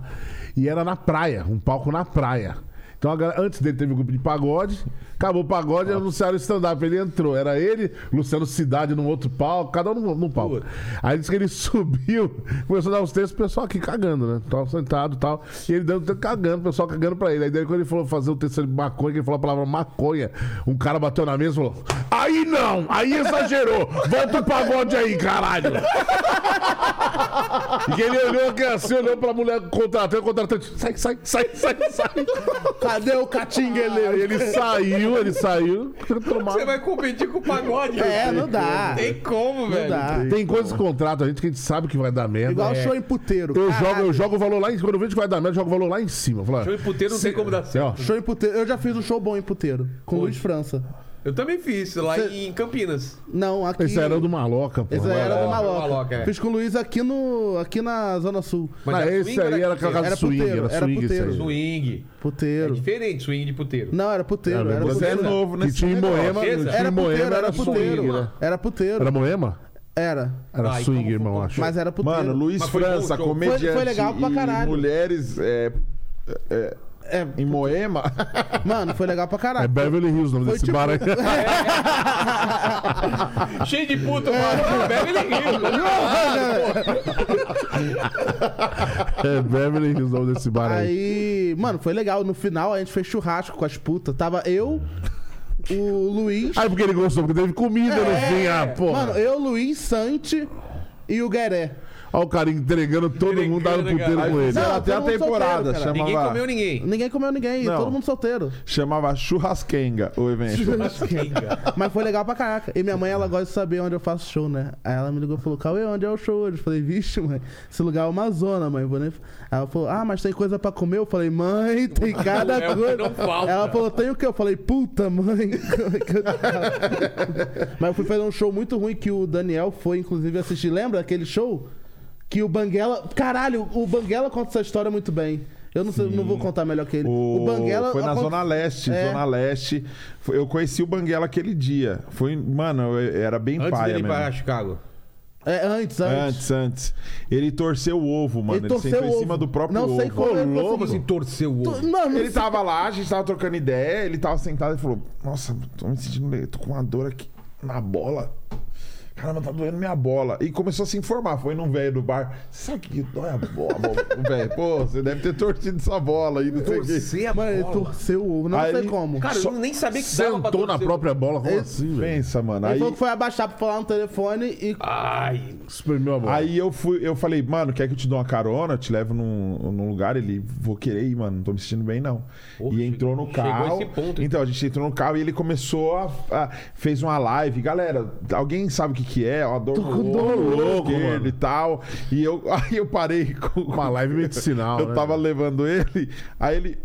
S4: E era na praia, um palco na praia. Então, a galera- antes dele teve um grupo de pagode, acabou o pagode e anunciaram o stand-up. Ele entrou, era ele, Luciano Cidade num outro palco, cada um num, num palco. Aí disse que ele subiu, começou a dar uns textos, o pessoal aqui cagando, né? Tava sentado e tal. E ele dando texto, cagando, o pessoal cagando pra ele. Aí daí quando ele falou fazer o texto de maconha, que ele falou a palavra maconha, um cara bateu na mesa e falou: Aí não, aí exagerou, volta o pagode aí, caralho. E ele olhou aqui assim, olhou pra mulher contratante, contratante, sai, sai, sai, sai, sai.
S2: Cadê o Catinguele?
S4: Aí ele saiu, ele saiu. Tomar...
S1: Você vai competir com o pagode.
S2: É, não dá.
S1: Não É, tem como,
S2: Não
S1: velho.
S2: dá.
S4: Tem coisas que contratam a gente que a gente sabe que vai dar merda.
S2: Igual
S4: É.
S2: show em puteiro.
S4: Eu
S2: Caralho.
S4: jogo, eu jogo o valor lá em cima. Quando eu vejo que vai dar merda, eu jogo o valor lá em cima. Eu falo,
S1: Show em puteiro não
S4: se-
S1: tem como dar certo.
S4: ó,
S2: Show em puteiro. Eu já fiz um show bom em puteiro. Com Luiz França.
S1: Eu também fiz, lá
S2: Cê-
S1: em Campinas.
S2: Não, aqui.
S4: Esse era do maloca, pô.
S2: Esse era
S1: Maloca,
S2: do Maloca.
S1: Maloca, é.
S2: Fiz com o Luiz aqui, no... aqui na Zona Sul.
S4: Mas
S1: era
S4: esse
S1: swing ou
S4: aí
S1: era
S4: era aquela casa
S2: Era
S4: de swing,
S2: puteiro,
S4: era
S2: era
S4: swing esse
S2: puteiro.
S4: aí.
S1: Swing. É
S2: Puteiro.
S1: diferente swing de puteiro.
S2: Não, era puteiro.
S4: Era
S2: Era
S5: Você é
S2: puteiro.
S5: novo, né?
S4: Que tinha em Moema,
S1: Era
S4: tinha
S2: Era
S4: em Moema,
S2: puteiro,
S4: era
S2: era
S4: swing, né?
S2: puteiro. Era puteiro.
S4: Era Moema?
S2: Era.
S4: Era
S1: Ah, então
S4: swing,
S1: foi-
S4: irmão, acho.
S2: Mas é era puteiro.
S5: Mano, Luiz
S1: Mas foi bom o
S5: França,
S1: show.
S5: comediante
S2: Foi- foi legal pra
S5: e
S2: caralho.
S5: mulheres é, é,
S2: É,
S5: em Moema.
S2: mano, foi legal pra
S4: É
S2: caralho.
S4: Beverly Hills o nome
S2: Foi
S4: desse
S2: tipo-
S4: bar aí.
S1: Cheio de puto, mano. Bebe
S4: É Beverly Hills o nome desse bar aí.
S2: Aí, mano, foi legal. No final a gente fez churrasco com as putas. Tava eu, o Luiz.
S4: Aí porque
S2: É.
S4: ele gostou, porque teve comida no fim, ah, porra.
S2: Mano, eu, Luiz, Sante e o Gueré.
S4: Olha o cara entregando todo mundo dá no puteiro
S5: Aí
S4: com ele.
S5: fizeram
S2: Não,
S5: até a
S2: todo mundo
S5: temporada,
S2: solteiro, cara.
S5: chamava,
S1: Ninguém comeu ninguém.
S2: Ninguém comeu ninguém,
S5: Não.
S2: todo mundo solteiro.
S5: chamava Churrasquenga o evento.
S2: Mas foi legal pra caraca. E minha mãe, ela gosta de saber onde eu faço show, né? Aí ela me ligou e falou, Cauê, onde é o show hoje? Eu falei, vixe, mãe, esse lugar é uma zona, mãe. Vou nem... Aí Ela falou, ah, mas tem coisa pra comer? Eu falei, mãe, tem cada
S1: É o que
S2: coisa.
S1: não falta.
S2: Ela falou, tem o quê? Eu falei, puta, mãe. como é que eu te falo? mas eu fui fazer um show muito ruim que o Daniel foi, inclusive, assistir. Lembra aquele show? Que o Banguela... Caralho, o Banguela conta essa história muito bem. Eu não, sei, não vou contar melhor que ele.
S5: O,
S2: O, Banguela...
S5: foi na
S2: acon-
S5: Zona Leste,
S2: É.
S5: Zona Leste. Foi- Eu conheci o Banguela aquele dia. Foi, mano, eu- era bem
S1: Antes
S5: paia
S1: dele ir
S5: mesmo.
S1: pra Chicago.
S2: É, antes, antes.
S5: Antes, antes. Ele torceu o ovo, mano. Ele,
S2: torceu
S5: sentou
S2: o
S5: em cima
S2: ovo.
S5: do próprio
S2: Não
S5: ovo.
S2: sei como ele
S1: Como
S2: conseguiu.
S1: assim torceu o
S2: Tu-
S1: ovo?
S2: Não, não
S5: Ele tá tava lá, a gente tava trocando ideia, ele tava sentado e falou: Nossa, tô me sentindo meio, tô com uma dor aqui na bola. Caramba, tá doendo minha bola. E começou a se informar. Foi num velho do bar. "Você Sabe o que dói a bola? O velho, pô, você deve ter torcido essa bola aí, não sei o quê.
S1: Torcer a
S2: Mano, ele
S1: bola.
S2: torceu o ovo, não
S5: Aí-
S2: sei como.
S1: Cara,
S5: Só-
S1: eu nem sabia que dava pra
S4: Sentou na
S1: torcer.
S4: própria bola, como assim, velho?
S5: Pensa, mano.
S2: ele
S5: Aí,
S2: falou que foi abaixar pra falar no telefone e.
S1: Ai,
S4: Espremeu a bola.
S5: aí eu fui, eu falei, mano, quer que eu te dou uma carona? Eu te levo num, num lugar, ele vou querer ir, mano. Não tô me sentindo bem, não.
S1: Porra,
S5: e entrou no
S1: chegou
S5: carro.
S1: esse ponto,
S5: então, a gente entrou no carro e ele começou a. a- fez uma live. Galera, alguém sabe o que, que é? Ó, a dor no
S4: dor
S5: ombro
S4: louco,
S5: esquerdo
S4: mano.
S5: e tal. E eu, aí eu parei com.
S4: Uma live medicinal,
S5: Eu
S4: né,
S5: tava
S4: velho?
S5: levando ele, aí ele.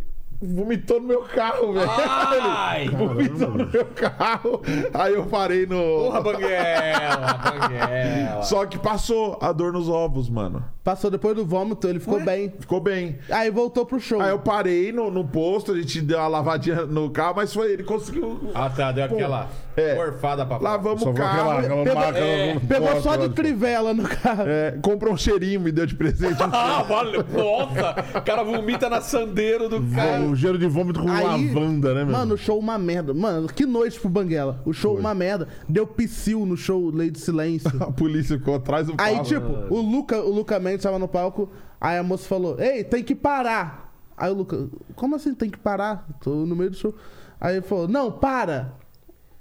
S5: Vomitou no meu carro, velho.
S1: Ai!
S5: Ele vomitou no meu carro. Aí eu parei no.
S1: porra, Banguela, Banguela.
S5: Só que passou a dor nos ovos, mano.
S2: Passou depois do vômito, ele ficou bem.
S5: Ficou bem.
S2: Aí voltou pro show.
S5: Aí eu parei no, no posto, a gente deu uma lavadinha no carro, mas foi ele conseguiu.
S1: Ah, tá, deu aquela
S5: É.
S1: morfada pra fora.
S5: Lavamos
S4: Só
S5: o
S4: foi
S5: carro.
S4: aquela, aquela
S2: Pegou-
S4: marca.
S1: é,
S4: aquela-
S2: Pegou
S4: aquela-
S2: só de
S4: aquela-
S2: trivela no carro.
S5: É, comprou um cheirinho, me deu de presente. um
S1: Ah, valeu. Nossa, o cara vomita na sandeiro do cara.
S4: O cheiro de vômito com
S2: Aí-
S4: lavanda,
S5: É
S4: né, meu?
S2: Mano, o show uma merda. Mano, que noite pro Banguela. O show uma merda. Deu psiu no show Lei do Silêncio.
S5: a polícia ficou atrás do
S2: Aí,
S5: carro.
S2: tipo, o Luca, o Luca Mendes tava no palco, aí a moça falou, ei, tem que parar. Aí o Luca, como assim tem que parar? Tô no meio do show. Aí ele falou, não, para.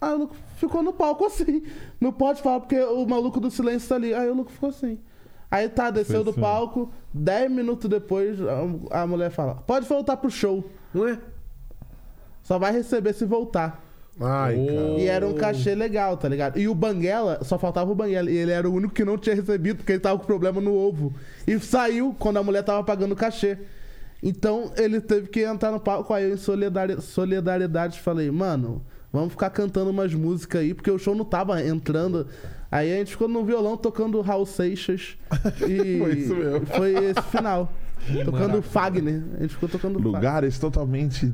S2: Aí o Luca ficou no palco assim. Não pode falar porque o maluco do silêncio tá ali. Aí o Luca ficou assim. Aí tá, desceu do palco, 10 minutos depois a, a mulher fala, pode voltar pro show.
S1: Não é?
S2: Só vai receber se voltar.
S4: Ai, cara.
S2: E era um cachê legal, tá ligado? E o Banguela, só faltava o Banguela. E ele era o único que não tinha recebido, porque ele tava com problema no ovo. E saiu quando a mulher tava pagando o cachê. Então ele teve que entrar no palco. Aí eu, em solidari- solidariedade, falei, mano, vamos ficar cantando umas músicas aí, porque o show não tava entrando. Aí a gente ficou no violão tocando Raul Seixas. E foi
S5: isso mesmo.
S2: Foi esse final. tocando Fagner. A gente ficou tocando Fagner.
S5: Lugares totalmente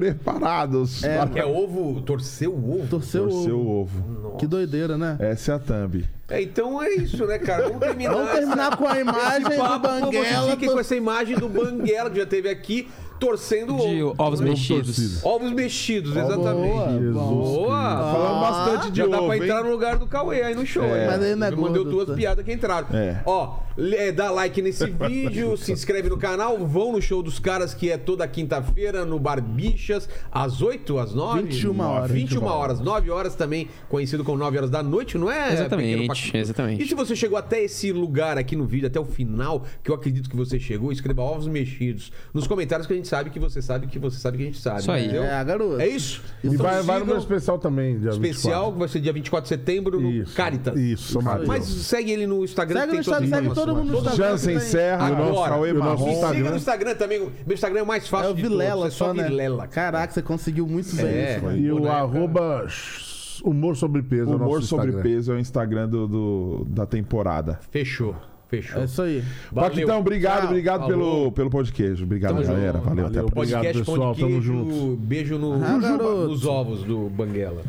S5: despreparados.
S2: É,
S5: para
S1: Que é ovo, torceu o ovo.
S2: Torceu,
S5: torcer
S2: o
S5: o
S2: ovo.
S5: ovo.
S2: Que doideira, né?
S5: Essa é a thumb.
S1: É, então é isso, né, cara? Vamos terminar.
S2: Vamos terminar com a imagem
S1: esse
S2: do
S1: papo. Vamos
S2: Banguela.
S1: ficar com essa imagem do Banguela que já teve aqui, torcendo o
S3: De
S1: ovo.
S3: ovos mexidos.
S1: Ovos mexidos, exatamente.
S2: Boa,
S1: Boa!
S5: Tá
S1: Ah,
S5: Falando bastante de
S1: Já dá
S5: ovo,
S1: pra
S5: hein?
S1: entrar no lugar do Cauê aí no show.
S5: É.
S1: hein?
S2: Mas aí não é
S1: Eu mandei
S2: gordo,
S1: duas
S2: tá?
S1: piadas que entraram.
S5: É.
S1: Ó, é, dá like nesse vídeo, se inscreve no canal, vão no show dos caras que é toda quinta-feira no Barbichas, às 8, às 9?
S2: 21 horas.
S1: 21 horas, 9 horas também, conhecido como 9 horas da noite, não é? Pequeno
S3: Exatamente,
S1: Paquito?
S3: exatamente.
S1: E se você chegou até esse lugar aqui no vídeo, até o final, que eu acredito que você chegou, escreva ovos mexidos nos comentários que a gente sabe que você sabe que você sabe que a gente sabe.
S3: Isso aí.
S1: entendeu?
S2: É, a garota.
S1: É isso?
S4: E vai, vai no meu
S1: sigam-
S4: especial também, dia
S1: especial, que vai ser dia 24 de setembro no
S4: 24.
S1: Caritas.
S4: Isso, Samaria.
S1: Mas segue ele no Instagram.
S2: Segue
S1: que
S2: no
S1: todas
S2: Instagram,
S1: as
S2: segue todo mundo no
S1: informações.
S2: Instagram.
S5: Jansen
S2: que tem.
S5: Serra,
S1: Agora.
S5: o nosso Cauê
S4: E o nosso
S5: Marrom.
S1: Me siga no
S4: Instagram.
S1: Instagram também. Meu Instagram é o mais fácil
S2: É o
S1: de
S2: Vilela
S1: todos. É só
S2: só, né?
S1: Vilela. cara.
S2: Caraca, você conseguiu muito bem
S1: É.
S2: isso, mano.
S4: E o
S1: Boneca.
S4: arroba sh- humor sobre peso. é o
S5: Humor
S4: nosso
S5: sobre
S4: Instagram.
S5: peso é o Instagram do- do- da temporada.
S1: Fechou. Fechou.
S2: É isso aí.
S1: Valeu.
S5: Paquitão, obrigado,
S2: Tchau.
S5: obrigigado pelo, pelo pão de queijo. Obrigado,
S1: Tamo junto.
S5: galera. Valeu, até a
S4: Valeu.
S5: próxima.
S4: Obrigado, pessoal. Tamo junto.
S1: Beijo no-
S2: garoto.
S1: nos ovos do Banguela.